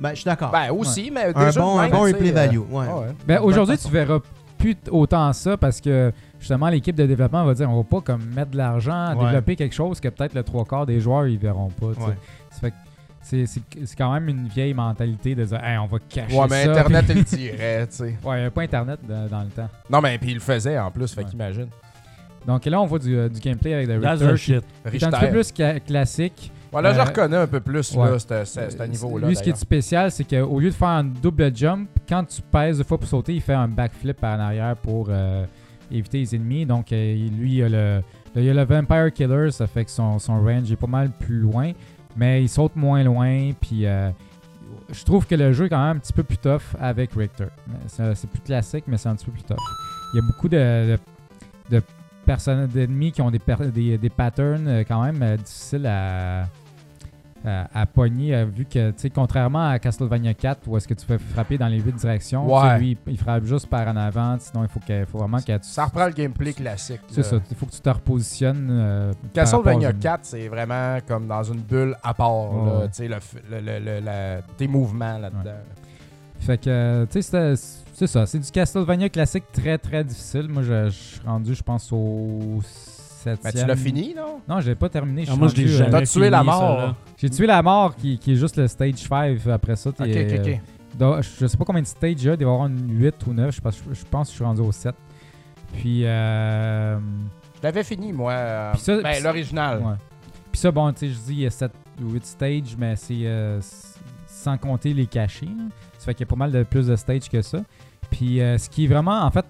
E: Ben, je suis d'accord.
C: Ben, aussi, mais
E: un
C: déjà,
E: bon, un
C: même,
E: bon
C: tu sais,
E: replay
C: euh,
E: value. Ouais.
C: ah ouais.
F: Ben,
E: Bonne
F: aujourd'hui, tu
E: façon.
F: verras plus t- autant ça parce que justement, l'équipe de développement va dire on va pas comme mettre de l'argent à
E: Ouais.
F: développer quelque chose que peut-être le trois quarts des joueurs ils verront pas. tu sais.
E: Ouais.
F: Ça fait que c'est- c'est c'est quand même une vieille mentalité de dire Hey, on va cacher
C: Ouais, mais
F: ça.
C: Internet, il le tirait, tu sais.
F: Puis- Ouais, il y avait pas Internet dans- dans le temps.
C: Non, mais puis il le faisait en plus, fait
F: Ouais.
C: qu'imagine.
F: Donc là, on voit du, euh, du gameplay avec des
B: That's the
F: Richter.
B: shit.
F: C'est un petit peu
C: Richter.
F: plus ca- classique.
C: Ouais, là, je
F: Euh,
C: reconnais un peu plus, là,
F: ouais.
C: ce- ce ce
F: Euh,
C: niveau-là.
F: Lui, ce qui est
C: d'ailleurs.
F: spécial, c'est qu'au lieu de faire un double jump, quand tu pèses deux fois pour sauter, il fait un backflip en arrière pour euh, éviter les ennemis. Donc, euh, lui, il a le, le- il a le Vampire Killer, ça fait que son, son range est pas mal plus loin, mais il saute moins loin. Puis, euh, je trouve que le jeu est quand même un petit peu plus tough avec Richter. Mais ça- C'est plus classique, mais c'est un petit peu plus tough. Il y a beaucoup de, de, de personnes, d'ennemis qui ont des, per- des, des patterns euh, quand même euh, difficiles à à, à pogner, euh, vu que, tu sais, contrairement à Castlevania 4, où est-ce que tu peux frapper dans les huit directions, tu sais,
C: Ouais.
F: lui, il, il frappe juste par en avant, sinon il faut, que, faut vraiment que tu...
C: Ça reprend le gameplay classique.
F: C'est
C: là.
F: ça, il faut que tu te repositionnes. euh, par rapport aux
C: Castlevania
F: ennemis.
C: 4, c'est vraiment comme dans une bulle à part,
F: Ouais,
C: là,
F: ouais.
C: tu sais, le f- le- le- le- la- tes mouvements là-dedans.
F: Fait que, euh, tu sais, c'était- c'est ça, c'est du Castlevania classique très, très difficile. Moi, je je suis rendu, je pense, au 7
C: Mais Ben, tu l'as fini, non?
F: Non, j'ai pas terminé. je
B: Ah,
F: suis
B: moi, je l'ai
F: rendu, euh,
B: jamais
C: T'as tué
B: fini,
C: la
B: ça,
C: mort.
B: là.
F: J'ai tué la mort, qui, qui est juste le stage 5. Après ça, t'es...
C: Ok, ok, ok.
F: Donc, je sais pas combien de stages il y a, il doit y avoir une 8 ou 9, je pense, je pense que je suis rendu au 7. Puis, euh,
C: Je l'avais fini, moi. euh,
F: Puis ça-
C: ben,
F: puis-
C: l'original.
F: ouais. Puis ça, bon, tu sais, je dis il y a 7 ou 8 stages, mais c'est euh, s- sans compter les cachés. là. Ça fait qu'il y a pas mal de plus de stages que ça. Puis, euh, ce qui est vraiment, en fait,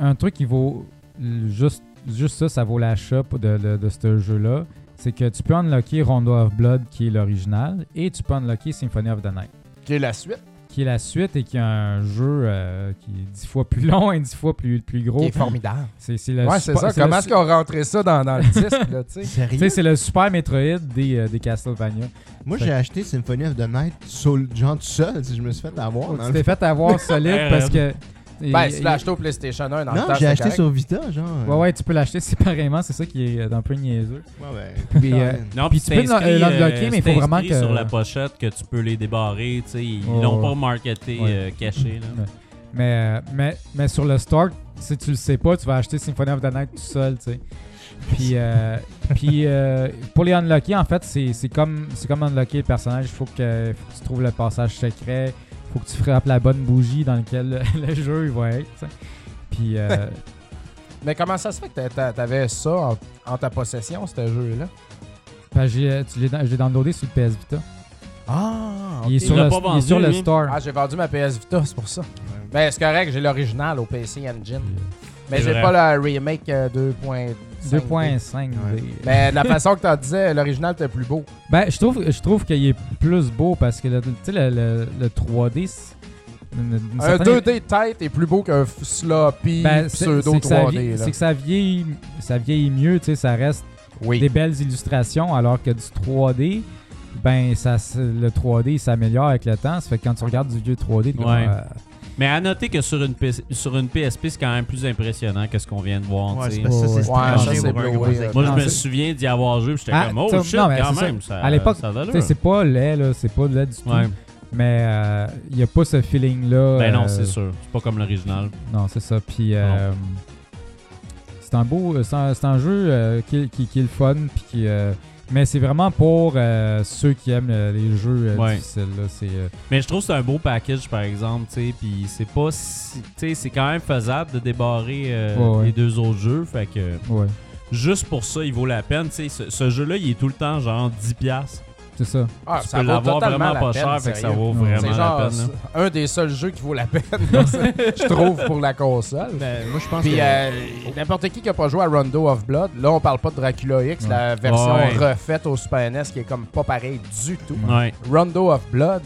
F: un truc qui vaut l- juste, juste ça, ça vaut l'achat pour- de, de, de ce jeu-là, c'est que tu peux unlocker Rondo of Blood, qui est l'original, et tu peux unlocker Symphony of the Night
C: Qui est la suite.
F: qui est la suite et qui a un jeu euh, qui est dix fois plus <laughs> long et dix fois plus, plus
C: Qui
F: gros.
C: est formidable.
F: C'est c'est le super-
C: ouais, c'est ça.
F: le
C: Comment est-ce
F: su-
C: qu'on rentrait ça
F: <laughs>
C: dans, dans le disque, là, tu sais?
F: tu
E: Euh, Sérieux?
F: sais, c'est le Super Metroid des, euh, des Castlevania.
E: Moi, j'ai acheté Symphony of the Night seul- genre tout seul. si Je me suis fait avoir. dans
F: Tu
E: le-
F: t'es fait avoir solide parce que.
C: Ben,
F: et-
C: tu l'as acheté au PlayStation 1 dans le
E: Non,
C: temps,
E: j'ai
C: c'est
E: acheté
C: correct.
E: sur Vita, genre.
F: Ouais, ouais, tu peux l'acheter <laughs> séparément, c'est ça qui est euh, un peu niaiseux.
E: Ouais,
C: <laughs>
E: ben,
F: Puis, euh,
E: Colin.
B: Non,
F: Puis
B: puis
F: tu peux
B: t'inscris,
F: l'en-
B: euh,
F: l'unlocker, mais il faut
B: c'est
F: vraiment
B: inscrit
F: que-
B: sur la pochette que tu peux les débarrer. tu sais, Ils
F: Ouais,
B: l'ont
F: ouais.
B: pas marketé
F: Ouais.
B: euh, caché. Là.
F: Mais, euh, mais, mais sur le store, si tu le sais pas, tu vas acheter Symphony of the Night tout seul, tu sais. Puis,
B: <laughs>
F: euh, puis euh, pour les unlocker, en fait, c'est c'est comme, c'est comme unlocker le personnage. Il faut que, faut que tu trouves le passage secret. faut <laughs>
B: <laughs>
F: que tu frappes la bonne bougie dans laquelle le, le jeu il va être. tu sais. Puis, euh,
C: Mais comment ça se fait que t'a- t'a- t'avais ça en, en ta possession, ce jeu-là?
F: Parce que j'ai- tu l'ai dans- je l'ai downloadé sur le PS Vita.
C: Ah,
F: Il est sur,
B: Il l'a
F: le,
B: pas
F: il est
B: vendu,
F: sur le
B: lui.
F: store.
C: Ah, j'ai vendu ma PS Vita, c'est pour ça. Ben, c'est correct, j'ai l'original au PC Engine. Mais
D: C'est
C: j'ai
D: vrai.
C: pas la remake euh, 2.5.
F: 2.5.
E: Ouais.
C: Mais
F: <laughs>
C: de la façon que t'en disais, l'original était plus beau.
F: Ben, je trouve, je trouve qu'il est plus beau parce que le, tu sais, le, le- le 3D, c'est une- une
C: Un
F: certaine-
C: 2D tête est plus beau qu'un f- sloppy
F: Ben, c'est-
C: pseudo
F: c'est que ça vie-
C: 3D. là.
F: C'est que ça vieillit, ça vieillit mieux, tu sais, ça reste
C: Oui.
F: des belles illustrations, alors que du 3D, ben, ça, se- le 3D il s'améliore avec le temps. Ça fait que quand tu regardes du vieux 3D, t'es comme,
B: Ouais.
F: euh,
B: Mais à noter que sur une, PS sur une PSP, c'est quand même plus impressionnant que ce qu'on vient de voir.
E: Ouais,
B: tu
E: c'est
B: sais.
E: parce que ça, c'est
F: Ouais,
E: tranché
B: ça,
C: c'est
E: pour un
C: blowé,
E: gros
C: euh,
B: Moi,
E: écran.
F: Non,
B: je me
F: c'est-
B: souviens d'y avoir joué, puis j'étais
F: Ah,
B: comme, oh
F: t'as-
B: shit,
F: non, mais
B: quand
F: c'est
B: même. Ça,
F: À l'époque,
B: ça a de
F: tu
B: l'allure.
F: sais, c'est pas laid, là, c'est pas laid du tout,
B: Ouais.
F: mais euh, il n'y a pas ce feeling-là.
B: Ben non,
F: euh,
B: c'est sûr. C'est pas comme l'original.
F: Non, c'est ça. Puis euh, c'est un beau, c'est un, c'est un jeu euh, qui, qui- qui est le fun. Puis qui, euh, mais c'est vraiment pour euh, ceux qui aiment euh, les jeux euh,
B: Ouais.
F: difficiles. là. C'est, euh,
B: Mais je trouve que c'est un beau package, par exemple, tu sais, puis c'est pas si- tu sais, c'est quand même faisable de débarrer euh,
F: Ouais, ouais.
B: les deux autres jeux, fait que
F: ouais,
B: juste pour ça, il vaut la peine, tu sais, ce, ce jeu-là, il est tout le temps genre 10 piastres.
F: c'est ça.
C: Ah,
B: tu
C: ça
B: peux
C: vaut
B: l'avoir
C: totalement
B: vraiment
C: la
B: pas
C: peine,
B: cher, fait que ça
C: sérieux.
B: vaut
F: Non.
B: vraiment
C: C'est genre
B: la peine. là.
C: c'est un des seuls jeux qui vaut la peine, <laughs> je trouve, pour la console.
E: Ben, moi, je pense
C: Puis
E: que.
C: euh, n'importe qui qui a pas joué à Rondo of Blood, là on parle pas de Dracula X, la version
B: Ouais.
C: refaite au Super NES qui est comme pas pareil du tout.
B: Ouais.
C: Rondo of Blood,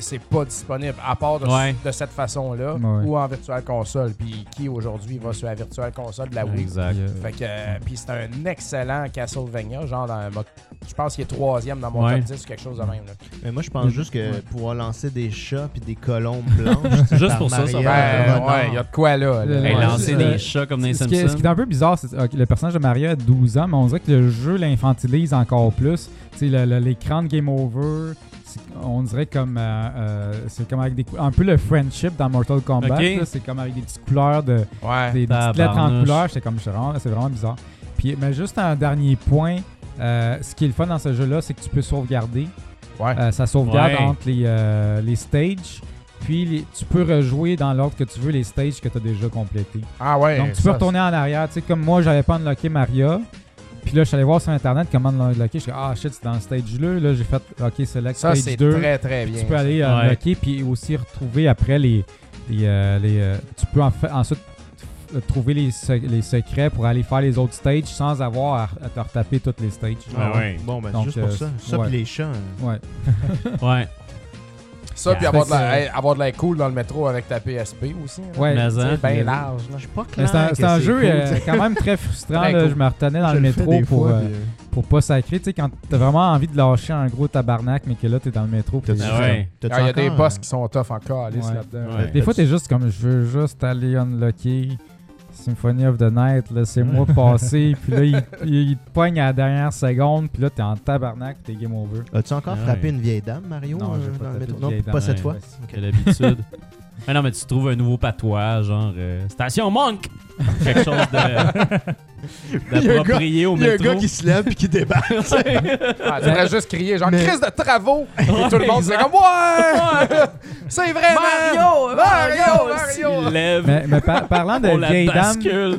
C: c'est pas disponible à part de,
B: Ouais.
C: de cette façon-là
F: Ouais.
C: ou en virtual console. Puis qui aujourd'hui va sur la virtual console de la Wii?
B: Exact.
F: Puis, euh,
C: Fait que, euh, puis c'est un excellent Castlevania, genre dans mon- je pense qu'il est troisième dans mon
B: Ouais.
C: top 10 ou quelque chose de même. là.
E: Mais moi, je pense juste que
F: Ouais.
E: pouvoir lancer des chats puis des colombes blanches. tu sais,
B: Juste
E: par
B: pour ça, ça va.
E: Maria,
C: Ben,
E: Renard.
C: ouais, il y a de quoi là. là.
F: Le-
B: Hey,
F: Ouais,
B: lancer
F: c'est-
B: des
F: euh,
B: chats comme dans les
F: Ce qui, est, ce qui est
B: Simpsons.
F: un peu bizarre, c'est ok, le personnage de Maria a 12 ans, mais on dirait que le jeu l'infantilise encore plus. Tu sais, le- le- l'écran de Game Over, c'est- on dirait comme. euh, euh, c'est comme avec des. cou- Un peu le friendship dans Mortal Kombat.
B: Ok.
F: là, c'est comme avec des petites couleurs de.
C: Ouais.
F: des petites lettres en
B: Tabarnouche.
F: couleur. J'étais comme, c'est vraiment, c'est vraiment bizarre. Puis, mais juste un dernier point, euh, ce qui est le fun dans ce jeu-là, c'est que tu peux sauvegarder.
C: Ouais.
F: Euh, ça sauvegarde
B: Ouais.
F: entre les, euh, les stages. Puis les- tu peux rejouer dans l'ordre que tu veux les stages que tu as déjà complétés.
C: Ah ouais.
F: Donc tu peux
C: ça,
F: retourner en arrière. Tu sais, comme moi, j'avais pas unlocké Maria. Puis là, je suis allé voir sur Internet comment l'unlocker. Je suis ah shit, c'est dans le stage 2. Là, j'ai fait, ok, select
C: Ça,
F: stage
C: c'est
F: 2.
C: très très bien.
F: Tu peux aller euh,
B: Ouais.
F: bloquer puis aussi retrouver après les. les, euh, les, euh, tu peux en fait- ensuite euh, trouver les, sec- les secrets pour aller faire les autres stages sans avoir à, à te retaper toutes les stages.
B: Ah ouais.
E: Bon, ben,
F: Donc,
E: juste
F: euh,
E: pour ça. Ça,
F: ouais.
E: puis les chats. hein.
F: Ouais.
B: Ouais.
C: Ça, puis
F: euh,
B: Yeah.
C: avoir de, la,
F: Fait
C: hey, avoir de la cool dans le métro avec ta PSP aussi. là.
F: Ouais.
B: Mais
C: C'est
B: hein,
C: bien
B: puis-
C: large. là.
E: Je suis pas
F: Mais
E: clair.
F: C'est un,
E: que
F: c'est un jeu
E: cool,
F: euh,
E: tu sais.
F: quand même très frustrant.
C: Très
F: là.
C: cool.
F: Je me retenais dans
E: Je
F: le
E: fais
F: métro
E: des
F: pour,
E: fois,
F: euh,
E: puis, euh,
C: Ah,
F: pour pas sacrer. Tu sais, quand t'as vraiment envie de lâcher un gros tabarnak, mais que là, t'es dans le métro. puis
E: t'as-tu-
B: Ah ouais.
E: t'as-tu
C: Ah, Il y a des
E: encore,
C: boss
E: euh,
C: qui sont tough encore, Alice,
F: Ouais.
C: là-dedans.
B: Ouais.
F: Des fois, t'es juste comme je veux juste aller unlocker Symphony of the Night, laissez-moi passer. Puis là, il, il- il te pogne à la dernière seconde, puis là, t'es en tabarnak, puis t'es game over.
E: As-tu euh, encore
B: Ah ouais.
E: frappé une vieille dame, Mario,
F: Non,
E: euh,
F: j'ai pas
E: dans le
F: tapé
E: métro?
F: de
E: Non,
F: vieille
E: pas
F: dame,
E: cette
B: ouais.
E: fois.
B: Quelle habitude. Mais Ah non, mais tu trouves un nouveau patois, genre euh, Station Monk! Quelque chose de- d'approprié au
E: Il y a un
B: métro.
E: gars qui se lève puis qui débarque.
C: Ah, tu devrais juste crier genre
E: Mais-
C: crise de travaux et
B: Ouais,
C: tout le monde <laughs> serait comme ouais <laughs> c'est vrai man! Mario Mario
B: Il lève,
F: Mais, mais par- parlant
B: <laughs> on
F: de
B: la
F: vieille dame,
B: bascule.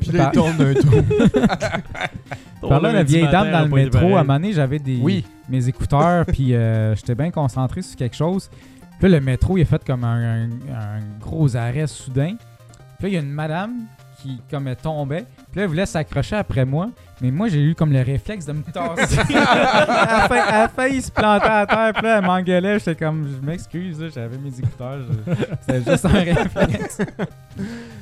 E: Puis
F: là, il
E: tourne un <laughs> trou.
F: parlant de vieille dame dans le métro, à un moment donné, j'avais des
C: oui
F: mes
B: <laughs>
F: écouteurs, puis euh, j'étais bien concentré sur quelque chose. Puis là, le métro, il est fait comme un, un- un gros arrêt soudain. Puis là, il y a une madame qui, comme elle tombait. Puis là, elle voulait s'accrocher après moi. Mais moi, j'ai eu comme le réflexe de me
B: <laughs>
F: tasser. elle, a failli, elle a failli se planter à terre. Puis là, elle m'engueulait. J'étais comme, je m'excuse, là, j'avais mes écouteurs. je- C'était juste un
B: <laughs>
F: réflexe.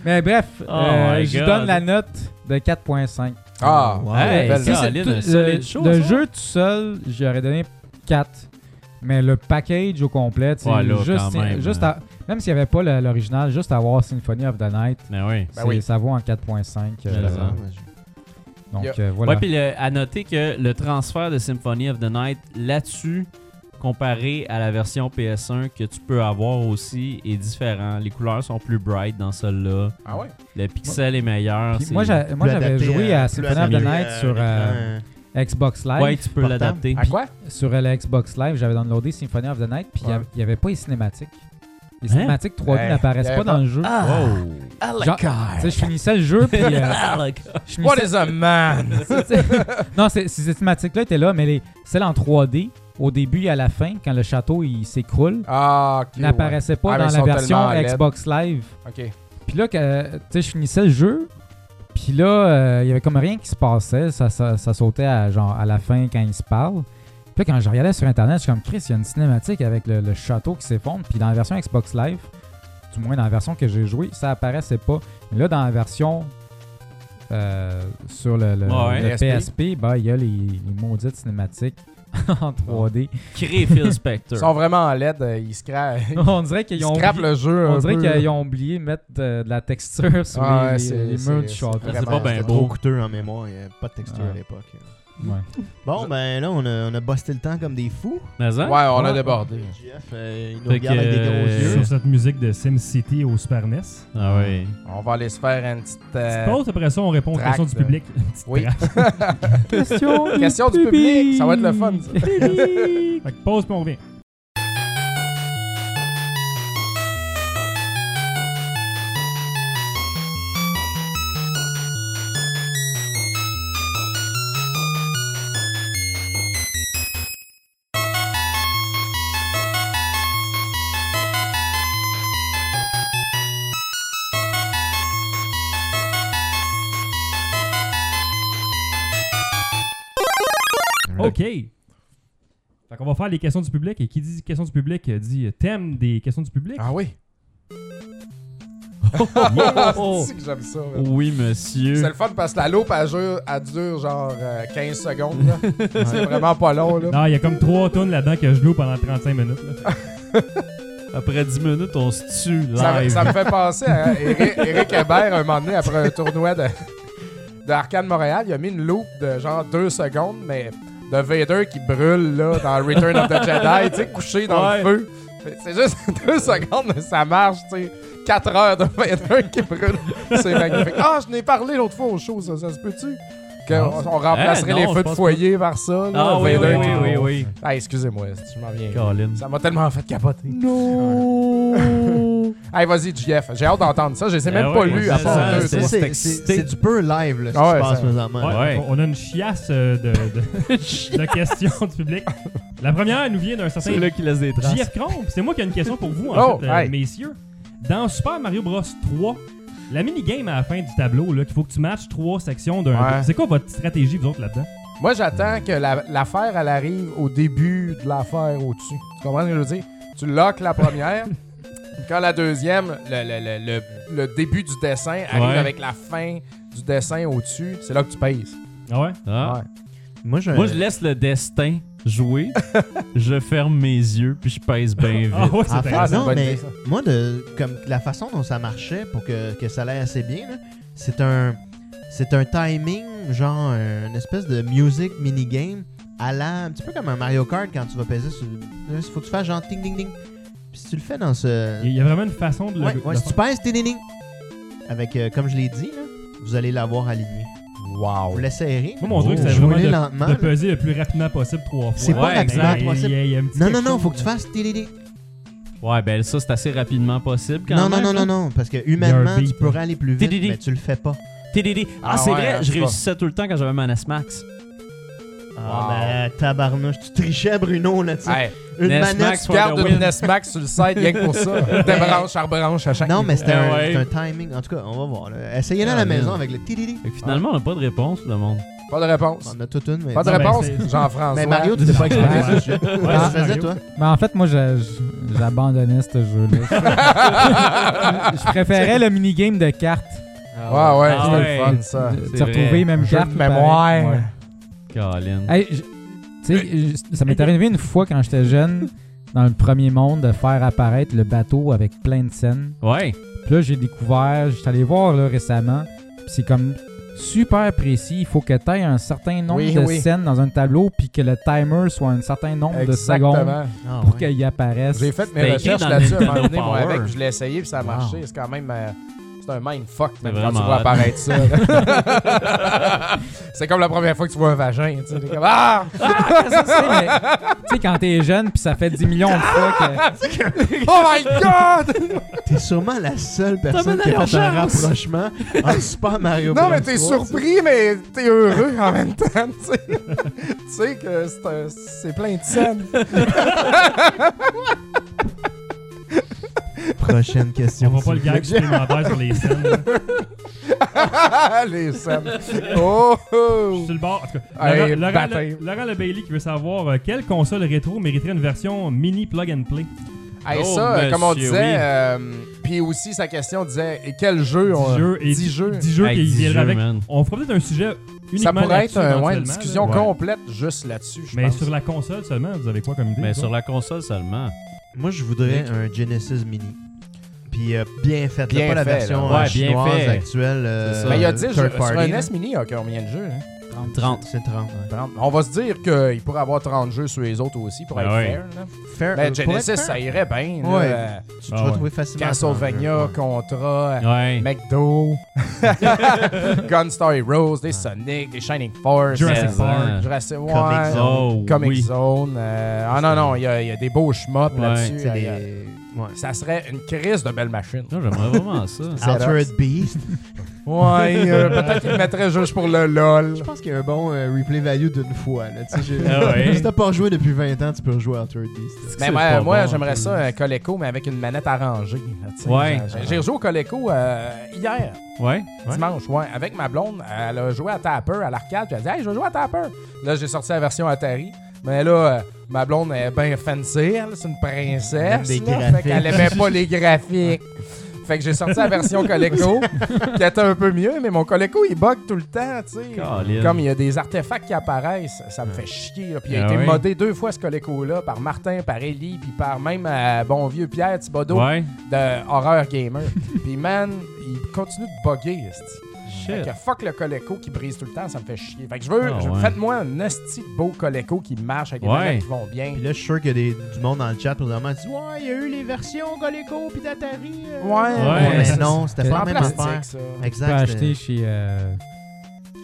F: Mais bref,
B: Oh
F: euh,
B: my
F: je
B: God.
F: donne la note de 4.5.
C: ah
E: Wow.
B: Hey,
C: belle-
B: ça,
F: Si c'est
B: Lynn,
F: tout-
B: un
F: le-
B: solide show,
F: le
B: ça.
F: jeu tout seul, j'aurais donné 4. Mais le package au complet, tu sais,
B: Ouais, là,
F: juste,
B: quand même, hein.
F: juste à- même s'il n'y avait pas la- l'original, juste avoir Symphony of the Night,
B: Mais oui.
C: Ben
F: c'est-
C: oui.
F: ça vaut en 4.5. euh,
B: Mais ça.
F: donc
C: Yeah.
F: euh, voilà.
B: Ouais, puis le- à noter que le transfert de Symphony of the Night là-dessus, comparé à la version PS1 que tu peux avoir aussi, est différent. Les couleurs sont plus bright dans celle-là.
C: ah ouais
B: Le pixel est meilleur.
F: Puis
B: c'est-
F: moi, j'a- moi, j'avais joué
E: euh,
F: à Symphony of the Night sur euh, Xbox Live.
B: ouais, tu peux
E: portable.
B: l'adapter.
C: à quoi
F: Sur euh, la Xbox Live, j'avais downloadé Symphony of the Night, puis il n'y
C: Ouais.
F: avait, pas les cinématiques. Les
B: Hein?
F: cinématiques 3D
C: Hey,
F: n'apparaissent
C: y avait Ah!
F: pas dans le jeu.
B: Wow.
F: Genre, tu sais, je finissais le jeu, puis.
B: <laughs>
F: euh,
B: Ah,
F: je finissais-
C: What is a man?
F: non, ces, ces cinématiques-là étaient là, mais les, celles en 3D, au début et à la fin, quand le château il s'écroule,
C: Ah, ok. ouais.
F: n'apparaissaient pas
C: Ah, mais
F: dans
C: ils
F: la
C: sont
F: version
C: tellement laides.
F: Xbox Live.
C: Ok.
F: Puis là, que, tu sais, je finissais le jeu, puis là, euh, il y avait comme rien qui se passait. Ça, ça- ça sautait à, genre, à la fin quand ils se parlent. Puis là, quand je regardais sur Internet, je suis comme, Chris, il y a une cinématique avec le, le château qui s'effondre. Puis dans la version Xbox Live, du moins dans la version que j'ai jouée, ça apparaissait pas. Mais là, dans la version euh, sur le, le-
B: Ouais,
F: le
C: PSP.
F: PSP, ben, il y a les, les maudites cinématiques <laughs> en 3D.
B: Créé Phil
C: Ils
B: Spector.
C: sont vraiment en LED. euh, Ils scrapent
F: <laughs> on dirait qu'ils
C: ils
F: ont
C: scrapent
F: oublié-
C: le jeu.
F: on
C: un
F: dirait
C: peu,
F: qu'ils
C: là.
F: ont oublié mettre euh, de, de la texture sur
C: Ah, ouais,
F: les,
C: c'est-
F: les
C: c'est-
F: murs du
C: Ah, c'est
F: château.
C: vraiment-
B: C'est pas bien
E: C'était
B: beau.
E: trop coûteux en mémoire. Il n'y avait pas de texture
F: Ah.
E: à l'époque.
C: <laughs>
F: Ouais.
E: Bon, ben là, on a, on a busté le temps comme des fous.
B: Mais hein?
C: Ouais, on a débordé.
E: Jeff, euh, il nous
B: Fait
E: regarde
B: que,
E: avec des gros
B: euh,
E: yeux.
D: Sur cette musique de SimCity au Super E NES.
B: Ah
C: <laughs>
B: oui.
C: On va aller se faire une petite. euh,
D: Petite pause, après ça, on répond aux
C: tract,
D: questions du
C: euh,
D: public. Petite
C: oui.
D: tract.
F: Question,
C: Question du public, ça va être le fun, ça. <laughs>
D: Fait que pause, puis on revient. OK. Fait qu'on va faire les questions du public. Et qui dit questions du public euh, dit euh, thème des questions du public.
C: <laughs> Ah oui. <laughs>
B: Oh.
C: C'est que j'aime ça. man.
B: Oui,
C: C'est
B: monsieur.
C: le fun parce que la loupe, elle dure, elle dure genre euh, 15 secondes.
F: <laughs>
C: là. C'est vraiment pas long. Là.
D: Non, il y a comme trois tonnes là-dedans que je loue pendant 35 minutes. là.
B: Après 10 minutes, on se tue live.
C: Ça, me- ça me fait penser à Eric, Eric Hébert, un moment donné, après un tournoi de, de Arcade Montréal, il a mis une loupe de genre 2 secondes, mais de Vader qui brûle là, dans Return of the Jedi, tu sais, couché dans
B: Ouais.
C: le feu. C'est juste <laughs> 2 secondes, mais ça marche, tu sais. 4 heures de Vader qui brûle. C'est magnifique. Ah, je n'ai parlé l'autre fois au show, ça, ça se peut-tu?
D: Non.
C: Qu'on on remplacerait
B: Eh, non,
C: les
B: je
C: feux de
B: pense
C: foyer par ça. là,
B: Ah oui, oui,
C: Vader qui
B: oui,
C: brûle.
B: oui,
C: Ah, excusez-moi, si je m'en viens.
B: oui. Colin.
C: Ça m'a tellement fait capoter. <laughs> Hey, vas-y, JF. J'ai hâte d'entendre ça. Je les ai
B: Eh
C: même
B: ouais,
C: pas
B: ouais,
C: lus
B: c'est
C: à
B: ça,
C: part deux,
E: C'est-
C: trois.
E: c'est- C'est
B: excité.
E: c'est du peu live là, ce
C: Ah
E: qui
C: ouais,
E: se passe
C: ça-
E: présentement.
D: Ouais,
B: Ouais.
D: On on a une chiasse euh, de, de- de questions du public. La première elle nous vient d'un certain
B: C'est là qui laisse des traces.
D: JF Cromp. C'est moi qui ai une question pour vous, en
C: Oh,
D: fait, euh,
C: hey.
D: messieurs. Dans Super Mario Bros 3, la minigame à la fin du tableau, là, qu'il faut que tu matches trois sections d'un.
C: Ouais.
D: C'est quoi votre stratégie, vous autres, là-dedans
C: Moi, j'attends que la- l'affaire, elle arrive au début de l'affaire au-dessus. Tu comprends ce que je veux dire? Tu loques
B: <laughs>
C: la première. quand la deuxième, le, le- le- le- le début du dessin arrive
B: Ouais.
C: avec la fin du dessin au-dessus, c'est là que tu pèses.
D: Ah ouais
B: Ah.
E: Moi, je,
B: Moi, je laisse le destin jouer. je ferme mes yeux, puis je pèse bien vite.
D: Ah ouais,
E: En
D: c'est
E: fait,
D: vrai.
C: c'est une
E: non,
C: bonne
E: mais
C: idée, ça.
E: moi, de, comme la façon dont ça marchait pour que, que ça allait assez bien, là, c'est un, c'est un timing, genre un- une espèce de music minigame à la, un petit peu comme un Mario Kart quand tu vas peser sur, là, faut que tu fasses genre ting ding ding. Puis si tu le fais dans ce,
D: Il y a vraiment une façon de le.
E: ouais,
D: de
E: ouais,
D: le
E: si tu pèses ting ding ding, avec euh, comme je l'ai dit, là, vous allez l'avoir aligné.
C: Wow.
E: Vous l'essayez.
D: Moi, mon truc, c'est
E: Jouez-le
D: vraiment de,
E: Oh, lentement,
D: de
E: là.
D: peser le plus rapidement possible trois fois.
E: C'est pas
B: Ouais,
E: l'accident
B: mais-
D: Il y
E: possible.
D: a- il y a un petit
E: Non,
D: quelque
E: non, non,
D: chose,
E: faut que tu
D: là.
E: fasses ting ding ding.
B: Ouais, ben ça, c'est assez rapidement possible quand
E: Non, non,
B: même.
E: non,
B: là.
E: non, non, parce que humainement, tu
D: beat,
E: pourrais aller plus vite,
B: Tididi.
E: mais tu le fais pas.
B: TDD. Ah,
C: Ah
B: c'est
C: ouais,
B: vrai,
C: hein, je
B: je
C: sais
B: réussissais tout le temps quand j'avais mon Max.
E: Ah,
C: Wow. Ah,
E: ben, tabarnouche, tu trichais, Bruno, là-dessus.
C: Hey,
E: Une
B: Nes
E: manette,
B: Max,
C: tu
E: tu
B: for the
C: gardes
B: win.
C: une Nesmax sur le site rien que pour
B: <laughs>
C: ça. Des branches, par branche à chaque.
E: Non, mais c'était
B: Eh
E: un,
B: ouais.
E: c'était un timing. En tout cas, on va voir. là. Essayez-le à
B: Ah,
E: la maison
B: merde.
E: avec le tididi.
B: Fait que finalement, on n'a pas de réponse, le monde.
C: Pas de réponse.
E: On a toute une, mais.
C: Pas de
D: Non, ben,
C: réponse,
D: c'est-
C: Jean-François.
E: mais Mario, tu
C: <laughs>
E: t'es pas expliqué
D: Ouais.
E: ce sujet. Comment tu faisais,
D: Mario.
E: toi
F: Mais en fait, moi, je- je- j'abandonnais ce
C: <laughs>
F: jeu-là. je préférais le minigame de cartes.
C: Ouais, ouais,
B: Ah
C: c'était
B: ouais.
C: le fun, ça.
F: De-
B: c'est
F: de retrouver
B: vrai.
F: même
C: Jeu
F: carte.
C: de mémoire.
F: pareil.
B: Colin.
F: Ouais. Hey, je- tu sais, je- ça m'est arrivé une fois quand j'étais jeune, dans le premier monde, de faire apparaître le bateau avec plein de scènes.
B: Ouais.
F: Puis là, j'ai découvert, j'étais allé voir là, récemment, puis c'est comme super précis. Il faut que tu aies un certain nombre
C: Oui,
F: de
C: oui.
F: scènes dans un tableau, puis que le timer soit un certain nombre de secondes
C: Exactement.
E: Ah,
F: pour
E: ouais.
F: qu'il apparaisse.
C: J'ai fait
B: C'était
C: mes
B: Ben, écrit
C: recherches
B: dans
C: là-dessus à un
B: Nintendo
C: moment donné, moi,
B: Power.
C: avec, puis je l'ai essayé, puis ça a
F: Wow.
C: marché. C'est quand même. euh, c'est un mindfuck,
B: C'est
C: même quand tu
B: vraiment
C: vois
B: hot. <laughs>
C: apparaître ça. C'est comme la première fois que tu vois un vagin. Tu sais, t'es comme, ah!
F: Tu sais, mais- tu sais, quand t'es jeune, puis ça fait 10 millions de fois que.
C: Oh my
B: <laughs>
C: god!
E: T'es sûrement la seule personne
B: mène
E: qui
B: à
E: a fait un
B: l'urgence.
E: <laughs> rapprochement en Super Mario
C: non,
E: Bros.
C: mais t'es
E: 3,
C: surpris, mais t'es heureux en même temps. Tu sais, Tu sais que c'est un- c'est plein de scènes. <laughs>
E: tu sais. Prochaine
D: On
E: question.
D: voit pas le
E: <laughs>
D: gag supplémentaire sur les scènes. là.
C: Les scènes. Oh!
D: Je suis
C: oh.
D: sur le bord. En tout cas,
C: Hey,
D: Laurent- Laurent,
C: baptême.
D: Le- Laurent Le Bailey qui veut savoir euh, quelle console rétro mériterait une version mini plug and play.
C: Hey,
B: Oh,
C: ça, euh, comme on
B: monsieur,
C: disait,
B: oui.
C: euh, puis aussi sa question disait et quel jeu on.
D: 10 jeux et
C: 10 jeux.
D: 10 jeux
B: Hey,
D: qui
B: 10
D: viendraient
B: jeux,
D: avec.
B: man.
D: On fera peut-être un sujet
C: Ça
D: uniquement
C: pourrait être
D: là-dessus
C: un- ouais, une
D: éventuellement, là.
C: discussion
B: là. Ouais.
C: complète juste là-dessus. je
D: Mais
C: pense.
D: sur la console seulement, vous avez quoi comme idée
B: Mais
D: toi?
B: sur la console seulement.
E: Moi, je voudrais un Genesis Mini. Puis euh, bien fait, là,
C: Bien
E: pas la
C: fait,
E: version
B: là.
E: euh,
B: Ouais, bien
E: chinoise
B: fait.
E: actuelle. euh,
B: C'est ça.
C: Mais il y a 10 jeux.
E: third
C: Sur un
E: party,
C: NES Mini, il y a combien de jeux? hein?
B: 30.
E: C'est 30. ouais.
C: 30. On va se dire qu'il pourrait avoir 30 jeux sur les autres aussi pour
B: Ben
C: être
B: ouais.
C: fair. là.
E: Fair- euh,
C: Mais
E: pour
C: Ben, Genesis,
E: être fair,
C: ça irait bien. là.
E: Ouais.
C: Euh,
E: Tu, tu
D: Ah
E: vas
D: ouais.
E: trouver facilement.
C: Castlevania,
E: Ouais.
C: Contra,
B: Ouais.
C: McDo, <laughs> Gunstar Heroes, des Sonic, des Shining Force,
D: Jurassic
B: Mais,
D: Park.
B: hein.
C: Jurassic World,
E: Comic Zone.
B: Oh,
C: Comic
B: oui.
C: Zone. euh, ah non, non, il y, a il y a des beaux schmops
B: Ouais.
C: là-dessus.
E: C'est
C: euh, il y a-
E: des- ouais.
C: Ça serait une crise de belle machine.
B: Non, j'aimerais vraiment ça.
E: Altered Beast.
C: Ouais, euh, peut-être qu'il le mettrait juste pour le LOL.
E: <laughs> Je pense qu'il y a un bon euh, replay value d'une fois. Là. Tu sais, j'ai- <laughs>
B: Ah ouais.
E: Si t'as pas rejoué depuis 20 ans, tu peux rejouer à Altered Beast.
C: Mais
B: C'est
C: Ben, moi,
B: pas
C: moi,
B: bon,
C: j'aimerais
B: puis-
C: ça euh, un Coleco, mais avec une manette arrangée. là, tu sais.
B: Ouais.
C: J'ai- J'ai rejoué au Coleco euh, hier,
B: Ouais.
C: dimanche, ouais, avec ma blonde. Elle a joué à Tapper à l'arcade. puis Elle a dit Hey, je vais jouer à Tapper. Là, j'ai sorti la version Atari. Mais là, euh, ma blonde est bien fancy. Elle, c'est une princesse.
E: Des
C: là, fait
E: graphiques.
C: qu'elle aimait pas
B: <laughs>
C: les graphiques. Fait que j'ai sorti la version Coleco, qui était un peu mieux, mais mon Coleco, il bug tout le temps, tu sais.
B: Colin.
C: Comme il y a des artefacts qui apparaissent, ça me fait chier. là. Puis il a
B: Ah
C: été
B: ouais?
C: modé deux fois ce Coleco-là par Martin, par Ellie, puis par même euh, bon vieux Pierre Thibodeau
B: Ouais.
C: de Horror
B: <laughs>
C: Gamer. puis man, il continue de bugger. esti. Fait
B: Shit.
C: que fuck le Coleco qui brise tout le temps, ça me fait chier. Fait que je veux,
B: Ah
C: je-
B: ouais.
C: faites-moi un esti de beau Coleco qui marche avec des
B: Ouais.
C: manettes qui vont bien.
E: Puis là, je suis sûr qu'il y a des- du monde dans le chat présentement qui dit Ouais, il y a eu les versions Coleco puis d'Atari. euh.
C: Ouais,
B: Ouais,
E: mais
C: ça,
E: non, c'était
C: c'est
E: pas
C: en
E: la même
C: plastique,
E: affaire.
C: ça.
F: Tu peux
E: Exact. c'était
F: acheter chez. euh,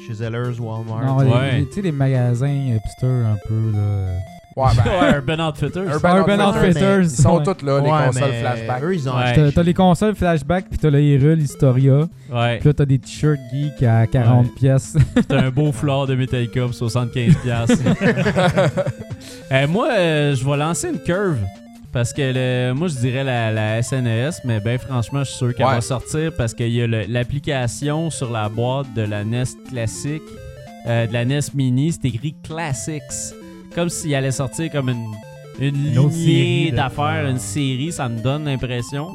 E: Chez Zellers, Walmart.
F: non,
B: Ouais.
F: les- Tu sais, les magasins hipsters un peu, là.
C: Ouais, ben,
B: Ouais, Urban Outfitters.
C: Urban,
F: Urban
C: Outfitters,
E: Outfitters,
C: Ben mais ils sont
F: ouais.
C: toutes là, les
E: Ouais,
C: consoles
E: mais
C: flashback.
E: Eux, ils ont
B: Ouais.
E: acheté.
F: T'as t'as les consoles flashback, puis t'as le Hyrule Historia.
B: Ouais.
F: Puis là, t'as des t-shirts geeks à 40
B: Ouais.
F: pièces.
B: T'as un beau fleur de Metallica pour 75$. Euh, moi, euh, je vais lancer une curve. Parce que le- moi, je dirais la, la SNES, mais ben franchement, je suis sûr qu'elle
C: Ouais.
B: va sortir parce qu'il y a le- l'application sur la boîte de la NES classique, euh, de la NES Mini, c'est écrit Classics. Comme s'il allait sortir comme une, une,
D: Une autre
B: lignée
D: série de-
B: d'affaires, une série, ça me donne l'impression.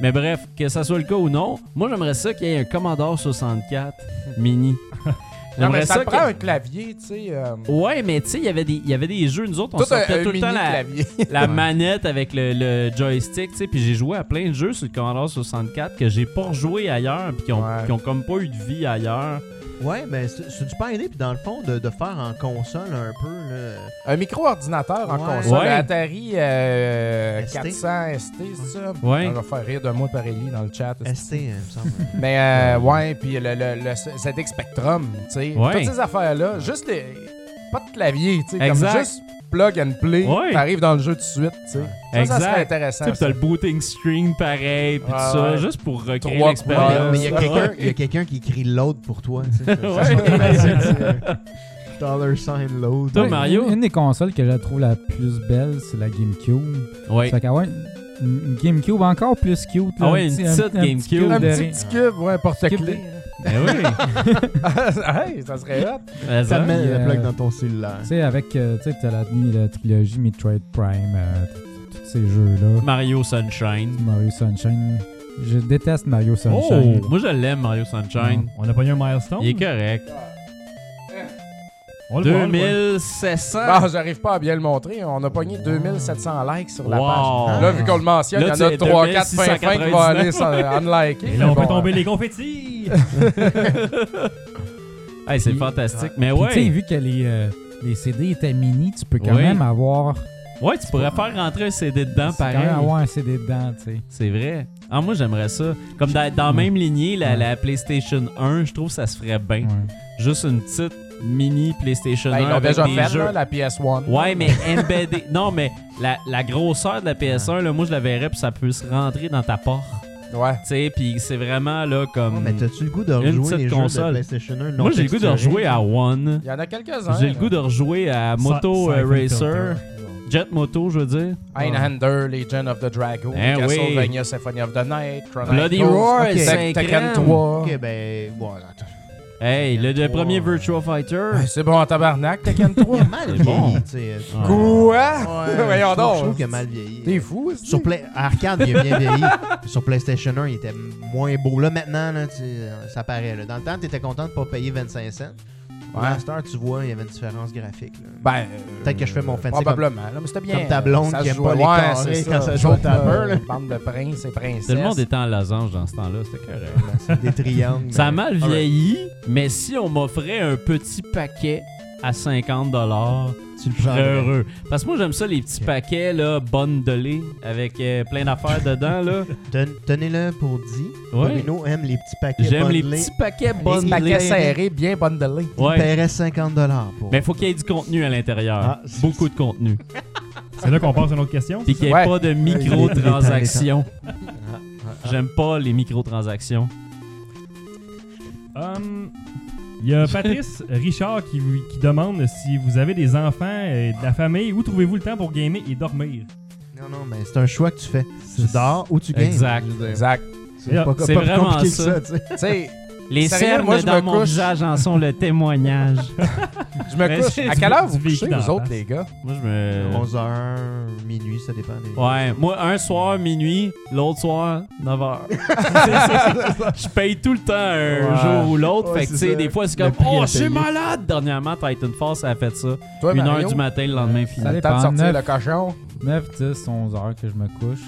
B: Mais bref, que ça soit le cas ou non, moi, j'aimerais ça qu'il y ait un Commodore 64 Mini.
C: <laughs> Non, mais ça, te
B: qu'il-
C: prend un clavier, tu sais. euh,
B: Ouais, mais tu sais, il y avait des- il y avait des jeux, nous autres, on
C: tout un,
B: sortait
C: un
B: tout le
C: mini
B: temps la,
C: clavier. <laughs>
B: la manette avec le, le joystick, tu sais. Puis j'ai joué à plein de jeux sur le Commodore 64 que j'ai pas rejoué ailleurs, puis qui ont,
C: Ouais.
B: qui ont comme pas eu de vie ailleurs.
E: Ouais, ben c'est c'est une super idée. Puis dans le fond, de, de faire en console un peu. Là,
C: Un micro-ordinateur en
E: Ouais.
C: console
B: Ouais.
C: Atari euh,
E: ST.
C: 400 ST, c'est ça?
B: Ouais.
C: On va faire rire de moi par Ellie dans le chat.
E: ST, hein, il me semble.
C: Mais euh, ouais, puis le, le, le ZX Spectrum, tu sais.
B: Ouais.
C: Toutes ces affaires-là, juste les- pas de clavier, tu sais. Comme
B: Exact.
C: juste plug and play,
B: Ouais.
C: t'arrives dans le jeu tout de suite, tu sais. Ça, ça
B: Exact.
C: serait
B: Tu
C: intéressant.
B: sais, puis
C: ça.
B: t'as le booting screen pareil, puis
C: Ouais,
B: tout ça,
C: ouais.
B: juste pour recréer
C: Trois
E: Ouais,
C: couleurs.
B: l'expérience.
E: mais il y a quelqu'un- il y a quelqu'un qui crie load pour toi.
B: <laughs>
E: tu sais, ça- ça- <laughs> Dollar sign load.
B: Toi,
F: Ouais,
B: Mario?
F: Une, une des consoles que je trouve la plus belle, c'est la GameCube.
B: Ouais.
F: Fait qu'à ouais, une une GameCube encore plus cute. là,
B: Ah ouais,
F: un
B: une
F: petit-
B: petite
F: un- un petit
B: GameCube.
F: cube
C: un
F: de
C: petit,
F: rien.
C: petit cube, ouais, un <laughs> porte-clés.
B: Ben oui.
C: hey, ça serait hot.
B: Mais
E: Ça
B: ça.
E: te met
F: euh,
E: le plug dans ton cellulaire.
F: Tu sais, avec, euh, tu sais, t'as la, la trilogie Metroid Prime, euh, t- tous ces jeux-là.
B: Mario Sunshine.
F: Mario Sunshine. Je déteste Mario
B: Oh!
F: Sunshine.
B: Moi, je l'aime, Mario Sunshine.
D: <laughs> On a pas eu un milestone.
B: Il est correct.
D: On le voit, on le voit.
B: 2700.
C: Bon, j'arrive pas à bien le montrer. On a pogné 2700 likes sur la
B: Wow.
C: page. Là, vu qu'on le mentionne, il y
B: Là,
C: en a
B: tu es
C: 3, 4, 5, 5 qui vont aller sans, en liker.
D: Et là, on
C: Bon,
D: fait tomber les confettis.
B: Hey, c'est
F: Puis-
B: fantastique. Mais
F: Puis, Tu sais,
B: ouais,
F: vu que les, euh, les CD étaient mini, tu peux quand
B: Oui.
F: même avoir,
B: ouais, tu pourrais faire rentrer un CD dedans
F: tu peux quand
B: pareil.
F: même avoir un CD dedans, tu sais.
B: C'est vrai. Ah, moi, j'aimerais ça. Comme dans, dans la même lignée, la, la PlayStation 1, je trouve que ça se ferait bien.
F: Ouais.
B: Juste une petite mini PlayStation
C: Ben,
B: 1
C: ils l'ont
B: avec
C: déjà
B: des
C: fait,
B: jeux.
C: là, la PS1.
B: Ouais, mais embedded. non, mais la, la grosseur de la PS1, là, moi, je la verrais, puis ça peut se rentrer dans ta porte.
C: Ouais.
B: Tu sais, puis c'est vraiment là
E: Ouais,
B: comme.
E: mais t'as-tu le goût de
B: Une
E: rejouer
B: petite
E: les jeux de
B: console.
E: PlayStation 1 non
B: moi, j'ai le goût de
E: texturés?
B: rejouer à One.
C: Il y en a quelques-uns.
B: J'ai le goût de rejouer à Moto euh,
D: Sa- Siphon
B: Racer,
D: Filter.
B: Jet Moto, je veux dire.
C: Einhander, Legend of the Dragon,
B: Ah. Eh oui.
C: Castlevania Symphony of the Night, Chronicles,
B: Bloody Roar,
E: ok.
B: c'est
C: Tek- Tekken
B: incroyable.
C: 3.
E: Ok, ben, voilà. attends.
B: Hey, le, le
E: Wow.
B: premier Virtua Fighter.
C: Ouais, c'est bon en tabarnak, Tekken 3.
E: Il a mal
B: C'est
E: vieilli,
B: bon. Ah.
E: tu sais.
B: Ouais.
C: Quoi?
E: Ouais,
C: Voyons
E: je trouve- Je trouve
C: donc.
E: qu'il a mal vieilli.
C: T'es fou, c'est-tu?
E: Sur Play- Arcade, il a bien vieilli. Puis Sur PlayStation 1, il était moins beau. Là, maintenant, là, tu- euh, ça paraît. là. Dans le temps, t'étais content de pas payer 25 cents.
C: Ouais.
E: Là, à cette heure, tu vois, il y avait une différence graphique. là.
C: Ben,
E: Peut-être que je fais mon fancy
C: Probablement. Là, mais c'était bien.
E: comme ta blonde
C: Ça
E: qui
C: se
E: aime
C: jouait.
E: pas les
C: Ouais,
E: carrés
C: c'est
E: quand ça joue au
C: Bande
E: tapeur,
C: de-
E: là.
C: Bande de princes et princesses.
B: Tout le monde était en losange dans ce temps-là, c'était correct.
E: Voilà, Euh, c'est des triangles. Ben,
B: Ça a
E: mais-
B: mal vieilli, mais si on m'offrait un petit paquet à 50
E: Tu le
B: je serais
E: prendrais.
B: heureux. Parce que moi, j'aime ça, les petits
E: Ok.
B: paquets, là, bundlés, avec euh, plein d'affaires dedans, là.
E: Ten- Tenez-le pour dit.
B: Ouais.
E: Bruno aime <laughs> les petits paquets.
B: J'aime les
E: bundlés.
B: petits paquets
C: Petit paquet
B: bundlés.
C: serré, bien bundlé.
E: Il
B: Ouais.
E: paierait 50 pour.
B: Mais il faut qu'il y ait du contenu à l'intérieur.
E: Ah,
B: Beaucoup de contenu.
D: C'est là qu'on passe à une autre question.
B: Puis qu'il n'y ait
C: Ouais.
B: pas de microtransactions.
E: Ah,
B: J'aime pas les microtransactions.
D: Hum, Il y a Patrice Richard qui, vous- qui demande si vous avez des enfants et de la famille, où trouvez-vous le temps pour gamer et dormir?
E: Non, non, mais c'est un choix que tu fais. Tu dors ou tu gagnes.
B: Exact.
C: Exact.
D: Yeah,
E: pas,
B: c'est
E: pas
B: vraiment
E: compliqué que
B: ça.
E: ça, tu sais.
B: <laughs>
C: Tu sais,
B: Les
C: Sérieux,
B: cernes
C: moi, je me
B: dans mon
C: couche.
B: visage en sont le témoignage.
C: je me
B: Mais
C: couche.
B: c'est
C: À
D: du-
C: quelle heure
D: du
C: vous couchez,
D: véhicule dans
C: vous
D: la
C: autres,
D: face.
C: les gars?
B: moi, je me...
E: 11h, Euh, minuit, ça dépend. Des...
B: Ouais, moi, un soir, minuit, l'autre soir, 9h. <laughs> je paye tout le temps un
C: Ouais.
B: jour ou l'autre.
E: Ouais,
B: fait que, tu
E: c'est ça.
B: sais, des fois, c'est comme
E: Le prix
B: Oh,
E: à
B: je suis
E: payer.
B: malade! Dernièrement, Titanfall, ça a fait ça.
C: Toi,
B: Une
C: Mario,
B: heure du matin, le lendemain, fini.
C: t'as le temps de
F: dépend,
C: sortir
F: neuf.
C: le cochon.
F: 9, 10, 11 heures que je me couche.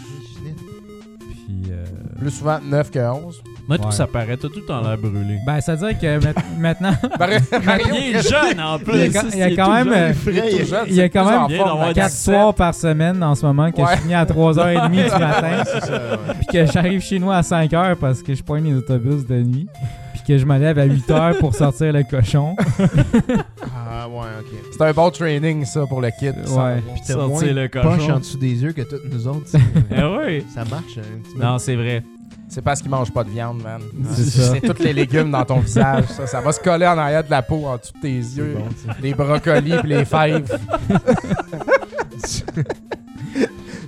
F: Puis. euh,
C: Plus souvent 9
B: <laughs>
C: que 11.
B: Moi, je trouve
F: Ouais.
B: que ça paraît, t'as tout le temps l'air brûlé.
F: Ben, ça veut dire que ma- <laughs> maintenant.
C: Mario,
B: Il est jeune en plus.
F: Il y a quand- il y a quand même, euh,
E: Frais,
C: tout jeune,
F: il y a
C: c'est
F: quand
C: plus
F: même
C: en
B: bien
C: forme,
B: d'avoir
C: Max.
F: 4
B: 17.
F: soirs par semaine en ce moment que
C: Ouais.
F: je finis à 3h30 <laughs>
C: <laughs>
F: du matin
E: c'est ça, ouais.
F: puis que j'arrive chez nous à 5h parce que je prends mes autobus de nuit puis que je me lève à 8h pour sortir le cochon.
E: Ah, ouais, ok.
C: C'est un bon training, ça, pour le kid.
F: Ouais.
E: Puis t'as moins
B: Sortir le
E: poche en
B: cochon.
E: dessous des yeux que toutes
B: <laughs>
E: nous autres. tu sais.
B: Eh oui. Ah
E: ça marche hein, un petit peu.
B: Non, c'est vrai.
C: C'est parce qu'il mange pas de viande, man.
F: C'est ça.
C: C'est tous les légumes dans ton visage. Ça, ça va se coller en arrière de la peau, en dessous de tes yeux.
E: bon, tu sais.
C: Les brocolis pis les fèves.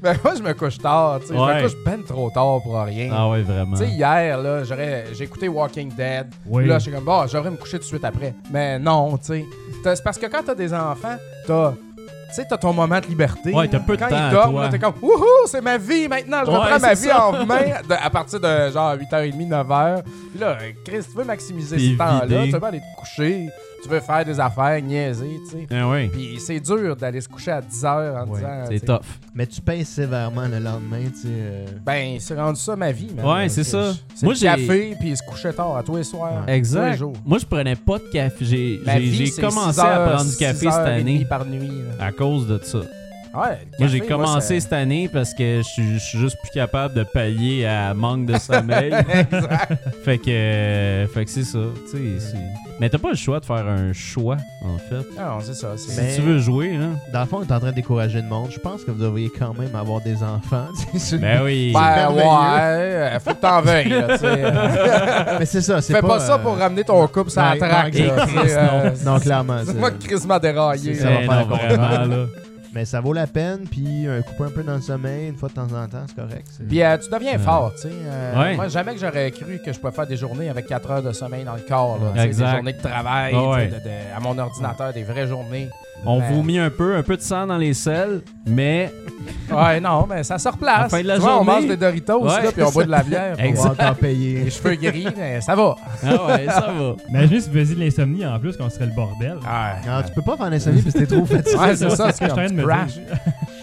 C: Mais Ben, moi, je me couche tard. tu sais. Je
B: Ouais.
C: me couche ben trop tard pour rien.
B: Ah ouais, vraiment.
C: Tu sais, hier, là, j'aurais- j'ai écouté Walking Dead.
D: Oui.
C: Puis Là, je suis comme, bah, j'aurais me coucher tout de suite après. Mais non, tu sais. T'as- C'est parce que quand t'as des enfants, t'as. Tu sais, t'as ton moment de liberté.
B: Ouais, t'as
C: là.
B: peu de
C: Quand
B: temps à
C: ils dorment,
B: toi.
C: là, t'es comme, wouhou, c'est ma vie maintenant, je
B: Ouais,
C: reprends ma
B: c'est
C: vie
B: ça.
C: en main de- à partir de genre 8h30, 9h. Puis là, Chris, tu veux maximiser
B: T'es
C: ce temps-là,
B: vidé.
C: tu veux aller te coucher, tu veux faire des affaires, niaiser, tu sais.
B: Eh oui.
C: Puis c'est dur d'aller se coucher à 10h en
E: Ouais,
C: disant. tu
B: C'est
C: sais,
B: tough.
E: Mais tu payes sévèrement le lendemain, tu sais. euh,
C: Ben, c'est rendu ça ma vie, man.
B: Ouais, c'est ça.
C: C'est
B: Moi,
C: le
B: j'ai-
C: café, puis se coucher tard à tous les soirs.
E: Ouais.
C: Tous les
B: Exact.
C: jours.
B: Moi, je prenais pas de café. J'ai-
C: Ma
B: J'ai
C: vie,
B: j'ai
C: c'est
B: commencé
C: six heures,
B: à prendre du
C: six
B: café cette
C: heures et
B: année
C: demie par nuit. là.
B: à cause de ça.
C: Ouais, le
B: Moi, j'ai
C: café,
B: commencé
C: ça-
B: cette année parce que je suis je suis juste plus capable de pallier à manque de
C: <laughs>
B: sommeil. fait que, euh, fait que c'est ça. tu sais, c'est- Mais t'as pas le choix de faire un choix, en fait.
C: Non, c'est ça. c'est-
E: Mais-
B: Si tu veux jouer, hein. là.
E: Dans le fond, t'es en train de décourager le monde. Je pense que vous devriez quand même avoir des enfants. tu sais, sur-
B: Ben oui.
C: <laughs> Ben ouais,
E: merveilleux.
C: euh, faut que t'en veilles. là, tu sais.
E: Mais c'est ça, c'est
C: Fais pas,
E: pas
C: ça
E: euh,
C: pour ramener ton couple sur la
E: non,
C: traque.
E: non,
C: là, tu sais, euh,
E: Non, clairement.
C: C'est
E: c'est-
C: moi qui Chris m'a déraillé.
B: Eh
E: C'est ça va
B: non,
E: faire la
B: vraiment, là.
E: Mais ça vaut la peine, puis un coup un peu dans le sommeil, une fois de temps en temps, c'est correct. c'est-
C: Puis euh, tu deviens
B: Euh,
C: fort, tu sais. euh,
B: ouais.
C: Moi, jamais que j'aurais cru que je pouvais faire des journées avec 4 heures de sommeil dans le corps. Là, tu sais, Des
B: Exact.
C: journées de travail,
B: Ah ouais.
C: tu sais, de- de- à mon ordinateur, des vraies journées.
B: On
C: Ben.
B: vomit un peu, un peu de sang dans les selles, mais
C: Ouais, non, mais ça se replace.
B: À la fin de la
C: Tu vois, on
B: journée.
C: mange des Doritos,
B: Ouais.
C: là, puis on boit de
B: <laughs>
C: la bière.
E: On
B: Exact.
E: va encore
B: <laughs>
E: payer.
C: Les cheveux gris, mais ça va.
B: ah ouais, <laughs> ça va.
D: Imaginez si vous faisiez de l'insomnie en plus, qu'on serait le bordel.
C: Ah,
E: Non, Ah, tu peux pas faire l'insomnie parce que t'es trop fatigué.
C: Ouais, c'est ça,
D: ce que je suis en train de
C: un
D: me
C: crash.
D: dire.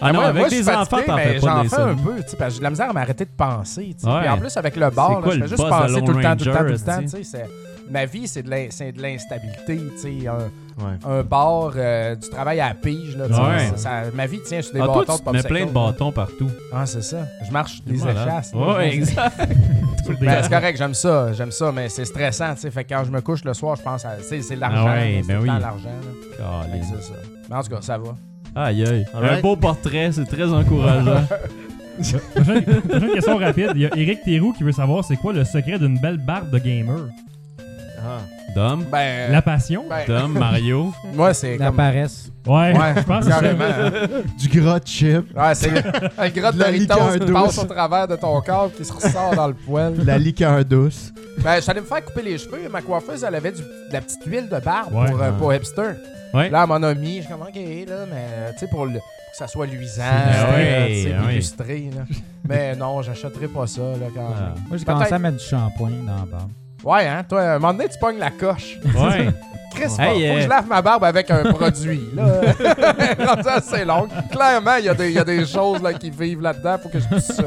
B: Ah non,
C: Ben, moi,
B: avec
C: moi, je
B: les
C: suis
B: enfants,
C: fatigué,
B: t'en
C: mais
B: fais pas
C: J'en
B: des
C: fais un
B: sommes.
C: peu, tu sais, parce que j'ai de la misère à m'arrêter de penser. tu sais.
B: Ouais.
C: Puis en plus, avec le
B: quoi
C: bar, là, je
B: le
C: fais juste
B: boss de
C: penser tout le
B: Lone
C: temps, tout le temps, tout le
B: Ranger,
C: temps. tu sais, c'est- Ma vie, c'est de l'in- c'est de l'instabilité. tu sais, Un,
E: Ouais.
C: un bar, euh, du travail à la pige. Là, tu sais,
B: Ouais.
C: ça- ça- ma vie tient sur des
B: Ah,
C: bâtons
B: toi, tu te
C: de
B: mets plein de
C: popsicle.
B: bâtons partout.
C: Ah, c'est ça. Je marche des
B: Malade.
C: <laughs> échasses. là.
B: Ouais, exact.
D: sur des.
C: Ben, c'est correct, j'aime ça, j'aime ça, mais c'est stressant, tu sais. Fait que quand je me couche le soir, je pense à. tu sais, C'est de l'argent,
B: Ah ouais,
C: là, c'est
B: ben
C: tout le temps
B: oui.
C: l'argent. là. Fait
B: Calais.
C: que Ben, c'est ça. Mais en tout cas, ça va.
B: Aïe aïe. Un
E: Alright.
B: beau portrait, c'est très
C: <laughs>
B: encourageant.
D: <laughs> Prochaine prochaine question rapide. Il y a Eric Théroux qui veut savoir c'est quoi le secret d'une belle barbe de gamer
E: Ah.
B: Dom,
C: Ben.
D: La passion
C: ben, <laughs>
B: Dom, Mario.
C: moi, c'est
F: La
C: comme.
F: paresse.
D: Ouais,
C: Ouais,
D: <laughs> je pense que c'est
C: carrément.
D: ça.
C: hein.
E: Du gras de chip,
C: Ouais, c'est un gros
E: De la
C: Doritos
E: liqueur
C: qui passe
E: douce.
C: au travers de ton corps qui se ressort dans le poêle.
E: de la liqueur douce.
C: Ben, j'allais me faire couper les cheveux. Ma coiffeuse, elle avait du- de la petite huile de barbe
D: Ouais.
C: pour, euh, pour hipster.
B: Ouais.
C: Là, elle m'en a mis. Je suis comme, OK, là, mais tu sais, pour, le- pour que ça soit luisant,
B: Ah ouais,
C: tu sais,
B: ah ouais.
C: illustré. là. Mais non, j'achèterai pas ça, là, quand
B: Ah.
C: même.
F: Moi, j'ai
C: Peut-être.
F: commencé à mettre du shampoing dans la barbe.
C: Ouais, hein, toi, à un moment donné, tu pognes la coche.
B: Ouais.
C: Chris, faut,
B: Hey,
C: faut que
B: euh,
C: je lave ma barbe avec un produit, là.
B: <laughs>
C: <laughs> Rendu assez long. Clairement, il y, a des- il y a des choses, là, qui vivent là-dedans. Faut que je pousse ça.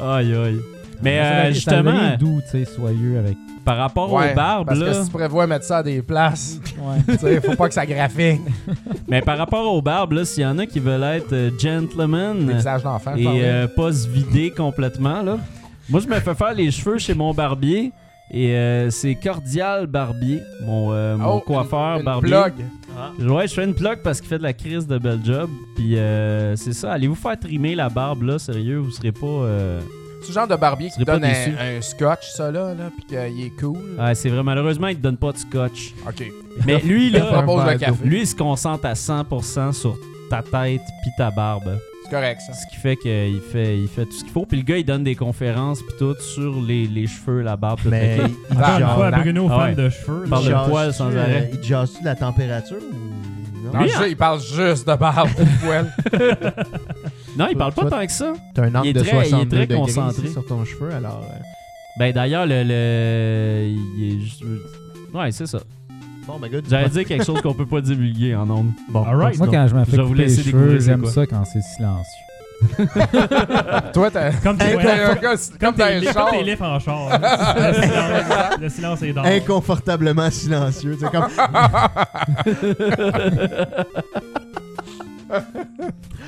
B: Aïe aïe. Mais
F: Ça
B: euh,
F: va être- ça va
B: justement,
F: devenir doux, tu sais, soyeux avec.
B: par rapport
C: Ouais,
B: aux barbes,
C: parce
B: là,
C: que si tu prévois mettre ça à des places,
B: <laughs>
F: Ouais.
C: tu sais, faut pas que ça graphique.
B: mais par rapport aux barbes, là, s'il y en a qui veulent être euh,
C: Des
B: gentlemen
C: visages d'enfants,
B: et
C: pardon.
B: euh, pas se vider complètement, là. Moi, je me fais faire les cheveux chez mon barbier et euh, c'est Cordial Barbier, mon, euh, mon
C: Oh,
B: coiffeur
C: une
B: barbier.
C: plug.
B: Ouais, je fais une plug parce qu'il fait de la crise de bel job. Puis euh, c'est ça, allez-vous faire trimer la barbe là, sérieux, vous serez pas. euh,
C: C'est le genre de barbier
B: Tu
C: qui te
B: serais pas
C: donne
B: déçu.
C: un, un scotch, ça, là, là puis qu'il est cool.
B: Ah, c'est vrai, malheureusement, il te donne pas de
E: <laughs>
B: scotch.
C: OK.
B: Mais lui,
C: Il
B: là,
C: propose
E: Un
C: le
E: verre
C: café.
B: lui, il se concentre à 100% sur ta tête puis ta barbe.
C: C'est correct, ça.
B: Ce qui fait qu'il fait, il fait tout ce qu'il faut. Puis le gars, il donne des conférences puis tout sur les, les cheveux, la barbe, tout
E: Mais
B: le
E: il
B: kit.
E: il
D: Encore une
E: jase-
D: fois,
C: Genre,
D: Bruno,
B: ah
D: fan
B: ouais.
D: de cheveux.
E: il
B: parle de
E: jase-tu,
B: poils sans
E: euh,
B: arrêt.
E: Il jase-tu de la température ou non?
C: Dans le
B: hein?
C: jeu, il parle juste de barbe <laughs> ou poêle.
B: Non, il parle pas
E: Toi-
B: tant que ça.
E: T'as un
B: Il est
E: angle de
B: très- il est
E: 62
B: très
E: degrés
B: concentré.
E: ici sur ton cheveu, alors... euh,
B: Ben d'ailleurs, le, le- Il est juste. Ouais, c'est ça.
E: Bon, ben good.
B: J'allais dire quelque chose qu'on peut pas divulguer en ondes.
E: Bon,
D: Alright.
F: Moi,
E: continuons.
F: quand je me
B: Je
F: fais
B: vais vous
F: couper les
B: laisser découvrir
F: cheveux,
B: c'est
F: j'aime
B: quoi.
F: ça quand c'est silencieux.
C: Toi, t'as.
D: Comme tu
C: Hey,
D: vois,
C: t'as un gars, c'est comme
D: comme
C: dans un
D: t'es comme
C: char.
D: t'es lifs en char. Le silence- Le silence est dans.
E: Inconfortablement silencieux. C'est comme...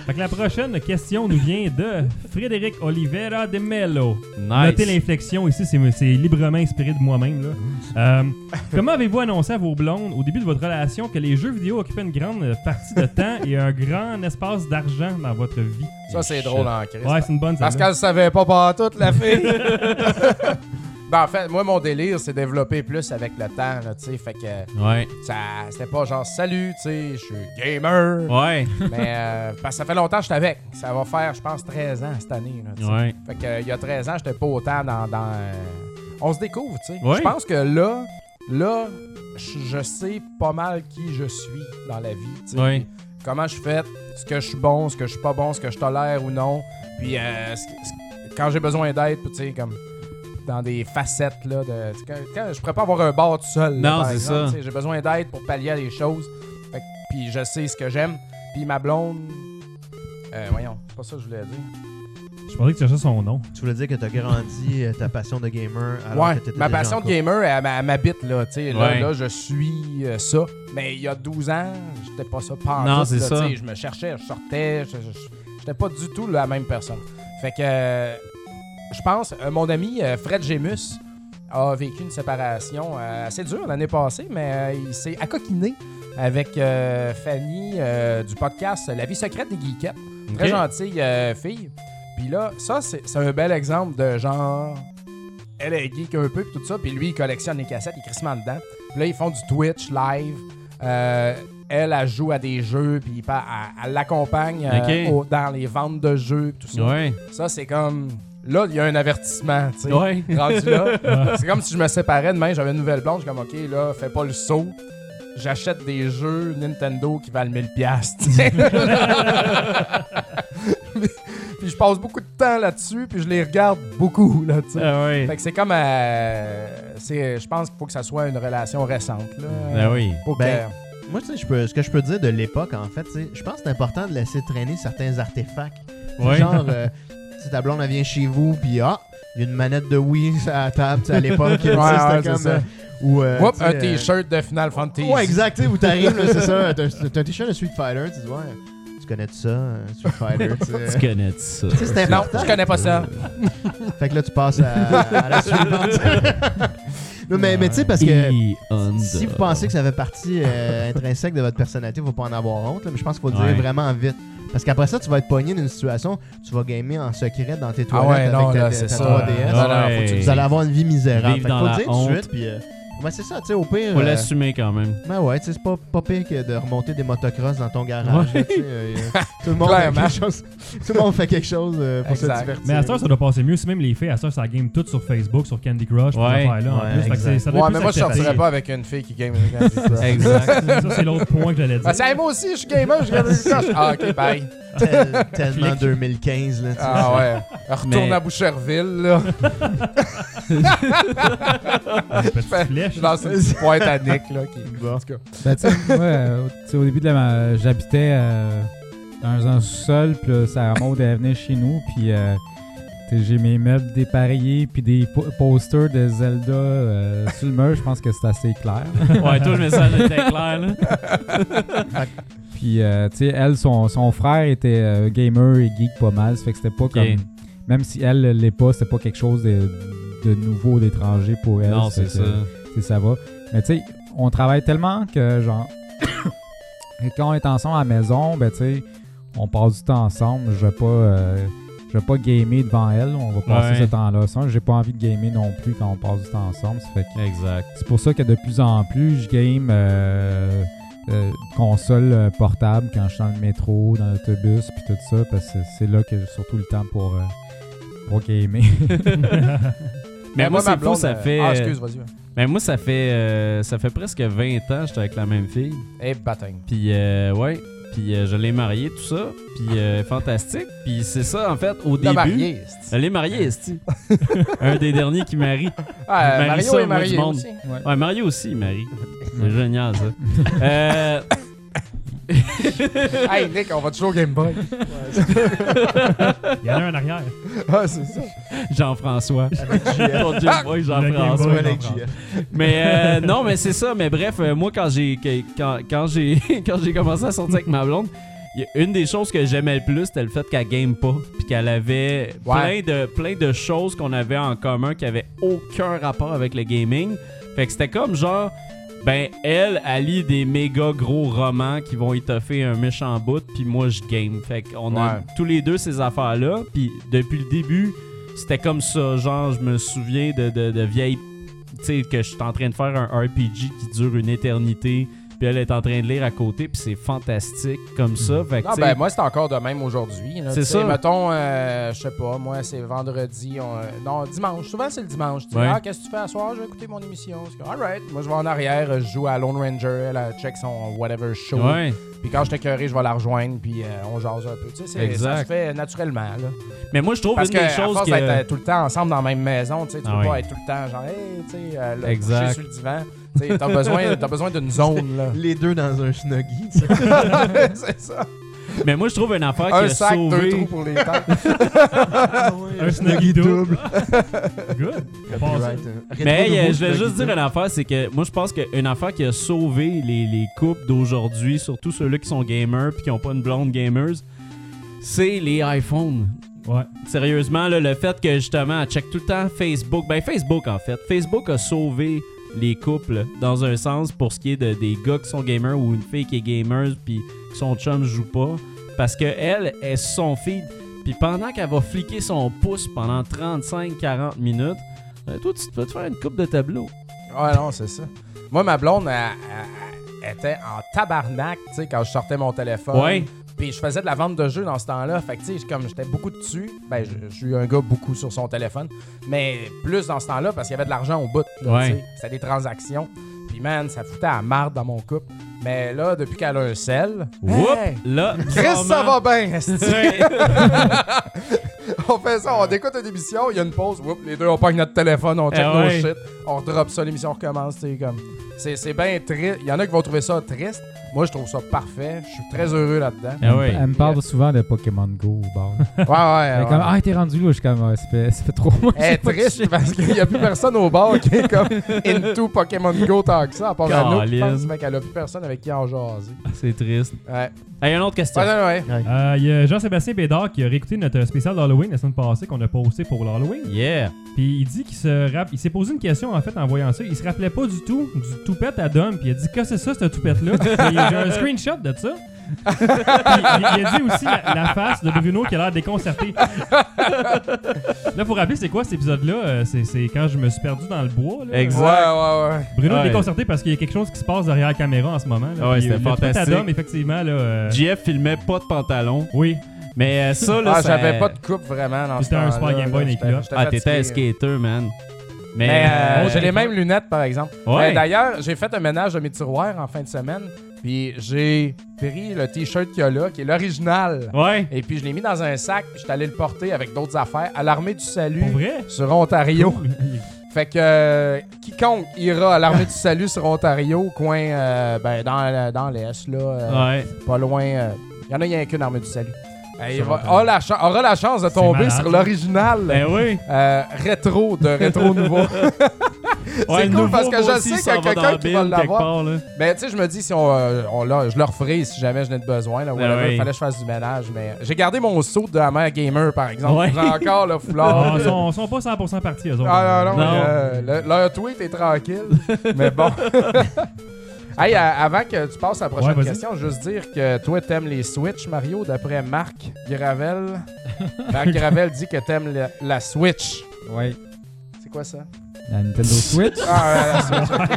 D: Fait que la prochaine question nous vient de Frédéric Oliveira de Mello. Notez
B: Nice.
D: l'inflexion ici, c'est c'est librement inspiré de moi-même. là. Euh, <laughs> comment avez-vous annoncé à vos blondes au début de votre relation que les jeux vidéo occupaient une grande euh, partie de temps et un grand espace d'argent dans votre vie?
C: Ça, c'est drôle hein, en Christ.
D: Ouais, c'est une bonne
C: Parce
D: celle-là.
C: qu'elle ne savait pas pas toute la fille. <laughs> ben, en fait, moi, mon délire, c'est développé plus avec le temps, là, tu sais. Fait que
B: Ouais.
C: ça, c'était pas genre salut, tu sais, je suis gamer.
B: Ouais.
C: Mais euh, parce que ça fait longtemps que je suis avec. Ça va faire, je pense, 13 ans cette année, là, tu sais.
B: Ouais.
C: Fait que, euh, il y a 13 ans, j'étais pas autant dans. dans, euh, On se découvre, tu sais.
B: Ouais.
C: Je pense que là, là, je je sais pas mal qui je suis dans la vie, tu sais.
B: Ouais.
C: Comment je fais, ce que je suis bon, ce que je suis pas bon, ce que je tolère ou non. Puis euh, ce- ce- quand j'ai besoin d'aide, tu sais, comme dans des facettes, là. De, quand, quand- je pourrais pas avoir un bar tout seul. là,
B: Non,
C: par
B: c'est
C: exemple,
B: ça.
C: tu sais. J'ai besoin d'aide pour pallier à des choses. Fait que- puis je sais ce que j'aime. Puis ma blonde. euh, voyons, c'est pas ça que je voulais dire.
D: Je pensais que tu cherchais son nom.
E: tu voulais dire que t'as grandi euh, ta passion de gamer alors
C: ouais,
E: que t'étais
C: ma
E: déjà
C: passion
E: en
C: de gamer, elle, m'a- elle m'habite là, tu sais, là,
B: Ouais.
C: là, je suis euh, ça. Mais il y a 12 ans, j'étais pas ça pas
B: Non, c'est ça.
C: Je me cherchais, je sortais, je- je- je- j'étais pas du tout la même personne. Fait que, euh, je pense, euh, mon ami euh, Fred Gémus a vécu une séparation euh, assez dure l'année passée, mais euh, il s'est accoquiné avec euh, Fanny euh, du podcast La vie secrète des geekettes. Très
B: Ok.
C: gentille euh, fille. Puis là, ça, c'est c'est un bel exemple de genre. Elle est geek un peu, puis tout ça. Puis lui, il collectionne les cassettes, il crissement dedans. Puis là, ils font du Twitch live. Euh, elle, elle joue à des jeux, puis il par- elle elle l'accompagne euh,
B: Ok.
C: au- dans les ventes de jeux, puis tout ça.
B: Ouais.
C: Ça, c'est comme. Là, il y a un avertissement, tu
B: <laughs>
C: sais.
B: Ouais.
C: Rendu là. c'est comme si je me séparais demain, j'avais une nouvelle blonde, je suis comme, OK, là, fais pas le saut. J'achète des jeux Nintendo qui valent 1000$. piastres, <laughs> tu sais. puis je passe beaucoup de temps là-dessus, puis je les regarde beaucoup, là, tu sais.
B: Ah ouais.
C: Fait que c'est comme. euh, c'est, je pense qu'il faut que ça soit une relation récente, là.
B: Ah oui.
C: Pour
E: Ben,
C: que-
E: gamer. Moi, tu sais, je peux- ce que je peux dire de l'époque, en fait, tu sais, je pense que c'est important de laisser traîner certains artefacts.
B: Ouais.
E: Genre,
C: <laughs>
E: euh, tu sais, ta blonde, elle vient chez vous, puis ah, il y a une manette de Wii <laughs> à la table, tu sais, à l'époque. tu sais,
C: Ouais, ouais,
E: c'était
C: c'est
E: comme...
C: ça.
E: euh, ou, euh,
C: Oups,
E: tu sais,
C: un
E: euh,
C: t-shirt de Final Fantasy.
E: Ouais, exact, tu sais, où t'arrives, là, c'est ça, t'as t'as un t-shirt de Street Fighter, tu dis, ouais, est-ce que connais de ça, euh, Street Fighter?
C: <laughs>
E: tu sais?
B: Tu connais de ça.
E: Tu sais, c'est
C: Non,
E: important.
C: je connais pas ça.
E: Fait que là, tu passes à, à
C: <laughs>
E: la suivante. non, mais, mais tu sais, parce que
B: E-Honda.
E: si vous pensez que ça fait partie euh, intrinsèque de votre personnalité, vous ne pas en avoir honte. là, mais je pense qu'il faut le
B: Ouais.
E: dire vraiment vite. Parce qu'après ça, tu vas être pogné d'une situation, tu vas gamer en secret dans tes
C: Ah
E: toilettes
C: ouais,
E: avec
C: non,
E: ta,
C: là,
E: ta-
C: c'est
E: ta
C: ça.
E: 3DS.
C: Non,
B: Ah
C: non, faut que tu-
E: Vous allez avoir une vie misérable.
B: Vivre
E: Fait que faut
B: dans
E: le dire
B: la
E: tout de
B: honte.
E: suite. Puis, euh, ouais, c'est ça, tu sais, au pire.
B: Faut
E: euh,
B: l'assumer quand même. <laughs>
E: ben ouais, tu sais, c'est pas, pas pire que de remonter des motocross dans ton garage.
B: Ouais.
E: là, tu sais, euh, euh, tout, le monde fait
C: Clairement.
E: quelque chose, tout le monde fait quelque chose euh, pour
C: Exact.
E: se divertir.
D: Mais à ça, ça doit passer mieux. Si même les filles, à ça, ça game tout sur Facebook, sur Candy Crush,
B: Ouais.
D: ouais, là en
E: Ouais,
D: plus. Fait que
E: exact.
D: c'est- ça doit
C: Ouais,
D: être
C: mais
D: plus
C: moi, je
D: accepté.
C: sortirais pas avec une fille qui game. quand je dis
B: <laughs>
C: ça.
B: Exact.
D: Ça, c'est l'autre point que j'allais dire.
C: Ah, c'est hey, moi aussi, je suis gamer, je game Ah, ok, bye.
E: Tel-
B: <laughs>
E: tellement 2015, là, tu sais.
C: Ah ouais. Retourne
B: Mais-
C: à Boucherville, là.
D: Ah, petite flèche.
C: Je lance une petite pointe à Nick, là. Qui...
E: Bon.
C: En tout cas.
F: Ben,
B: <laughs>
F: tu sais, moi, euh, tu sais, au début de la. ma- J'habitais euh, dans un sous-sol, puis là, Sarah Maud, elle venait chez nous, puis euh, tu sais, j'ai mes meubles dépareillés, puis des po- posters de Zelda euh, sur le mur, je pense que c'est assez clair.
B: Ouais, toi, le message était clair, là.
F: Puis, euh, tu sais, elle, son, son frère était euh, gamer et geek pas mal, ça fait que c'était pas comme. Même si elle l'est pas, c'était pas quelque chose de, de nouveau, d'étranger pour elle.
B: Non,
F: fait
B: c'est ça.
F: que- tu sais, ça va. Mais tu sais, on travaille tellement que, genre, <coughs> que quand on est ensemble à la maison, ben tu sais, on passe du temps ensemble. Je vais pas, euh, je vais pas gamer devant elle. On va passer
B: Ouais.
F: ce temps-là. Ça, j'ai pas envie de gamer non plus quand on passe du temps ensemble. Ça fait que
B: Exact.
F: c'est pour ça que de plus en plus, je game euh, euh, console euh, portable quand je suis dans le métro, dans l'autobus, puis tout ça, parce que c'est là que j'ai surtout le temps pour, euh, pour gamer. <laughs>
B: Mais
C: Ben,
B: moi,
C: ma
B: c'est faux,
C: blonde,
B: ça
C: euh,
B: fait.
C: Ah, excuse, vas-y.
B: Mais moi, ça fait, euh, ça fait presque 20 ans que j'étais avec la même fille.
C: Eh, bâtard.
B: Puis, euh, ouais. Puis, euh, je l'ai mariée, tout ça. Puis, euh, fantastique. Puis, c'est ça, en fait, au
C: T'as
B: début.
C: marié, c'est-
B: Elle est mariée,
C: <laughs>
B: esti. Un des derniers qui marie.
C: Ah,
B: Marie,
C: Mario
B: ça,
C: est
B: moi, du
C: marié
B: monde.
C: aussi.
B: <laughs> Ouais, Ah Mario aussi, il marie. C'est génial, ça. Euh,
C: <laughs>
B: <laughs>
C: Hey, Nick, on va toujours au
B: <laughs>
C: Game Boy.
D: Il y en a un en arrière.
C: Ah, c'est ça.
B: Jean-François.
E: Avec JF.
B: Ton Game Boy,
C: Ah!
D: Game
B: Jean-François.
D: Boy.
E: Avec JF.
B: Mais euh, non, mais c'est ça. Mais bref, euh, moi, quand j'ai que- quand, quand j'ai <laughs> quand j'ai commencé à sortir avec ma blonde, y a une des choses que j'aimais le plus, c'était le fait qu'elle game pas, puis qu'elle avait plein
C: Ouais.
B: de plein de choses qu'on avait en commun qui avaient aucun rapport avec le gaming. Fait que c'était comme genre. Ben, elle, elle lit des méga gros romans qui vont étoffer un méchant bout, puis moi, je game. Fait qu'on a
C: Ouais.
B: tous les deux ces affaires-là, puis depuis le début, c'était comme ça. Genre, je me souviens de, de, de vieilles tu sais, que je suis en train de faire un RPG qui dure une éternité, puis elle est en train de lire à côté, puis c'est fantastique comme ça. Fait que,
C: Non,
B: tu sais,
C: ben moi, c'est encore de même aujourd'hui. là.
B: C'est
C: Tu sais,
B: ça.
C: Mettons, euh, je sais pas, moi, c'est vendredi. on- euh, non, dimanche. Souvent, c'est le dimanche. Tu dis,
B: Ouais.
C: ah, qu'est-ce que tu fais à soir? Je vais écouter mon émission. C'est comme, All right. Moi, je vais en arrière, euh, je joue à Lone Ranger, elle, elle check son whatever show.
B: ouais.
C: Puis quand ben, je t'écœurerai, je vais la rejoindre, puis euh, on jase un peu. Tu sais, c'est- ça se
B: Exact.
C: fait naturellement. Là.
B: Mais moi, je trouve
C: Parce
B: une
C: que,
B: des
C: à
B: choses
C: force
B: que.
C: d'être euh, tout le temps ensemble dans la même maison, tu sais, tu
B: Ah
C: peux pas
B: oui.
C: être tout le temps genre, hey, tu sais, euh, là,
B: Exact.
C: couché sur le divan. Tu sais, t'as besoin, t'as besoin d'une
B: <laughs>
C: zone, là. <laughs>
E: Les deux dans un snuggie. tu sais.
C: c'est ça.
B: Mais moi, je trouve une affaire qui
C: Un
B: a
C: sac, deux
B: sauvé.
C: trous pour les têtes.
D: Un snuggie double. Good. On passe.
E: Copyright, euh,
B: Mais
E: rétro
B: hey,
E: nouveau
B: euh, je voulais
E: snuggie
B: juste dire
E: double.
B: une affaire, c'est que moi, je pense qu'une affaire qui a sauvé les, les couples d'aujourd'hui, surtout ceux-là qui sont gamers puis qui n'ont pas une blonde gamers, c'est les iPhones.
D: Ouais.
B: Sérieusement, là, le fait que justement, elle check tout le temps Facebook. Ben, Facebook en fait. Facebook a sauvé les couples dans un sens pour ce qui est de, des gars qui sont gamers ou une fille qui est gamer puis que son chum joue pas. Parce que elle est sur son feed. Puis pendant qu'elle va fliquer son pouce pendant 35-40 minutes, euh, toi, tu vas te faire une coupe de tableau.
C: Ouais, non, c'est ça. Moi, ma blonde, elle, elle- elle était en tabarnak, tu sais, quand je sortais mon téléphone.
B: Ouais.
C: Puis je faisais de la vente de jeux dans ce temps-là. Fait que, tu sais, comme j'étais beaucoup dessus, ben, je, je suis un gars beaucoup sur son téléphone. Mais plus dans ce temps-là, parce qu'il y avait de l'argent au bout. là,
B: Ouais.
C: tu sais. C'était des transactions. Puis, man, ça foutait à marde dans mon couple. Mais là, depuis qu'elle a un sel.
B: Whoop!
C: hey,
B: Là,
C: Chris,
B: <laughs>
C: ça
B: bizarrement-
C: va bien! esti.
B: Ouais.
C: <laughs> On fait ça, on écoute une émission, il y a une pause, whoop, les deux, on pogne notre téléphone, on check
D: Eh
C: nos
D: ouais.
C: shit, on drop ça, l'émission recommence, c'est comme. C'est, c'est bien triste. Il y en a qui vont trouver ça triste. Moi, je trouve ça parfait. Je suis très heureux là-dedans.
B: Ah oui.
F: Elle me parle souvent de Pokémon Go au bar.
C: Ouais, ouais.
E: Euh,
F: Elle est
C: ouais.
F: comme, ah, <laughs> t'es rendu là. Je suis comme, ah, ça fait, ça fait trop mois. que j'ai
C: Elle
E: Eh,
C: est
F: pas touché.
C: triste parce qu'il n'y a plus personne au bar qui est comme into Pokémon Go tant que ça, à part à nous. Je pense
B: Caroline.
C: mec, elle a plus personne avec qui en jaser.
B: <laughs> C'est triste.
C: Ouais.
B: Hey, une autre question.
C: Ouais, non, ouais.
D: Euh, Il y a Jean-Sébastien Bédard qui a réécouté notre spécial d'Halloween la semaine passée qu'on a posté pour l'Halloween.
B: Yeah.
D: Puis il dit qu'il se rapp- il s'est posé une question en fait en voyant ça. Il se rappelait pas du tout du toupette à Dom. Puis il a dit que c'est ça cette toupette <laughs> là. J'ai un screenshot de ça. Puis il, il a dit aussi la, la face de Bruno qui a l'air déconcerté. là pour rappeler c'est quoi cet épisode là C'est c'est quand je me suis perdu dans le bois. Là.
B: Exact.
C: Ouais, ouais, ouais.
D: Bruno
B: Ouais.
D: est déconcerté parce qu'il y a quelque chose qui se passe derrière la caméra en ce moment. là.
B: Ouais,
D: Puis,
B: c'était
D: euh, le toupette à
B: fantastique.
D: Dom effectivement là. euh,
B: JF filmait pas de pantalon.
D: oui.
B: Mais euh, ça, là,
C: Ah,
B: ça-
C: j'avais pas de coupe vraiment dans ce
D: C'était un
C: temps-là,
D: Super Game Boy
C: là.
D: Nike, là.
C: J'étais
B: Ah,
C: fatigué.
B: t'étais un skater, man. Mais,
C: Mais euh,
B: euh,
C: j'ai les mêmes lunettes, par exemple.
B: Ouais.
C: Mais D'ailleurs, j'ai fait un ménage de mes tiroirs en fin de semaine. Puis j'ai pris le t-shirt qu'il y a là, qui est l'original.
D: Ouais.
C: Et puis je l'ai mis dans un sac. puis J'étais allé le porter avec d'autres affaires à l'armée du
D: Pour
C: salut
D: vrai.
C: sur Ontario. Fait que euh, quiconque ira à l'armée du salut sur Ontario, coin euh, ben, dans, dans l'Est, là, euh,
B: Ouais.
C: pas loin. Il y en a, y a qu'une armée du salut. Euh, il
D: Sur
C: va-
D: Ontario.
C: a la chan- aura la chance de
D: C'est
C: tomber
D: malade.
C: sur l'original
D: Ben oui.
C: euh, rétro
B: <laughs>
C: de rétro nouveau.
B: Ouais, le
C: cool
B: nouveau,
C: parce que
B: moi
C: je
B: aussi,
C: sais
B: il
C: qu'il y
B: s'en
C: a
B: va dans la
C: quelqu'un qui va
B: bille
C: l'avoir.
B: quelque part, là.
C: Mais tu sais, je me dis, si on, euh, on l'a- je le referai si jamais je n'ai de besoin. Là,
B: Ben
C: whatever,
B: oui.
C: fallait que je fasse du ménage. Mais euh, j'ai gardé mon saut de la mère gamer, par exemple.
B: Ouais.
C: J'ai encore le
D: Ah,
C: foulard.
D: Ils sont, sont pas 100% partis, eux autres.
C: Ah non, non,
B: Non.
C: euh, le- leur tweet est tranquille. mais bon.
B: <laughs>
C: hey, euh, avant que tu passes à la prochaine
D: Ouais, vas-y.
C: question, juste dire que toi, t'aimes les Switch, Mario, d'après Marc Gravel.
B: <laughs>
C: Marc Gravel dit que t'aimes la, la Switch.
F: Ouais,
C: C'est quoi ça?
F: la Nintendo
E: <laughs>
F: Switch.
C: Ah, ouais, la Switch.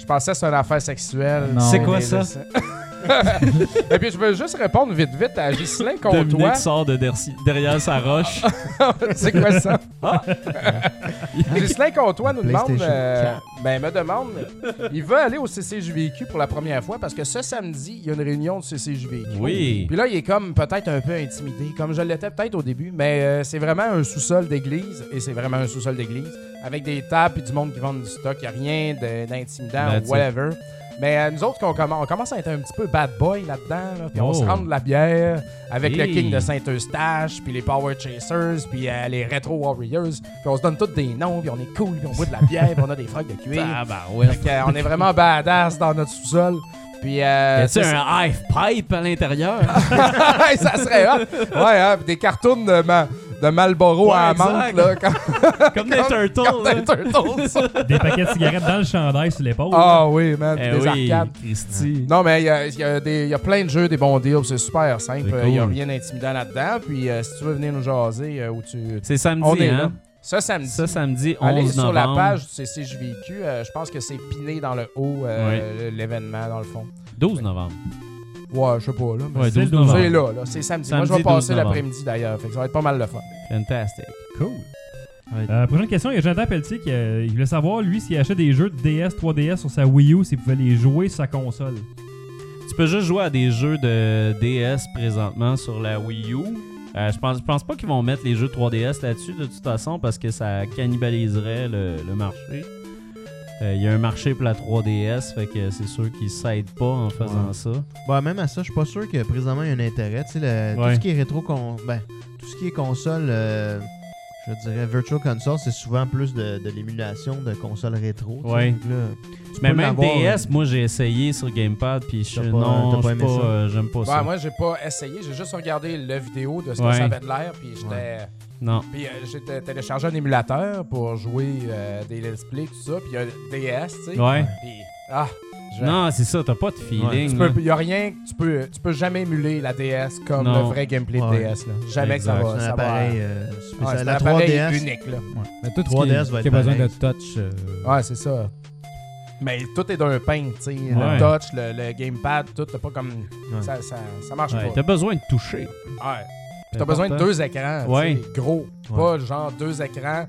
C: Je pensais que c'était une affaire sexuelle.
F: Non. C'est
B: quoi
C: Mais
B: ça?
C: là, c'est- <laughs> Et puis, je veux juste répondre vite, vite à Ghislain Comtois.
B: Dominique sort de derci- derrière sa
C: <laughs>
B: roche.
C: C'est quoi ça?
B: Ah!
C: <laughs> Ghislain Comtois nous demande,
E: PlayStation
C: euh, ben, me demande, il veut aller au CCJVQ pour la première fois parce que ce samedi, il y a une réunion du CCJVQ.
B: Oui.
C: Puis là, il est comme peut-être un peu intimidé, comme je l'étais peut-être au début, mais euh, c'est vraiment un sous-sol d'église, et c'est vraiment un sous-sol d'église, avec des tables et du monde qui vend du stock. Il n'y a rien de- d'intimidant
B: That's
C: ou whatever. Mais euh, nous autres, qu'on commence, on commence à être un petit peu bad boy là-dedans, là, puis on
B: Oh.
C: se rend de la bière avec le
B: Hey.
C: King de Saint-Eustache, puis les Power Chasers, puis euh, les Retro Warriors, puis on se donne tous des noms, puis on est cool, puis on boit de la bière, puis on a des frocs de cuir.
B: Tabarouette.
C: Fait que, euh, on est vraiment badass dans notre sous-sol. Puis, euh,
B: Y a-tu
C: c'est-
B: un hive pipe à l'intérieur?
C: <laughs> Hey, ça serait hot. Ouais, hein, pis des cartoons de, ma- de Malboro
B: Ouais,
C: à
B: exact.
C: menthe, là. Quand,
B: Comme des
C: quand t'as
B: turtles. hein?
C: les
B: <laughs>
C: Turtles, ça.
D: Des paquets de cigarettes dans le chandail sur l'épaule.
C: euh, Ah oui, man,
B: Eh
C: des
B: oui,
C: arcades.
B: Christy.
C: Non, mais il y a, il y a des- il y a plein de jeux, des bons deals, c'est super simple.
B: C'est
C: Il n'y a
B: cool.
C: rien d'intimidant là-dedans. Puis euh, si tu veux venir nous jaser, euh, où tu.
B: C'est samedi,
C: On est là.
B: hein?
C: Ce samedi.
B: Ça, samedi 11
C: Allez
B: novembre.
C: sur la page du CCJVQ, euh, je pense que c'est piné dans le haut euh, l'événement, dans le fond.
B: 12 novembre.
C: Ouais, je sais pas, là. mais
B: Ouais,
D: c'est le
B: 12 novembre.
C: C'est là, là. C'est samedi. Moi, je vais
B: Samedi 12
C: passer
B: novembre.
C: l'après-midi d'ailleurs. Fait que ça va être pas mal le fun.
B: Fantastic.
D: Cool.
B: Ouais.
D: Euh, prochaine question, il y a Jonathan Pelletier qui euh, il voulait savoir, lui, s'il achetait des jeux de DS, 3DS sur sa Wii U, s'il pouvait les jouer sur sa console.
B: Tu peux juste jouer à des jeux de DS présentement sur la Wii U. Euh, je pense, je pense pas qu'ils vont mettre les jeux 3DS là-dessus de toute façon parce que ça cannibaliserait le, le marché. Euh, Il y a un marché pour la 3DS, fait que c'est sûr qu'ils s'aident pas en faisant
E: Ouais.
B: ça.
E: Bah, même à ça, je suis pas sûr que présentement il y a un intérêt. Tu sais, le-
D: Ouais.
E: tout ce qui est rétro, con- ben, tout ce qui est console, euh, je dirais Virtual Console, c'est souvent plus de, de l'émulation de consoles rétro. tu sais.
B: Ouais.
E: Donc là, tu
B: Mais
E: peux
B: même
E: l'avoir,
B: DS, moi j'ai essayé sur Gamepad, puis je
E: T'as pas-
B: non,
E: t'as pas
B: je
E: aimé
B: suis
E: ça?
B: pas, euh, j'aime pas
C: Ouais,
B: ça.
C: moi, j'ai pas essayé. J'ai juste regardé la vidéo de ce
B: Ouais.
C: que ça avait de l'air. Puis j'étais.
B: Non.
C: Puis euh, j'ai t- téléchargé un émulateur pour jouer euh, des let's play, tout ça. Puis il y a le DS, tu sais.
B: Ouais.
C: Puis. Ah! je-
B: Non, c'est ça, t'as pas de feeling.
C: Tu
B: là.
C: peux, y a rien, que tu peux, tu peux jamais émuler la DS comme
B: Non.
C: le vrai gameplay de
E: Ouais.
C: DS. Là. Jamais
B: Exact.
C: que
E: C'est
C: ça va.
E: un
C: Ça va
E: appareil euh, spécial.
C: Ouais, c'est un
E: la
C: appareil
E: 3DS.
C: unique. Là.
F: Ouais. Mais tout ce
E: 3DS
F: qui,
E: va
F: qui a
E: être
F: besoin de
E: pareil.
F: touch. euh,
C: Ouais, c'est ça. Mais tout est d'un pain, tu sais.
B: Ouais.
C: Le touch, le, le gamepad, tout, t'as pas comme.
E: Ouais.
C: Ça, ça, ça marche
B: Ouais,
C: pas.
B: t'as besoin de toucher.
C: Ouais. Puis t'as besoin de
D: hein.
C: deux écrans, tu
B: Ouais.
C: sais, gros.
E: Ouais.
C: Pas genre deux écrans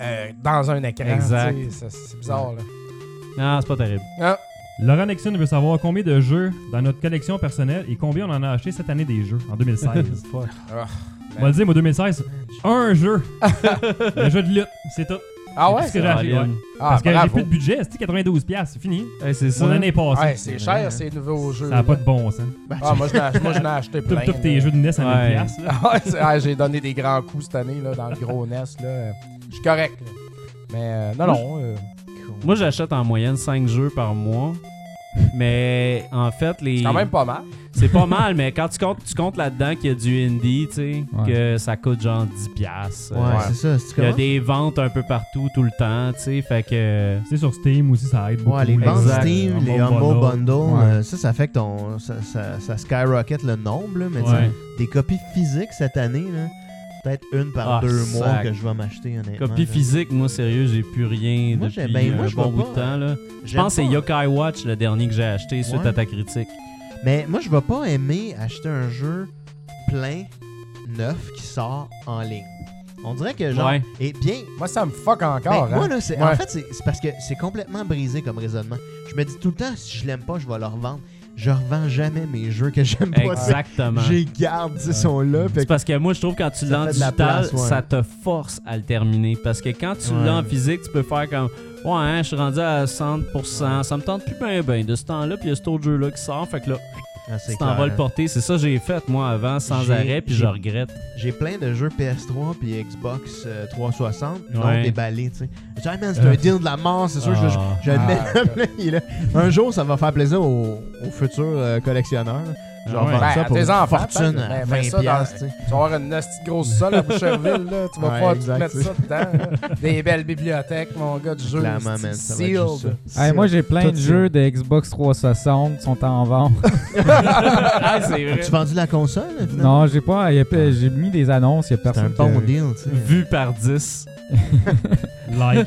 C: euh, dans un écran.
B: Exact.
C: tu sais, ça- C'est bizarre, là.
B: Non, c'est pas terrible.
C: Ah,
D: Laurent Nixon veut savoir combien de
C: <laughs>
D: jeux dans notre collection personnelle et combien on en a acheté cette année des jeux, en 2016.
C: ah,
D: On va le dire, moi, 2016, un jeu.
C: <laughs>
D: le jeu de lutte, c'est tout.
C: Ah
D: C'est
C: ouais?
D: tout ce que j'ai acheté,
B: Caroline.
D: ouais.
C: Ah,
D: Parce que j'ai
C: bravo.
D: plus de budget, c'était 92$, piastres, c'est fini.
B: Hey, c'est ça.
D: Mon année est passée.
C: Ouais, c'est cher ces nouveaux jeux.
D: hein. ça n'a pas de bon sens.
E: Ben,
C: Ah, moi, je n'ai- moi, je n'ai acheté
D: Tous
C: plein.
D: tous tes
C: là.
D: jeux de NES à
B: Ouais.
D: 1000$. piastres, là.
C: <laughs> Ah, c'est- ah, j'ai donné des grands coups cette année là, dans le gros NES. là. Je suis correct. là. Mais euh, non, non. euh,
B: Moi, j'achète en moyenne 5 jeux par mois. Mais en fait, les.
C: c'est quand même pas mal.
B: C'est pas mal, mais quand tu comptes, tu comptes là-dedans qu'il y a du indie, tu sais,
F: Ouais.
B: que ça coûte genre 10$. piastres.
E: ouais,
B: Euh,
E: c'est ça. c'est
B: Il y a
E: comment?
B: des ventes un peu partout, tout le temps, tu sais, fait que.
D: C'est sur Steam aussi, ça aide beaucoup.
E: Ouais, les ventes
B: Exact.
E: Steam, les
D: Humble
E: Humble
D: Bundle.
E: Bundle,
C: Ouais.
E: euh, ça, ça fait que ton, ça, ça, ça skyrocket le nombre, là, mais tu sais,
B: Ouais.
E: des copies physiques cette année, là, peut-être une par
B: Ah,
E: deux
B: sac.
E: mois que je vais m'acheter, honnêtement.
B: Copie
E: là.
B: physique, moi, sérieux, j'ai plus rien
E: Moi, j'ai-
B: depuis
E: ben, moi,
B: un
E: je
B: bon
E: vois
B: bout
E: pas,
B: de temps, là. Je
E: J'aime
B: pense que c'est
E: pas-
B: Yokai Watch, le dernier que j'ai acheté suite
E: Ouais.
B: à ta critique.
E: Mais moi, je vais pas aimer acheter un jeu plein, neuf, qui sort en ligne. On dirait que, genre,
B: Ouais.
E: et bien,
C: Moi, ça me fuck encore.
E: Ben, moi,
C: hein.
E: là, c'est-
C: Ouais.
E: en fait, c'est c'est parce que c'est complètement brisé comme raisonnement. Je me dis tout le temps, si je l'aime pas, je vais le revendre. Je revends jamais mes jeux que j'aime pas.
B: Exactement.
E: J'ai garde, ils sont là. fait
B: C'est parce que moi, je trouve que quand tu l'as en
E: Ça fait de la
B: digital,
E: place, ouais.
B: ça te force à le terminer. Parce que quand tu l'as en
E: Ouais.
B: physique, tu peux faire comme Ouais, hein, je suis rendu à 60%, ça me tente plus bien, ben de ce temps-là, puis il y a cet autre jeu-là qui sort. Fait que là,
E: que- Ah, c'est
B: tu t'en
E: clair,
B: vas le
E: hein.
B: porter. C'est ça que j'ai fait, moi, avant, sans
E: J'ai-
B: arrêt, puis je
E: j'ai-
B: regrette.
E: J'ai plein de jeux PS3 puis Xbox euh, 360 non
B: Ouais.
E: déballés, tu sais. Je dis, Ah, man, c'est un
D: Euh.
E: deal de la mort, c'est sûr. je- Je,
B: Ah.
E: je <laughs> le mets
C: Ah,
E: là, il est là. Un jour, ça va faire plaisir aux, aux futurs euh, collectionneurs. Je leur
D: Ah ouais.
E: vends
C: Ben,
E: ça
C: à
E: pour
C: tes
E: une
C: enfants,
E: fortune
C: peut-être,
E: à
C: mais mets
E: 20
C: ça dans-
E: piastres, tu sais.
C: Tu vas avoir une nasty grosse salle à Boucherville. Là. Tu vas
E: Ouais,
C: pas te
E: exact,
C: mettre
E: c'est-
C: ça dedans. là. Des belles bibliothèques, mon gars, du jeu.
E: Clairement, man,
C: c'est
E: ça va être juste ça.
C: sealed.
F: Hey, moi, j'ai plein
E: Tout
F: de
E: ça.
F: jeux de Xbox 360 qui sont en vente.
E: <laughs>
C: <laughs>
B: ah, c'est vrai.
E: As-tu vendu la console, là, finalement?
F: non, j'ai pas. y a pe- J'ai mis des annonces, il n'y a
E: C'est un
F: personne.
E: bon
F: qui-
E: deal, tu sais.
B: Vu par
E: <laughs>
B: 10. <laughs>
D: Like.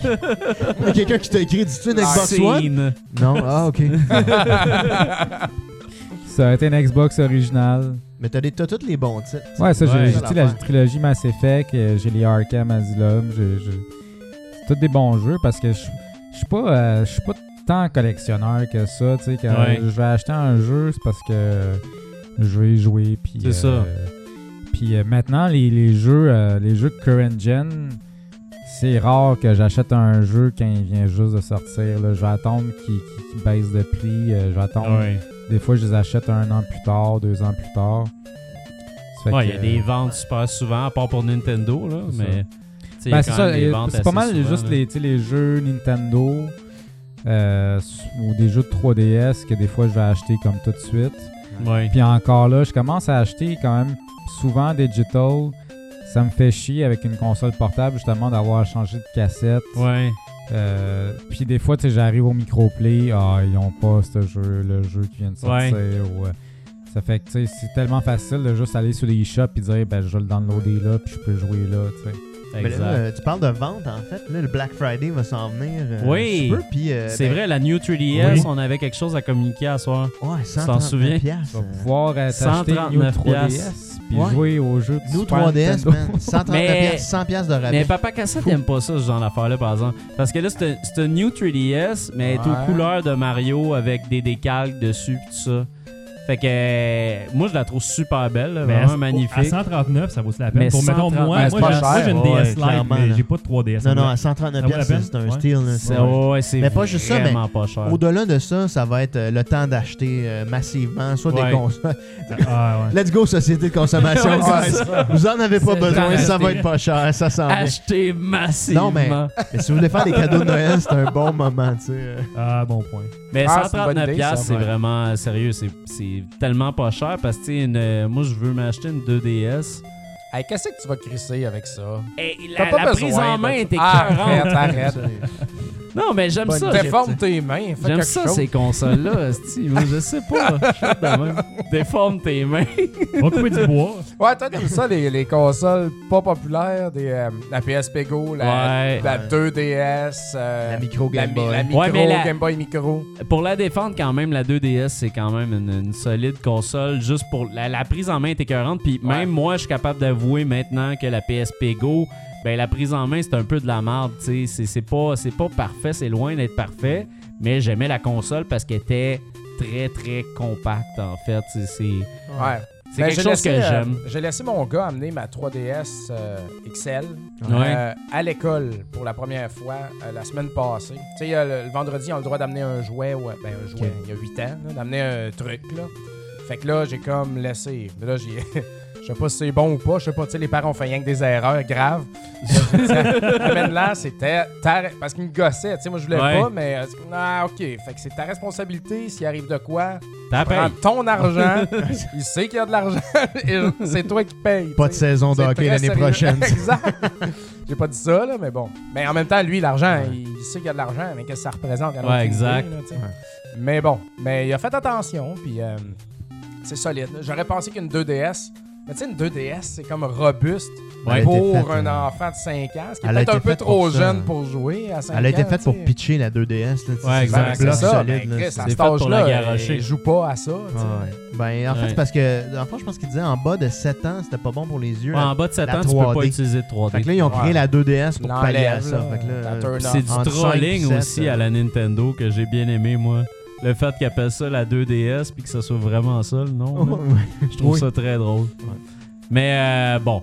E: Il y a quelqu'un qui t'a écrit, dis-tu une Xbox One?
B: Scene.
E: Non, ah, ok.
F: Ça aurait été une Xbox originale.
E: Mais t'as des- t'as tous les bons titres. tu sais.
F: Ouais, ça, j'ai-
B: Ouais.
F: j'ai dit la trilogie Mass Effect, euh, j'ai les Arkham Asylum, j'ai- j'ai- c'est tous des bons jeux parce que je je suis pas, euh, je suis pas tant collectionneur que ça, tu sais, quand
B: Ouais.
F: je vais acheter un jeu, c'est parce que je vais y jouer, puis...
B: C'est ça.
F: Puis euh, maintenant, les, les jeux euh, les jeux current gen, c'est rare que j'achète un jeu quand il vient juste de sortir, là. Je vais attendre qu'il qu'il- qu'il baisse de prix, euh, je vais attendre
B: Ouais.
F: des fois, je les achète un an plus tard, deux ans plus tard. Ça fait
B: Ouais, il
F: que-
B: y a des ventes super souvent, à part pour Nintendo, là,
F: C'est
B: mais. tu sais, il y a
F: Ben,
B: quand
F: c'est ça,
B: même des
E: euh,
F: il y a-
B: ventes
F: c'est pas
B: assez
F: mal
B: souvent,
F: juste
B: là.
F: les, tu sais, les jeux Nintendo euh, s- ou des jeux de 3DS que des fois je vais acheter comme tout de suite.
B: Ouais.
F: Puis encore là, je commence à acheter quand même souvent digital. Ça me fait chier avec une console portable justement d'avoir changé de cassette.
B: Ouais.
F: Euh, puis des fois, tu sais, j'arrive au microplay, ah, ils ont pas ce jeu, le jeu qui vient de sortir. ou, euh, ça fait que, tu sais, c'est tellement facile de juste aller sur les shops et dire, ben, je vais le downloader là, puis je peux jouer là, tu sais.
E: Mais là,
B: Exact.
E: euh, tu parles de vente, en fait. Là, le Black Friday va s'en venir. euh,
B: Oui.
E: un petit peu, puis, euh,
B: C'est
E: ben,
B: vrai, la New 3DS,
D: Oui.
B: on avait quelque chose à communiquer à soir.
E: Ouais, 139
B: t'en souviens?
E: piastres,
F: Tu vas
E: euh,
F: pouvoir euh, t'acheter une New
B: 139
F: 3DS, puis
E: Ouais.
F: jouer aux jeux de
E: Nous,
F: Super
E: 3DS,
F: Nintendo.
E: man. 139
B: Mais-
E: piastres, 100 piastres de
B: Mais
E: rabais.
B: Papa Cassette n'aime pas ça, ce genre d'affaire-là, par exemple. Parce que là, c'est un- c'est un New 3DS, mais elle est
C: Ouais.
B: aux couleurs de Mario avec des décalques dessus pis tout ça. Fait que euh, moi, je la trouve super belle, là,
D: Mais à-
B: vraiment
D: À
B: magnifique.
D: 139, ça vaut la peine.
B: Mais
D: Pour mettons
B: 130,
D: moi, moi,
C: ben, c'est pas
D: j'ai- moi,
C: cher.
D: j'ai une
E: Ouais,
D: DS Lite,
E: clairement,
D: mais
E: là.
D: j'ai pas de 3DS.
E: Non, non, à 139
D: Ça vaut la
E: piastres,
D: peine?
E: c'est un
D: Ouais.
E: steal. là,
B: C'est
E: c'est-
B: ouais, c'est
E: Mais pas juste ça, mais
B: vraiment pas cher.
E: Au-delà de ça, ça va être euh, le temps d'acheter euh, massivement, soit
B: Ouais.
E: des consoles.
D: Ah, ouais.
E: <laughs> Let's go, société
B: <laughs>
E: de consommation.
B: Ouais, c'est
E: guys. Vous en avez pas
F: C'est le temps
E: besoin, ça
F: d'acheter.
E: va être pas cher, ça s'en vient.
B: Acheter massivement.
E: Non, mais- Mais si vous voulez faire des cadeaux de Noël, c'est un bon moment, tu sais. euh.
D: Ah, bon point.
B: Mais
C: Ah, c'est une bonne
B: 139$,
C: idée, ça,
B: piastres, c'est
C: ouais.
B: vraiment euh, sérieux. C'est- C'est tellement pas cher parce que, tu sais, une, euh, moi, je veux m'acheter une 2DS.
C: Hey, Qu'est-ce que tu vas crisser avec ça?
B: Et
C: T'as
B: la,
C: pas
B: la
C: besoin,
B: prise en main
C: là.
B: était
C: Arrête,
B: 40.
C: arrête.
B: Non, mais j'aime ça. j'ai-
C: Déforme tes mains. fais
B: J'aime
C: quelque
B: ça,
C: chose.
B: ces consoles-là, esti. Moi, je sais pas. Je suis de même. <laughs> Déforme tes
C: <laughs>
B: mains.
D: On va couper du bois.
C: Ouais, toi, t'aimes ça, les, les consoles pas populaires, des, euh, la PSP Go, la,
B: Ouais.
C: la 2DS, euh,
E: La micro Game
C: mi-
E: Boy.
C: la micro,
B: Ouais, mais la-
C: Game Boy Micro.
B: Pour la défendre, quand même, la 2DS, c'est quand même une, une solide console. Juste pour la, la prise en main est écœurante. Puis
C: Ouais.
B: même moi, je suis capable d'avouer maintenant que la PSP Go, ben, la prise en main, c'est un peu de la merde. tu sais. C'est c'est pas, c'est pas parfait, c'est loin d'être parfait. Mais j'aimais la console parce qu'elle était très, très compacte, en fait. C'est- C'est.
C: Ouais.
B: C'est
C: Ben,
B: quelque
C: j'ai
B: chose que
C: laissé, euh,
B: j'aime.
C: J'ai laissé mon gars amener ma 3DS euh, XL
B: Ouais.
C: euh, à l'école pour la première fois euh, la semaine passée. Tu sais, euh, le, le vendredi, on a le droit d'amener un jouet, ouais, ben, un jouet,
E: Ok.
C: il y a 8 ans, là, d'amener un truc, là. Fait que là, j'ai comme laissé. Mais là, j'ai. <laughs> Je sais pas si c'est bon ou pas, je sais pas, tu sais, les parents ont fait rien que des erreurs
B: <laughs>
C: graves. Amène là, c'était ta... parce qu'il me gossait, tu sais, moi je voulais
B: Ouais.
C: pas, mais euh, c'est- ah ok, fait que c'est ta responsabilité s'il arrive de quoi,
B: T'as
C: prends
B: payé.
C: ton argent, <laughs> il sait qu'il y a de l'argent, <laughs> et c'est toi qui payes.
E: Pas de
C: tu sais.
E: saison de
C: C'est
E: hockey
C: très
E: l'année
C: sérieux.
E: prochaine.
C: <laughs> exact. J'ai pas dit ça, là, mais bon. Mais en même temps, lui, l'argent, il sait qu'il y a de l'argent, mais qu'est-ce que ça représente? il en a
B: Ouais,
C: aucune
B: exact.
C: idée, là, tu sais.
E: Ouais.
C: Mais bon, mais il a fait attention, puis euh, c'est solide. là. J'aurais pensé qu'une 2DS. Mais tu sais, une 2DS, c'est comme robuste
E: Ouais.
C: pour
E: Elle a été faite,
C: un
E: euh,
C: enfant de 5 ans, ce qui est
E: elle a
C: peut-être un
E: été
C: peu
E: faite
C: trop
E: pour ça,
C: jeune
E: hein.
C: pour jouer à 5 ans.
E: Elle a été
C: tu
E: faite
C: sais.
E: pour pitcher la 2DS. Là, tu sais,
B: Ouais,
E: c'est un
C: Ben,
B: exact.
E: bloc
C: c'est ça, ben,
E: solide. là,
C: Chris,
E: c'est-
C: à
B: fait
C: cet
B: pour la
C: âge-là,
B: garocher.
C: il joue pas à ça. tu sais.
E: Ouais. Ben, en fait,
B: Ouais.
E: c'est parce que, dans le fond, je pense qu'il disait en bas de 7 ans, c'était pas bon pour les yeux.
B: Ouais, en bas de 7
E: la
B: ans, tu peux pas
E: 3D.
B: utiliser de 3D.
E: Fait que là, ils ont créé
C: Ouais.
E: la 2DS pour pallier à
C: L'enlève,
E: ça.
C: là,
E: Fait que là,
C: la turn
E: euh,
B: Puis
C: off.
B: C'est du
E: Entre cinq
B: trolling
E: puis sept,
B: aussi
E: euh.
B: à la Nintendo que j'ai bien aimé, moi. Le fait qu'ils appellent ça la 2DS puis que ça soit vraiment ça le nom.
E: <laughs>
B: là. Je trouve
E: Oui.
B: ça très drôle. Mais euh, bon,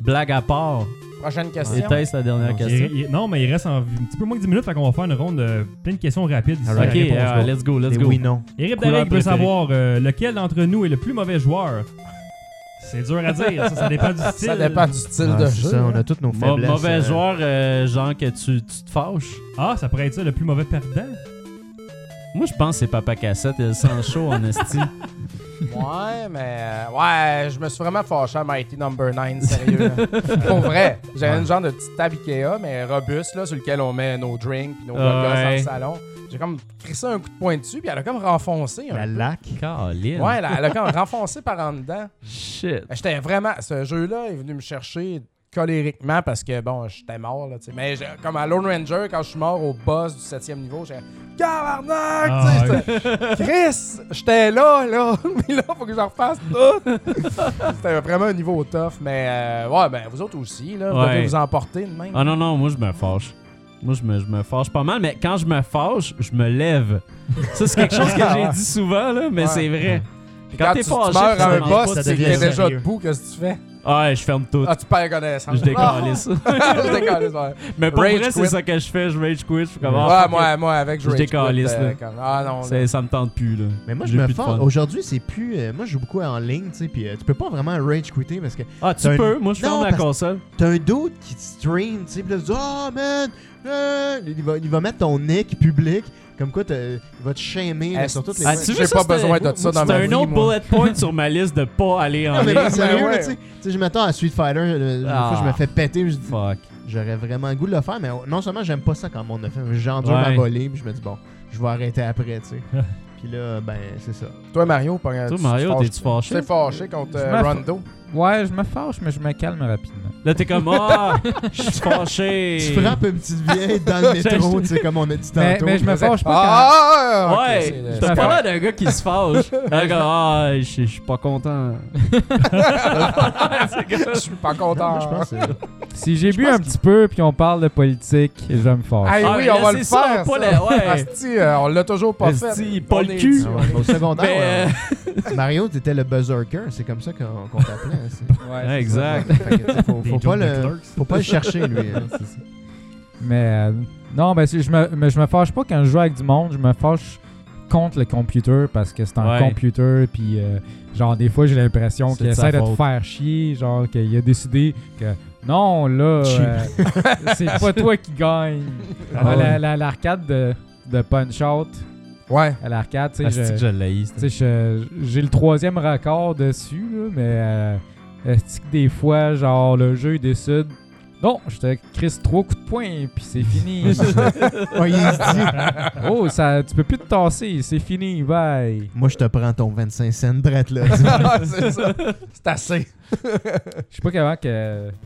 B: blague à part,
C: Prochaine question.
B: était-ce la dernière
E: Non,
B: question?
D: Il- il- non, mais il reste en- un petit peu moins que 10 minutes, fait qu'on va faire une ronde de plein de questions rapides. ici, la
B: Ok,
D: réponse
B: euh,
D: courte.
B: let's go, let's
E: Des
B: go.
E: oui, non.
D: Eric
B: Couleur
D: Dalek veut
B: préférée.
D: savoir euh, lequel d'entre nous est le plus mauvais joueur. C'est dur à dire, ça, ça dépend du style.
C: <laughs> Ça dépend du style
E: Ah,
C: de
E: c'est
C: jeu. hein.
E: ça, on a toutes nos
B: Mau-
E: faiblesses.
B: mauvais
E: euh,
B: joueur, euh, genre que tu, tu te fâches.
D: Ah, ça pourrait être ça, le plus mauvais perdant.
B: Moi, je pense que c'est Papa Cassette et le sang chaud en esti.
E: <laughs>
C: Ouais, mais. euh, Ouais, je me suis vraiment fâché à Mighty Number 9, sérieux. là.
E: <laughs>
C: Pour vrai. J'avais une genre de petite table Ikea, mais robuste, là, sur lequel on met nos drinks puis nos gogos dans
B: Ouais.
C: le salon. J'ai comme crissé un coup de poing dessus, puis elle a comme renfoncé. un
E: La
C: peu.
E: lac.
B: Caline.
C: Ouais, elle a, elle a comme <laughs> renfoncé par en dedans.
B: Shit.
C: Ben, J'étais vraiment. Ce jeu-là est venu me chercher colériquement parce que, bon, j'étais mort, là, tu sais. Mais j'ai- comme à Lone Ranger, quand je suis mort au boss du 7 e niveau, j'ai. Cavarnac!
D: Ah,
C: tu sais, c'était- Chris, j'étais là, là. <laughs> Mais là, faut que j'en refasse tout. <laughs> c'était vraiment un niveau tough. Mais, euh, ouais, ben, vous autres aussi, là. Vous
B: Ouais.
C: devez vous emporter de même.
B: Ah non, non, moi je me fâche. Moi je me, je me fâche pas mal, mais quand je me fâche, je me lève. Ça c'est quelque chose que j'ai dit souvent, là, mais
C: Ouais.
B: c'est vrai.
C: Puis
B: quand t'es
C: tu,
B: fâché,
C: tu meurs
B: tu
C: à
B: te
C: un
B: manges
C: boss,
E: pas, ça
C: c'est que
E: devient
C: t'es déjà
E: sérieux.
C: debout, qu'est-ce que tu fais?
B: Ouais, je ferme tout.
C: <laughs> Ah, tu perds connaissance.
B: je décolle ça.
C: Ah, je décalisse, ouais.
B: mais pour
C: Rage
B: vrai, c'est
C: quit.
B: ça que je fais, je rage quit, je suis comme, ah,
C: Ouais,
B: fuck
C: moi, moi, avec
B: Je
C: Rage Quit,
B: décalisse,
C: euh,
B: là.
C: comme- Ah, non.
B: it. C'est- ça me tente plus là.
E: Mais moi, je
B: J'ai
E: me Oh,
B: plus de fun.
E: fends. Aujourd'hui, c'est plus. euh, moi, je joue beaucoup en ligne, tu sais, puis euh, tu peux pas vraiment rage quitter parce que
B: Ah, tu
E: T'as une-
B: peux, moi je
E: Non,
B: ferme la
E: parce-
B: console.
E: t'as un doute qui te stream, tu sais, puis là, tu dis, oh man, euh, il, va, il va mettre ton nick public, comme quoi, t'as- il va te shamer là,
C: Est-ce-
E: sur toutes les.
B: Ah,
C: Ouais.
B: tu veux
C: J'ai
B: ça,
C: pas
B: c'était-
C: besoin de ça dans
B: C'était
C: ma
B: un
C: vie,
B: autre
C: moi.
B: bullet point sur ma liste de pas aller en
E: Non, mais
B: ligne.
E: là, sérieux,
C: ouais.
E: là, tu sais, tu sais, je m'attends à Street Fighter, euh,
B: Ah.
E: une fois, je me fais péter, je dis,
B: Fuck.
E: j'aurais vraiment le goût de le faire, mais euh, non seulement j'aime pas ça quand on a fait, j'endure
B: Ouais.
E: ma volée, puis je me dis, bon, je vais arrêter après,
B: <laughs>
E: tu sais. puis là, ben, c'est ça.
C: Toi, Mario, pas
E: Ah,
B: Toi Mario, t'es-tu
C: Tu
B: fâché?
C: t'es fâché contre euh,
F: Je me fa-
C: Rondo.
F: <laughs> Ouais, je me fâche, mais je me calme rapidement.
B: Là t'es comme ah, je suis fâché.
E: Tu frappes une petite vieille dans
B: <laughs>
E: le métro, tu sais, comme on a dit
F: Mais,
E: tantôt.
F: mais je me fâche pas
C: Ah! ok,
B: Ouais,
C: c'est-
B: t'as pas
C: c'est
B: l'air
C: correct.
B: d'un gars qui se fâche. Un gars, ah, je je suis pas content.
C: <laughs> Je suis pas
E: Non,
C: content.
E: moi, je pense que
B: <laughs>
E: c'est-
F: quand... Si j'ai bu
B: pense
F: un petit peu puis on parle de politique, je me fâche.
C: hein. Hey,
B: Ah, mais
C: oui, on
B: là,
C: va le
B: c'est ça,
C: faire.
B: pas
C: ça.
B: la- ouais.
C: Asti, euh, on l'a toujours pas fait.
B: Asti, pas
C: On
B: le
C: est
B: cul.
C: dû,
E: Ah
C: ouais.
E: ouais, Au secondaire,
B: Mais, euh,
E: ouais, on- Mario, t'étais le berserker, c'est comme ça qu'on qu'on t'appelait. hein, c'est-
B: Ouais, exact.
E: Fait que, tu sais, faut,
D: Des
E: faut pas
D: jokes de
E: le,
D: Clerks.
E: faut pas le chercher, lui.
B: <laughs>
E: hein.
F: Mais euh, non, ben, si- je me, mais je me fâche pas quand je joue avec du monde, je me fâche contre le computer parce que c'est un
B: Ouais.
F: computer puis euh, genre des fois j'ai l'impression
B: C'est
F: qu'il
B: de sa
F: essaie de te
B: faute.
F: faire chier, genre qu'il a décidé que non
B: <laughs>
F: là euh, c'est pas toi qui gagne.
E: Ah
F: Ah,
E: ouais.
F: la- la- L'arcade de, de Punch Out
C: <laughs> Ouais. <laughs>
F: à l'arcade, tu sais,
B: Asti que
F: Ah, je-
B: je l'ai.
F: tu sais, je- j'ai le troisième record dessus, là, mais euh, est-ce que des fois, genre, le jeu il décide, non, je te crisse trois coups de poing, puis c'est fini.
E: Ouais, il se dit,
F: oh, ça, tu peux plus te tasser, c'est fini, bye.
E: moi, je te prends ton 25 cents, drette là.
C: c'est ça. C'est assez.
F: Je sais pas comment que. Tu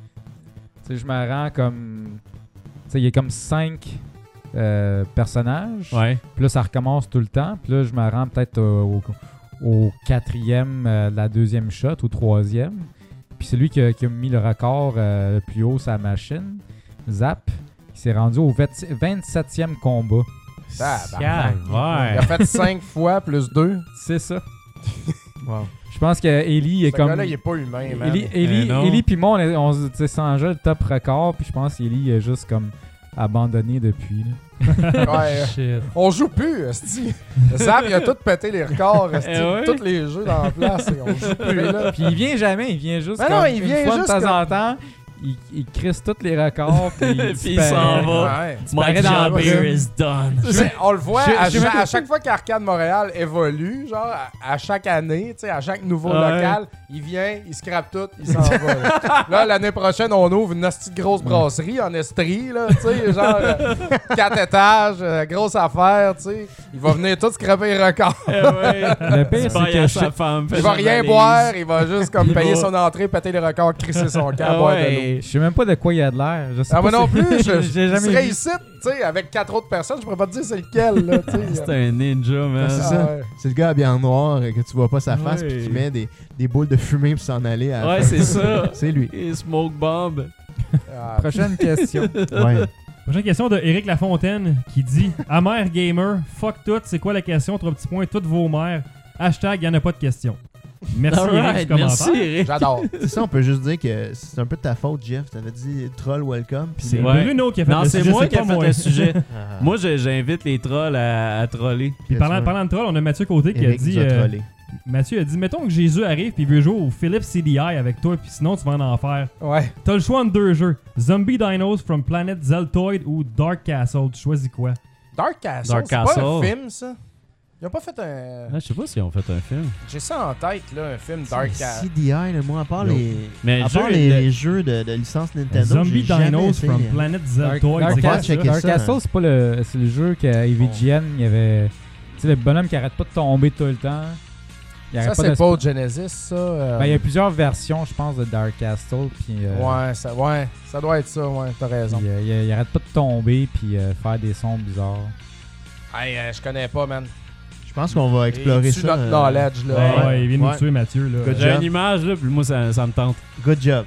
F: sais, je me rends comme. Tu sais, il y a comme cinq euh, personnages.
B: Ouais.
F: Puis là, ça recommence tout le temps. Puis là, je me rends peut-être au, au quatrième euh, de la deuxième shot, au troisième. Puis celui qui a, qui a mis le record euh, le plus haut sa machine, Zap, il s'est rendu au 20 27e combat.
C: Tabarnak.
B: Calvaire.
C: Il a fait 5 fois plus 2.
F: C'est ça.
E: Wow.
F: Je pense que Ellie est
C: Ce
F: comme.
C: gars-là, il est pas humain, man.
F: Ellie, Ellie,
B: Eh non.
F: Ellie puis moi, on, est- on se tu sais, c'est un jeu de top record, puis je pense qu'Ellie est juste comme abandonné depuis. là.
C: <laughs> Ouais, euh,
D: Shit.
C: on joue plus, esti. Zab, il a tout pété les records, esti.
B: Eh ouais.
C: Tous les jeux dans la place, et on joue plus, là.
F: Puis il vient jamais, il vient juste
C: Ben
F: comme
C: non, il
F: une
C: vient
F: fois
C: juste
F: de temps
C: comme-
F: en temps, il, il crisse tous les
B: <laughs>
F: records, puis il,
B: Puis il
F: disparaît.
B: s'en va.
C: Ouais.
B: My
F: parais dans la
B: job here
F: brume.
B: is
C: <laughs>
B: done.
C: Mais on le voit,
F: je-
C: à,
F: je-
C: cha- à chaque fois qu'Arcade Montréal évolue, genre à, à chaque année, tu sais, à chaque nouveau
B: Ouais.
C: local, il vient, il scrape tout, il s'en va. Là, Là, l'année prochaine, on ouvre une hostie de grosse brasserie en Estrie, là, tu sais, genre euh, quatre étages, euh, grosse affaire, tu sais. Il va venir tout scraper les records.
B: Eh ouais.
F: Le pire, c'est
B: Baille à
F: que
B: sa femme, fait
C: Il va
B: son
C: rien
B: analyse.
C: boire, il va juste comme
B: Il
C: payer
B: va-
C: son entrée, péter les records, crisser son camp,
B: Ah
C: boire de l'eau.
B: ouais.
F: Je sais même pas de quoi il a de l'air. Je sais
C: Ah,
F: pas
C: moi non
F: si-
C: plus, je, je
F: <laughs> J'ai jamais
C: serais
F: vu.
C: ici, tu sais, avec quatre autres personnes, je pourrais pas te dire c'est lequel, là, tu sais.
B: <laughs>
C: Ah
B: C'est un ninja,
E: C'est
B: man.
E: ça.
C: ouais.
E: C'est le gars habillé en noir euh, que tu vois pas sa face
B: Ouais.
E: puis qui met des, des boules de fumée pour s'en aller. à la
B: Ouais,
E: fin.
B: c'est ça.
E: C'est lui.
B: Et Smoke Bomb.
C: Ah,
F: Prochaine question.
E: Ouais.
D: Prochaine question de Eric Lafontaine qui dit Amère gamer, fuck tout, c'est quoi la question Trois petits points, toutes vos mères. Hashtag, y'en a pas de question. Merci
B: All
D: Eric,
B: right,
D: du commentaire.
B: merci Eric.
C: <laughs> J'adore.
E: C'est ça, on peut juste dire que c'est un peu de ta faute, Jeff. T'avais dit troll welcome. puis
D: C'est
E: là-
B: Ouais.
D: Bruno qui a fait
B: Non,
D: le
B: c'est
D: sujet,
B: moi qui ai
D: pas
B: fait
D: moi.
B: le sujet.
E: Ah.
B: Moi, je- j'invite les trolls à, à troller.
D: Puis parlant, parlant de troll, on a Mathieu Côté qui
E: Eric
D: a dit
E: nous a
D: euh,
E: trollé.
D: Mathieu a dit Mettons que Jésus arrive puis il veut jouer au Philips CDI avec toi, puis sinon tu vas en enfer.
C: Ouais.
D: T'as le choix entre deux jeux Zombie Dinos from Planet Zeltoid ou Dark Castle. Tu choisis quoi
C: Dark Castle,
B: Dark
C: c'est
B: Castle.
C: pas un film, ça? Ils ont pas fait un...
B: Ah, je sais pas si on fait un film.
C: J'ai ça en tête, là, un film Dark Castle.
E: CDI, là, moi, à part
B: Yo.
E: les,
B: Mais
E: à
B: le jeu
E: part
B: est
E: les,
B: le-
E: les jeux de, de licence Nintendo,
D: Zombie
E: j'ai jamais
D: Dinos
E: essayé hein.
D: from
E: les-
D: Planet
F: Dark,
D: Zeltoid.
F: Dark
D: c'est quoi
E: Dark
D: ça?
E: Castle.
F: Dark
E: ça,
F: Castle,
E: hein.
F: c'est pas le, c'est le jeu qu'à EVGN, il y avait. Tu sais, le bonhomme qui arrête pas de tomber tout le temps. Il
C: Ça,
F: arrête
C: c'est
F: de se-
C: pas au Genesis, ça. euh,
F: Ben, il y a plusieurs versions, je pense, de Dark Castle. Puis, euh,
C: Ouais, ça, ouais, ça doit être ça, ouais, t'as
F: puis,
C: raison.
F: euh, il, il arrête pas de tomber puis euh, faire des sons bizarres.
C: Hey, euh, je connais pas, man.
E: Je pense qu'on va explorer
C: Tu
E: ça.
C: notre
E: euh,
C: knowledge, là.
D: Ouais,
E: Ouais.
D: ouais, il vient de nous
E: Ouais.
D: tuer Mathieu. Là.
E: Good
B: J'ai
E: job.
B: une image, là, puis moi, ça, ça me tente.
E: Good job.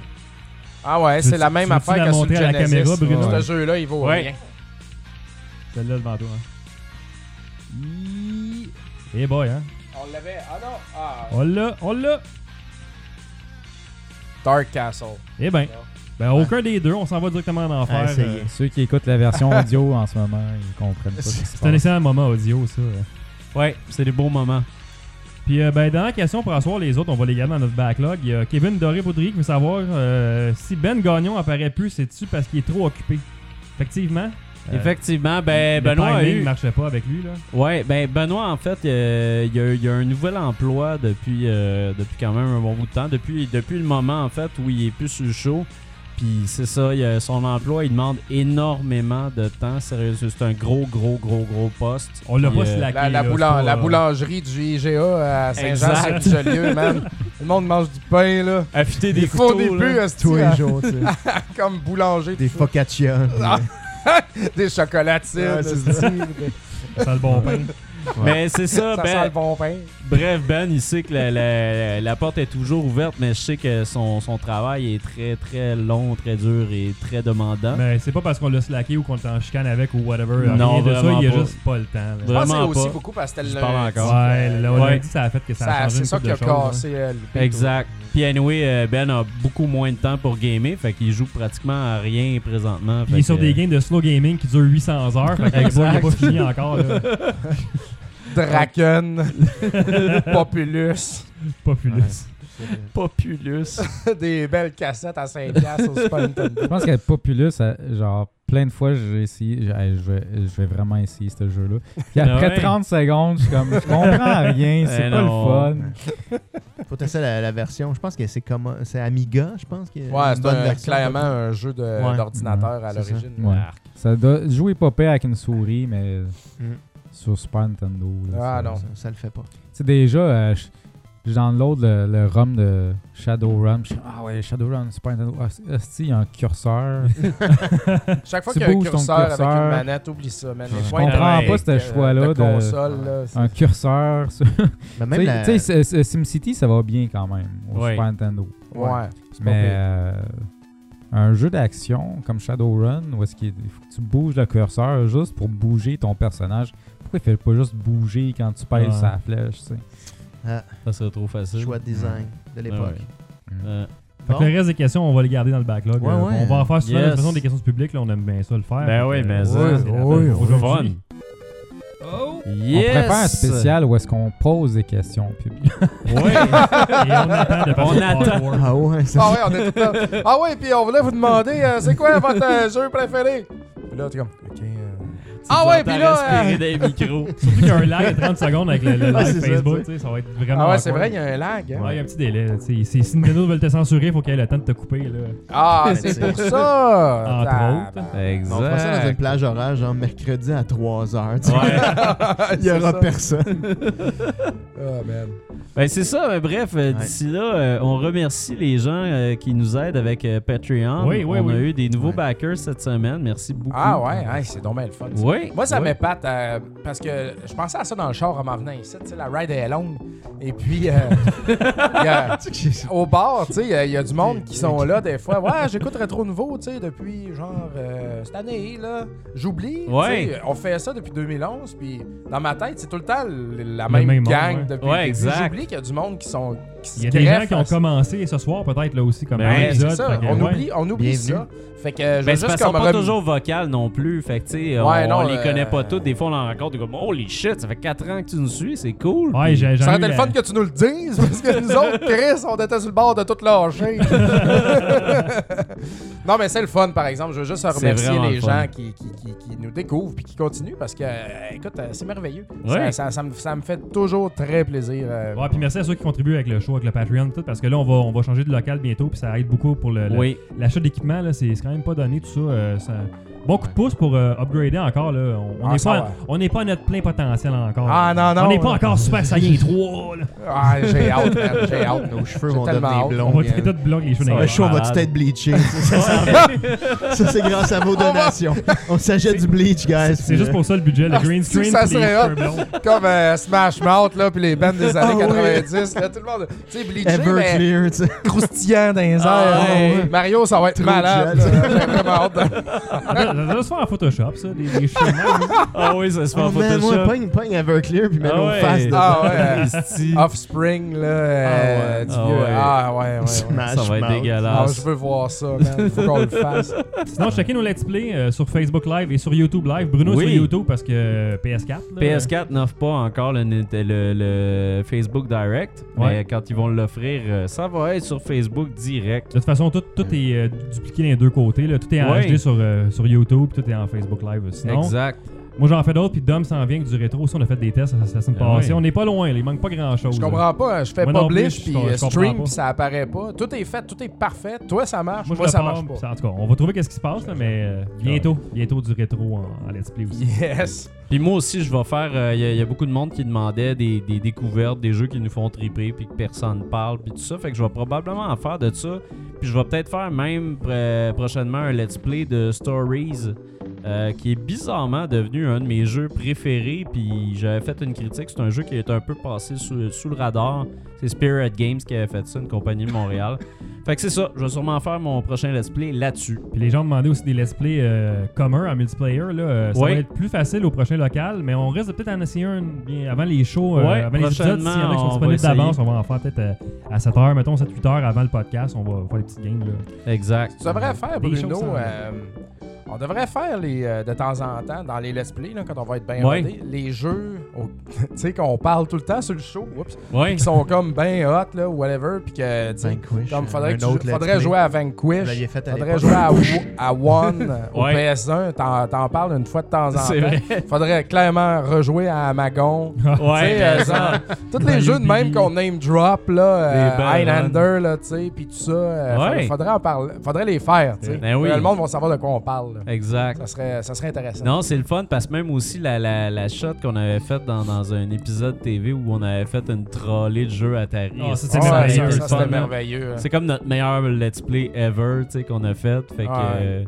C: Ah ouais, c'est
D: Veux-tu-
C: la même
D: veux-tu
C: affaire
D: la
C: que sur le
D: montrer à la
C: Genesis.
D: caméra, Bruno?
C: Ce
D: Ouais.
C: jeu-là, il vaut
B: Ouais.
C: rien.
D: Celle-là devant toi. Hein. Eh boy, hein.
C: On l'avait... Ah non! Ah,
D: On l'a, on l'a.
C: Dark Castle.
D: Eh ben, ben aucun des deux, on s'en va directement en
E: À
D: enfer.
E: essayer.
D: euh,
F: Ceux qui écoutent la
B: <laughs>
F: version audio en ce moment, ils comprennent pas. ce qui se
D: C'est un
F: passe.
D: excellent moment audio, ça.
B: Ouais, c'est des beaux moments.
D: Puis, euh, ben, dernière question pour asseoir les autres, on va les garder dans notre backlog. Il y a Kevin Doré-Baudry qui veut savoir euh, si Ben Gagnon apparaît plus, c'est-tu parce qu'il est trop occupé? Effectivement. euh,
B: Effectivement, ben, Benoît
D: Le
B: a
D: timing
B: eu-
D: marchait pas avec lui, là.
B: Ouais, ben Benoît, en fait, euh, il, y a, il y a un nouvel emploi depuis, euh, depuis quand même un bon bout de temps. Depuis, depuis le moment, en fait, où il est plus sur le show. Puis c'est ça, il a- son emploi, il demande énormément de temps. Sérieux, c'est un gros, gros, gros, gros poste.
D: On l'a
B: Puis,
D: pas
B: euh,
D: slacké.
C: La,
D: là,
C: la boulan-
D: c'est pas,
C: la
D: euh,
C: boulangerie du IGA à
B: Exact.
C: Saint-Jean-sur-Richelieu, man. Le monde mange du pain, là.
B: Affûter des
C: Des faux
B: couteaux, là.
C: débuts, esti,
E: Tous les
C: à-
E: jours, tu sais.
C: <laughs> comme boulanger.
E: Des
C: tout ça.
E: focaccia. puis-
C: Ah, Des chocolatines.
E: Ouais, c'est ça.
C: esti.
D: Ça le
E: <laughs>
D: bon pain.
B: Mais c'est ça,
C: Ça
B: ben,
C: sent le bon pain.
B: Bref, Ben, il sait que la, la- la porte est toujours ouverte, mais je sais que son, son travail est très, très long, très dur et très demandant.
D: Mais c'est pas parce qu'on l'a slacké ou qu'on est en chicane avec ou whatever.
B: Non,
D: rien de ça,
B: vraiment
D: il y a
B: pas.
D: juste pas le temps. là.
C: Je pense que c'est
B: Vraiment
C: aussi
B: pas.
C: beaucoup parce que c'était
B: Je
C: le
B: parle
C: lundi.
B: encore.
D: Ouais, là, on
B: Ouais.
D: a dit ça a fait que ça a
C: Ça-
D: changé
C: C'est
D: une
C: ça
D: couple
C: qui a
D: de choses, hein.
C: cassé euh, le beat,
B: Exact. Puis anyway, euh, Ben a beaucoup moins de temps pour gamer, fait qu'il joue pratiquement à rien présentement.
D: Puis il est sur des games de slow gaming qui durent 800 heures. Fait que le boy, il a pas fini
B: <laughs>
D: encore. Là.
C: ouais. Draken, <laughs> Populus, <laughs>
D: Populus.
B: Populus.
C: des belles cassettes à 5 piastres au Super Nintendo.
F: Je pense que Populus, euh, genre, plein de fois, j'ai essayé. j'ai- hey, je, vais, je vais vraiment essayer ce jeu-là. Puis
B: Ah
F: après
B: ouais?
F: 30 secondes, je suis comme, je comprends
B: <laughs>
F: rien, c'est
B: Eh
F: pas
B: non.
F: le fun.
E: Faut tester la, la version. Je pense que c'est comme c'est Amiga, je pense que
C: Ouais,
E: une
C: c'est
E: bonne
C: un-
E: version.
C: clairement un jeu de-
E: Ouais.
C: d'ordinateur à
E: C'est ça.
C: l'origine.
F: Ouais. Ça doit jouer pas pire avec une souris, mais
E: Mm.
F: sur Super Nintendo. là,
C: Ah,
F: ça-
C: non.
E: Ça, ça le fait pas.
F: Tu sais, déjà, euh, je- je download le, le ROM de Shadowrun. Je suis, Ah ouais, Shadowrun, Super Nintendo. Ah, c'est- esti, il y a un curseur.
C: <laughs> Chaque fois
F: Tu
C: qu'il y a un
F: bouges ton
C: curseur, avec
F: curseur.
C: une manette, oublie ça, man. Les
E: Je
C: points
B: comprends
C: de-
B: pas
F: ce
C: euh,
F: choix-là
C: De
F: de-
C: console, là. c'est-
F: un curseur. sur-
E: Mais
F: <laughs> Tu
E: même
F: sais,
E: la-
F: tu sais, c'est- c'est- SimCity, ça va bien quand même au
B: Ouais.
F: Super Nintendo.
C: Ouais.
E: c'est pas
F: Mais
E: pire.
F: euh, un jeu d'action comme Shadowrun, où est-ce qu'il faut que tu bouges le curseur juste pour bouger ton personnage, pourquoi il fait pas juste bouger quand tu pèses
D: Ouais.
F: sa flèche, tu sais?
E: Ah.
B: <laughs> Ça serait trop facile.
E: Choix de design de l'époque.
B: ouais. Euh,
E: Bon.
D: Fait que le reste des questions, on va les garder dans le backlog.
E: Ouais,
D: Euh,
E: ouais.
D: On va en faire souvent. De
B: Yes.
D: toute façon, des questions du public, là, on aime bien ça le faire.
B: Ben oui,
D: Fait que,
B: mais
D: euh,
B: ça,
D: ouais,
C: c'est
D: c'est la
C: oui,
D: peine
C: oui.
D: aujourd'hui.
F: Oh!
B: Yes!
F: On prépare un spécial où est-ce qu'on pose des questions au public.
D: Ouais. Et on attend de passer
B: On
D: au Hard
B: attend.
D: War.
E: <laughs> Ah ouais, ça.
C: <laughs> Ah ouais, on est tout là. Ah ouais, puis on voulait vous demander, euh, c'est quoi votre euh, jeu préféré? Puis là, t'es comme, ok. euh,
B: Tu
C: Ah
B: nous
C: ouais,
B: entends
C: puis là,
B: respirer dans les micros.
D: Surtout qu'il y a un lag de 30 secondes avec le, le
E: Ouais,
D: live
E: c'est ça,
D: Facebook,
E: tu
D: tu
E: sais.
D: sais, ça va être vraiment.
C: Ah ouais, c'est
D: awkward.
C: vrai, il y a un lag. hein?
D: Ouais, il y a un petit délai. là, tu sais. Si si Nintendo veulent te censurer, faut qu'il y ait le temps de te couper. Là.
C: Ah, c'est
E: C'est-
C: pour ça!
D: Entre
C: Ah,
D: autres.
C: ben,
B: Exact.
E: On
F: <laughs>
E: fera ça dans une plage horaire, genre mercredi à 3h. tu sais.
C: <laughs>
B: Ouais.
E: Il y
C: c'est
E: aura
C: ça.
E: personne.
C: Ah, man.
B: <laughs> ben c'est ça, mais bref, euh,
E: Ouais.
B: d'ici là, euh, on remercie les gens euh, qui nous aident avec euh, Patreon.
D: Oui, oui,
B: on a
D: oui.
B: eu des nouveaux
E: Ouais.
B: backers cette semaine. Merci beaucoup.
C: Ah ouais, hein, c'est dommage le fun. ça.
B: Oui.
C: Moi, ça
B: oui.
C: m'épate euh, parce que je pensais à ça dans le char en m'en venant ici. Tu sais, la ride est longue.
D: <laughs>
C: Et puis, euh, il y a- au bar, tu sais, il y a- il y, a du monde qui sont là des fois. Ouais, j'écoute Rétro Nouveau, tu sais, depuis genre euh, cette année, là. J'oublie. tu
B: Ouais.
C: sais, On fait ça depuis 2011. Puis, dans ma tête, c'est tout le temps l- la
D: Le
C: même,
D: même monde,
C: gang
D: ouais.
C: depuis.
B: Ouais,
C: le début.
B: exact.
C: J'oublie qu'il y a du monde qui sont. qui se
D: Il y a des gens
C: greffent
D: qui
C: à
D: ont
C: ça.
D: commencé ce soir, peut-être, là aussi, comme
B: Ben,
D: un
C: Ben,
D: épisode.
C: c'est ça.
D: fait que,
C: On
D: ouais.
C: oublie, on oublie
E: Bienvenue.
C: ça. Fait que euh, je veux
B: Ben, c'est
C: juste
B: parce qu'on
C: comme
B: pas
C: rem-
B: toujours vocal non plus. Fait que, tu sais,
C: Ouais,
B: on,
C: non,
B: on les
C: euh,
B: connaît pas tous. Des fois, on en rencontre. on est comme, holy shit, ça fait 4 ans que tu nous suis, c'est cool.
D: Ouais, j'ai- j'en
C: Ça
D: ai eu
C: aurait
D: hein.
C: été le
D: la-
C: fun que tu nous le dises, parce que nous autres, Chris, on était sur le bord de tout lâcher. non, mais c'est le fun, par exemple. Je veux juste remercier
B: vraiment
C: les
B: le fun.
C: gens qui, qui- qui- qui nous découvrent puis qui continuent, parce que, euh, écoute, euh, c'est merveilleux.
B: Ouais.
C: Ça, ça- ça me, ça me fait toujours très plaisir. euh,
D: Ouais, puis merci à ceux qui contribuent avec le show, avec le Patreon, tout, parce que là, on va, on va changer de local bientôt, puis ça aide beaucoup pour le- le-
B: Oui.
D: l'achat d'équipement. là, C'est c'est quand même pas donné, tout ça. euh, ça- Bon coup de pouce pour euh, upgrader encore. Là. On- On
C: Ah,
D: n'est
C: ça
D: pas,
C: va.
D: on n'est pas à notre plein potentiel encore.
C: Ah, non, non.
D: On n'est pas encore Super
C: <laughs>
D: Saiyan 3. Là.
C: Ah, j'ai hâte, man, j'ai hâte.
E: <laughs> Nos cheveux
C: J'ai
E: vont devenir
C: tellement hâte.
E: blonds. hein.
D: On va
E: bien.
D: être tous blancs les cheveux
B: Ça va
D: dans les
B: être
E: Le
D: airs.
E: show va
B: malade.
E: tout être
B: <laughs>
E: bleaché. Ça, ça- ça, c'est grâce à vos donations. On s'achète du bleach, guys.
D: C'est juste pour ça le budget, le
C: Ah,
D: green
C: si,
D: screen.
C: ça
D: puis les
C: serait
D: cheveux
C: hot.
D: blonds.
C: Comme euh, Smash Mouth, là, puis les bands des années
E: Ah, oui.
C: 90. là, tout le monde, tu sais, bleaché, mais
E: euh, Everclear, tu sais.
C: croustillant dans les airs.
B: Ah, ouais.
C: Mario, ça va être
E: Trop
C: malade.
E: jet.
C: là. J'ai vraiment hâte. de-
D: Ça doit ben, se faire en Photoshop, ça, des, des cheveux.
B: <laughs> Ah oui, ça se fait en
E: Oh, man, moi,
B: Photoshop.
E: pogne, pogne Everclear, puis mets
B: Ah
E: nos
B: ouais.
E: faces <laughs> dedans.
C: Ah, ouais.
B: Esti.
C: <laughs> Offspring, là, euh,
E: ouais.
C: du
B: Ah
C: vieux.
B: ouais.
C: Ah, ouais, ouais. ouais.
E: Smash
B: Ça va être
E: Mouth.
C: Ah,
B: dégueulasse.
C: je veux voir ça, man. Faut qu'on le fasse.
D: Sinon, checkez nos let's play euh, sur Facebook Live et sur YouTube Live. Bruno
B: Oui.
D: sur YouTube parce que euh, PS4. là.
B: PS4 n'offre pas encore le, Nint- le- le Facebook Direct, mais
D: Ouais.
B: quand ils vont l'offrir, euh, ça va être sur Facebook direct.
D: De toute façon, tout, tout est euh, dupliqué des deux côtés. là. Tout est en
B: Ouais.
D: HD sur, euh, sur YouTube, tout est en Facebook Live. Sinon,
B: Exact.
D: moi j'en fais d'autres, puis Dom s'en vient avec du rétro. aussi on a fait des tests la, la semaine
B: Ah
D: passée.
B: ouais.
D: On n'est pas loin, là. il manque pas grand chose.
C: Je comprends pas. hein. Je fais
D: Moi non plus,
C: publish,
D: je
C: puis
D: com- je
C: euh,
D: comprends
C: stream,
D: pas.
C: puis ça apparaît pas. Tout est fait, tout est parfait. Toi, ça marche. Moi,
D: Moi, je
C: ça
D: le
C: marche
D: pars,
C: pas.
D: puis ça- En tout cas, on va trouver qu'est-ce qui se passe, là, mais euh, bientôt, bientôt du rétro en, en let's play aussi.
C: Yes.
B: Puis moi aussi, je vais faire. euh, Il y, a beaucoup de monde qui demandait des, des découvertes, des jeux qui nous font triper, puis que personne ne parle, puis tout ça. Fait que je vais probablement en faire de ça. Puis je vais peut-être faire même euh, prochainement un let's play de Stories, euh, qui est bizarrement devenu un de mes jeux préférés. Puis j'avais fait une critique. C'est un jeu qui est un peu passé sous, sous le radar. C'est Spirit Games qui avait fait ça, une compagnie de Montréal. fait que c'est ça. Je vais sûrement faire mon prochain let's play là-dessus.
D: Puis les gens demandaient aussi des let's play euh, communs en multiplayer. Là, Euh, ça
B: Ouais.
D: va être plus facile au prochain local, mais on risque de peut-être en essayer un bien avant les shows, euh,
B: Ouais,
D: avant les épisodes. S'il y en a qui
B: prochainement, on va
D: sont disponibles d'avance, on
B: essayer.
D: va en faire peut-être euh, à 7h, mettons 7-8h avant le podcast. On va faire des petites games. Là.
B: Exact.
C: Tu devrais faire,
D: Des choses
C: Bruno.
D: s'en
C: euh, on devrait faire les, euh, de temps en temps, dans les let's play, là, quand on va être bien
B: Ouais.
C: rodé, les jeux au- <laughs> tu sais, qu'on parle tout le temps sur le show, oups,
B: Ouais.
C: qui sont comme ben hot, là, whatever, puis que, tu sais,
E: Vanquish,
C: Comme
E: euh,
C: faudrait,
E: un
C: que tu-
E: autre let's
C: faudrait
E: play.
C: jouer à
E: Vous
C: Vanquish.
E: l'aviez fait à
C: faudrait
E: l'époque.
C: jouer
B: <laughs>
C: à, Wo- à One au
B: Ouais.
C: PS1. T'en, t'en parles une fois de temps en temps.
B: <laughs> C'est vrai. Ah,
C: Faudrait clairement rejouer
B: <laughs>
C: à Magon. Tu sais,
B: Ouais,
C: euh, ça- tous les
D: Mario
C: jeux de même
D: Billy.
C: qu'on name drop, là, euh,
B: Des belles hein.
C: Highlander, là, tu sais, puis tout ça. euh,
B: Ouais.
C: faudrait, faudrait en parler. Faudrait les faire, tu sais. Euh,
B: Ben oui.
C: Le monde va savoir de quoi on parle. là.
B: Exact.
C: Ça serait, ça serait intéressant.
B: Non, c'est le fun parce que même aussi la, la, la shot qu'on avait faite dans, dans un épisode TV où on avait fait une trollée de jeu Atari.
D: Ah, ça,
C: Ouais,
D: c'est merveilleux, c'est
C: ça, ça,
D: le
C: c'était
D: fun, là.
C: merveilleux. hein.
B: C'est comme notre meilleur let's play ever tu sais, qu'on a fait. Fait que,
C: Ah, ouais.
B: euh,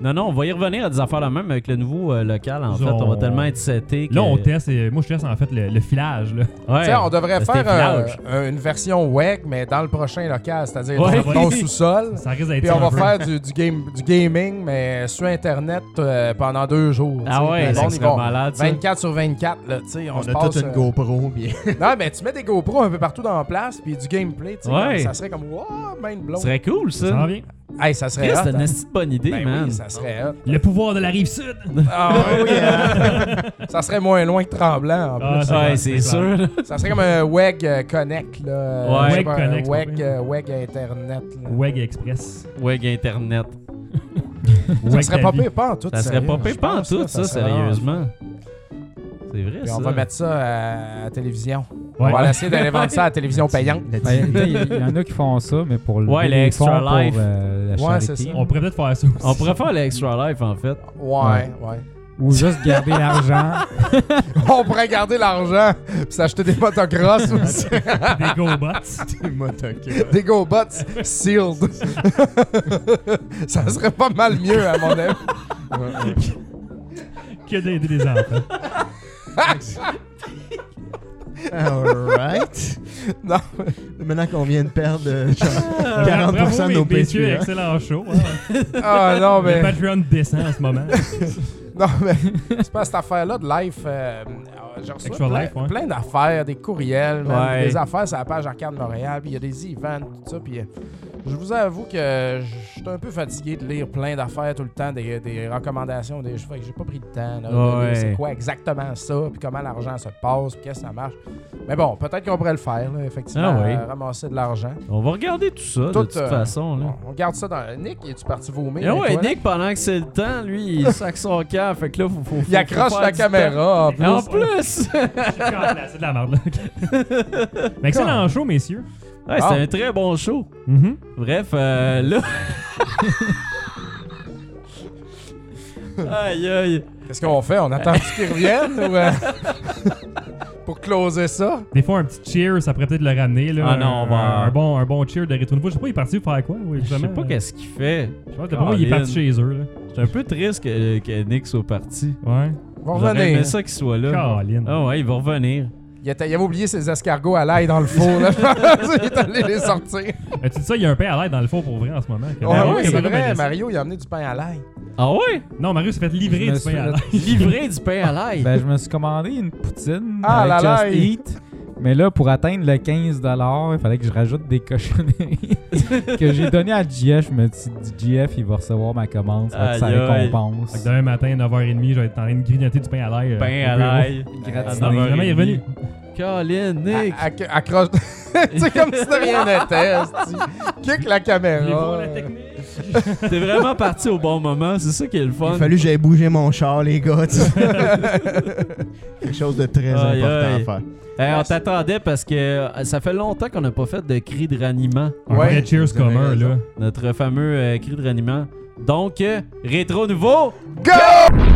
B: Non, non, on va y revenir à des affaires la même avec le nouveau euh, local, en
D: Ils
B: fait. On va
D: ont-
B: tellement être seté que...
D: Là, on teste. et moi, je teste en fait le, le filage. Là. <laughs>
B: Ouais.
C: Tiens, on devrait
B: C'était
C: faire euh, un-
B: village.
C: un- une version WEC, mais dans le prochain local, c'est-à-dire
B: Ouais.
C: dans
B: <laughs>
C: ton sous-sol.
D: Ça risque d'être
C: Puis
D: ça
C: on
D: un
C: va
D: peu.
C: faire du, du game, du gaming, mais sur Internet euh, pendant deux jours.
B: Ah
C: tu sais.
B: ouais,
C: Le
B: ça
C: monde, ils
B: serait
C: vont
B: malade, ça.
C: 24 sur 24, là, tu sais, on,
E: On
C: se
E: a
C: passe...
E: toute une
C: euh,
E: GoPro, puis <laughs>
C: Non, mais tu mets des GoPros un peu partout dans la place, puis du gameplay, tu sais,
B: Ouais.
C: comme- ça serait comme « Wow, mind blown
B: Ce serait cool, ça.
D: Ça s'en vient. ».
C: Hey, ça serait
B: Chris,
C: hot,
B: c'est une
C: hein.
B: esti de bonne idée,
C: Ben
B: man. Oh,
C: oui, ça serait
B: <laughs>
C: hot.
D: Le pouvoir de la rive sud.
C: Ah oui, hein. <laughs> ça serait moins loin que Tremblant,
D: Ah,
C: en plus.
B: ouais,
D: clair,
B: c'est
D: c'est clair.
B: sûr. là.
C: Ça serait comme un WEG euh, Connect, là. euh,
B: Ouais.
C: je sais pas,
D: WEG
C: un
D: Connect,
C: WEG,
D: compris.
C: euh, WEG Internet, là.
D: WEG Express.
B: Weg Internet.
C: Ça
D: WEG
C: serait
D: ta
C: pas
D: vie.
C: pire, pas en tout,
B: Ça serait
C: sérieux,
B: pas
C: je
B: pire pas en
C: pense,
B: tout,
C: là,
B: ça,
C: serait vraiment-
B: sérieusement. C'est vrai,
C: Puis
B: ça.
C: on va mettre ça à, à la télévision.
D: Ouais.
C: On va essayer d'aller vendre ça à la
D: <laughs>
C: télévision payante.
E: La
F: Ben,
E: petite-
F: Il y, en a qui font ça, mais pour le
B: Ouais, les
F: les
B: Extra
F: fonds pour,
B: Life.
F: euh, la
C: Ouais, c'est
F: charité.
C: ça.
D: On pourrait peut-être faire ça aussi.
B: On pourrait faire l'extra life, en fait.
C: Ouais, ouais.
F: Ou juste garder l'argent.
C: on pourrait garder l'argent puis s'acheter des motocross aussi.
D: des GoBots.
B: <laughs>
E: des motocross.
C: <laughs> des GoBots sealed. <laughs> ça serait pas mal mieux, à mon avis.
D: que d'aider les
C: <laughs>
D: enfants.
E: Alright.
C: Non.
E: Maintenant qu'on vient de perdre
B: <laughs>
E: euh,
D: Bravo,
E: genre, 40% de nos
D: mes- messieurs,
E: Patreons.
D: excellent show. hein.
C: Ah non,
D: Le
C: mais.
D: Patreon descend en ce moment.
C: <laughs> Non,
B: <laughs>
C: mais. C'est pas cette affaire-là de life. euh, euh, j'ai reçu
D: Extra
C: plein,
D: Life, ouais.
C: plein d'affaires, des courriels, man,
B: Ouais.
C: des affaires sur la page Arcade Montréal, puis il y a des events, tout ça, puis. euh, Je vous avoue que je suis un peu fatigué de lire plein d'affaires tout le temps, des, des recommandations, des choses. Fait que J'ai pas pris le temps là, de
B: Ouais.
C: lire c'est quoi exactement ça, puis comment l'argent se passe, puis qu'est-ce que ça marche. Mais bon, peut-être qu'on pourrait le faire, là, effectivement,
B: Ah oui.
C: euh, ramasser de l'argent.
B: On va regarder tout ça, de
C: Tout,
B: toute
C: euh,
B: façon. Là.
C: Bon, on garde ça dans. Nick, es-tu parti vomir?
B: Eh ouais,
C: toi, là?
B: Nick, pendant que c'est le temps, lui,
C: <laughs>
B: il sac son camp. Fait que là, faut, faut, faut-
C: Il accroche
B: faut faire
C: la
B: du
C: caméra.
B: temps. En plus! <laughs>
D: Calme-la, C'est de la merde. là. Mais excellent show, messieurs.
B: Ouais,
C: Ah.
B: c'était un très bon show.
D: Mhm.
B: Bref, euh,
C: <laughs>
B: là. aïe, aïe.
C: Qu'est-ce qu'on fait? On <laughs> attend qu'il revienne ou, euh, pour closer ça?
D: Des fois, un petit cheer, ça pourrait peut-être le ramener. Là,
B: Ah non, on
D: Un-
B: va-
D: Un, bon, un bon cheer de Retourne Je sais pas, il est parti faire quoi. Oui,
B: Je sais pas qu'est-ce qu'il fait.
D: D'après moi, il est parti chez eux. Là.
B: J'étais un peu triste que, que Nick soit parti.
D: Ouais.
C: On va
B: J'aurais aimé
C: revenir.
B: ça qu'il soit là.
D: Caroline.
B: Ah ouais, il va revenir.
C: Il, était- il avait oublié ses escargots à l'ail dans le four. là. <laughs> il est allé les sortir.
D: Euh, tu dis ça, il y a un pain à l'air dans le four pour vrai en ce moment. Que-
C: Ouais,
D: Mario,
C: ouais,
D: il
C: c'est
D: aurait bien
C: vrai.
D: laissé.
C: Mario, il a amené du pain à l'ail.
B: Ah ouais?
D: Non, Mario s'est fait livrer
F: Je me
D: du pain
F: suis
D: à
F: fait-
D: l'air.
B: <laughs> Livré du pain à l'ail.
F: Ben, je me suis commandé une poutine
C: Ah,
F: avec
C: la
F: Just
C: laille.
F: Eat. Mais là, pour atteindre le 15 il fallait que je rajoute des cochonneries <laughs> que j'ai donné à JF. Je me suis dit, JF, il va recevoir ma commande. Ça va être sa
B: Aïe, aïe.
D: Fait que
F: récompense.
D: demain matin, 9h30, je vais être en train de grignoter du pain à l'ail. euh,
B: pain
D: au
B: à
D: bureau.
B: l'ail.
F: Gratiné.
B: À 9h30.
D: Finalement, il est revenu.
B: Colin, Nick.
C: À- à- Accroche. <laughs> c'est comme si de rien n'était. esti. Kick la
D: Il est bon,
C: caméra.
D: la technique.
B: T'es vraiment parti au bon moment. C'est ça qui est le
E: Il
B: fun.
E: a fallu que j'aille bouger mon char, les
B: <laughs>
E: gars. tu sais. Quelque chose de très
B: Aïe,
E: important
B: aïe.
E: à faire.
B: Hey, Eh, on t'attendait parce que euh, ça fait longtemps qu'on n'a pas fait de cri de raniement.
D: Un
C: Ouais,
D: vrai cheers
C: vous avez
D: commun,
C: raison.
D: là.
B: Notre fameux euh, cri de raniement. Donc, euh, rétro nouveau.
C: Go!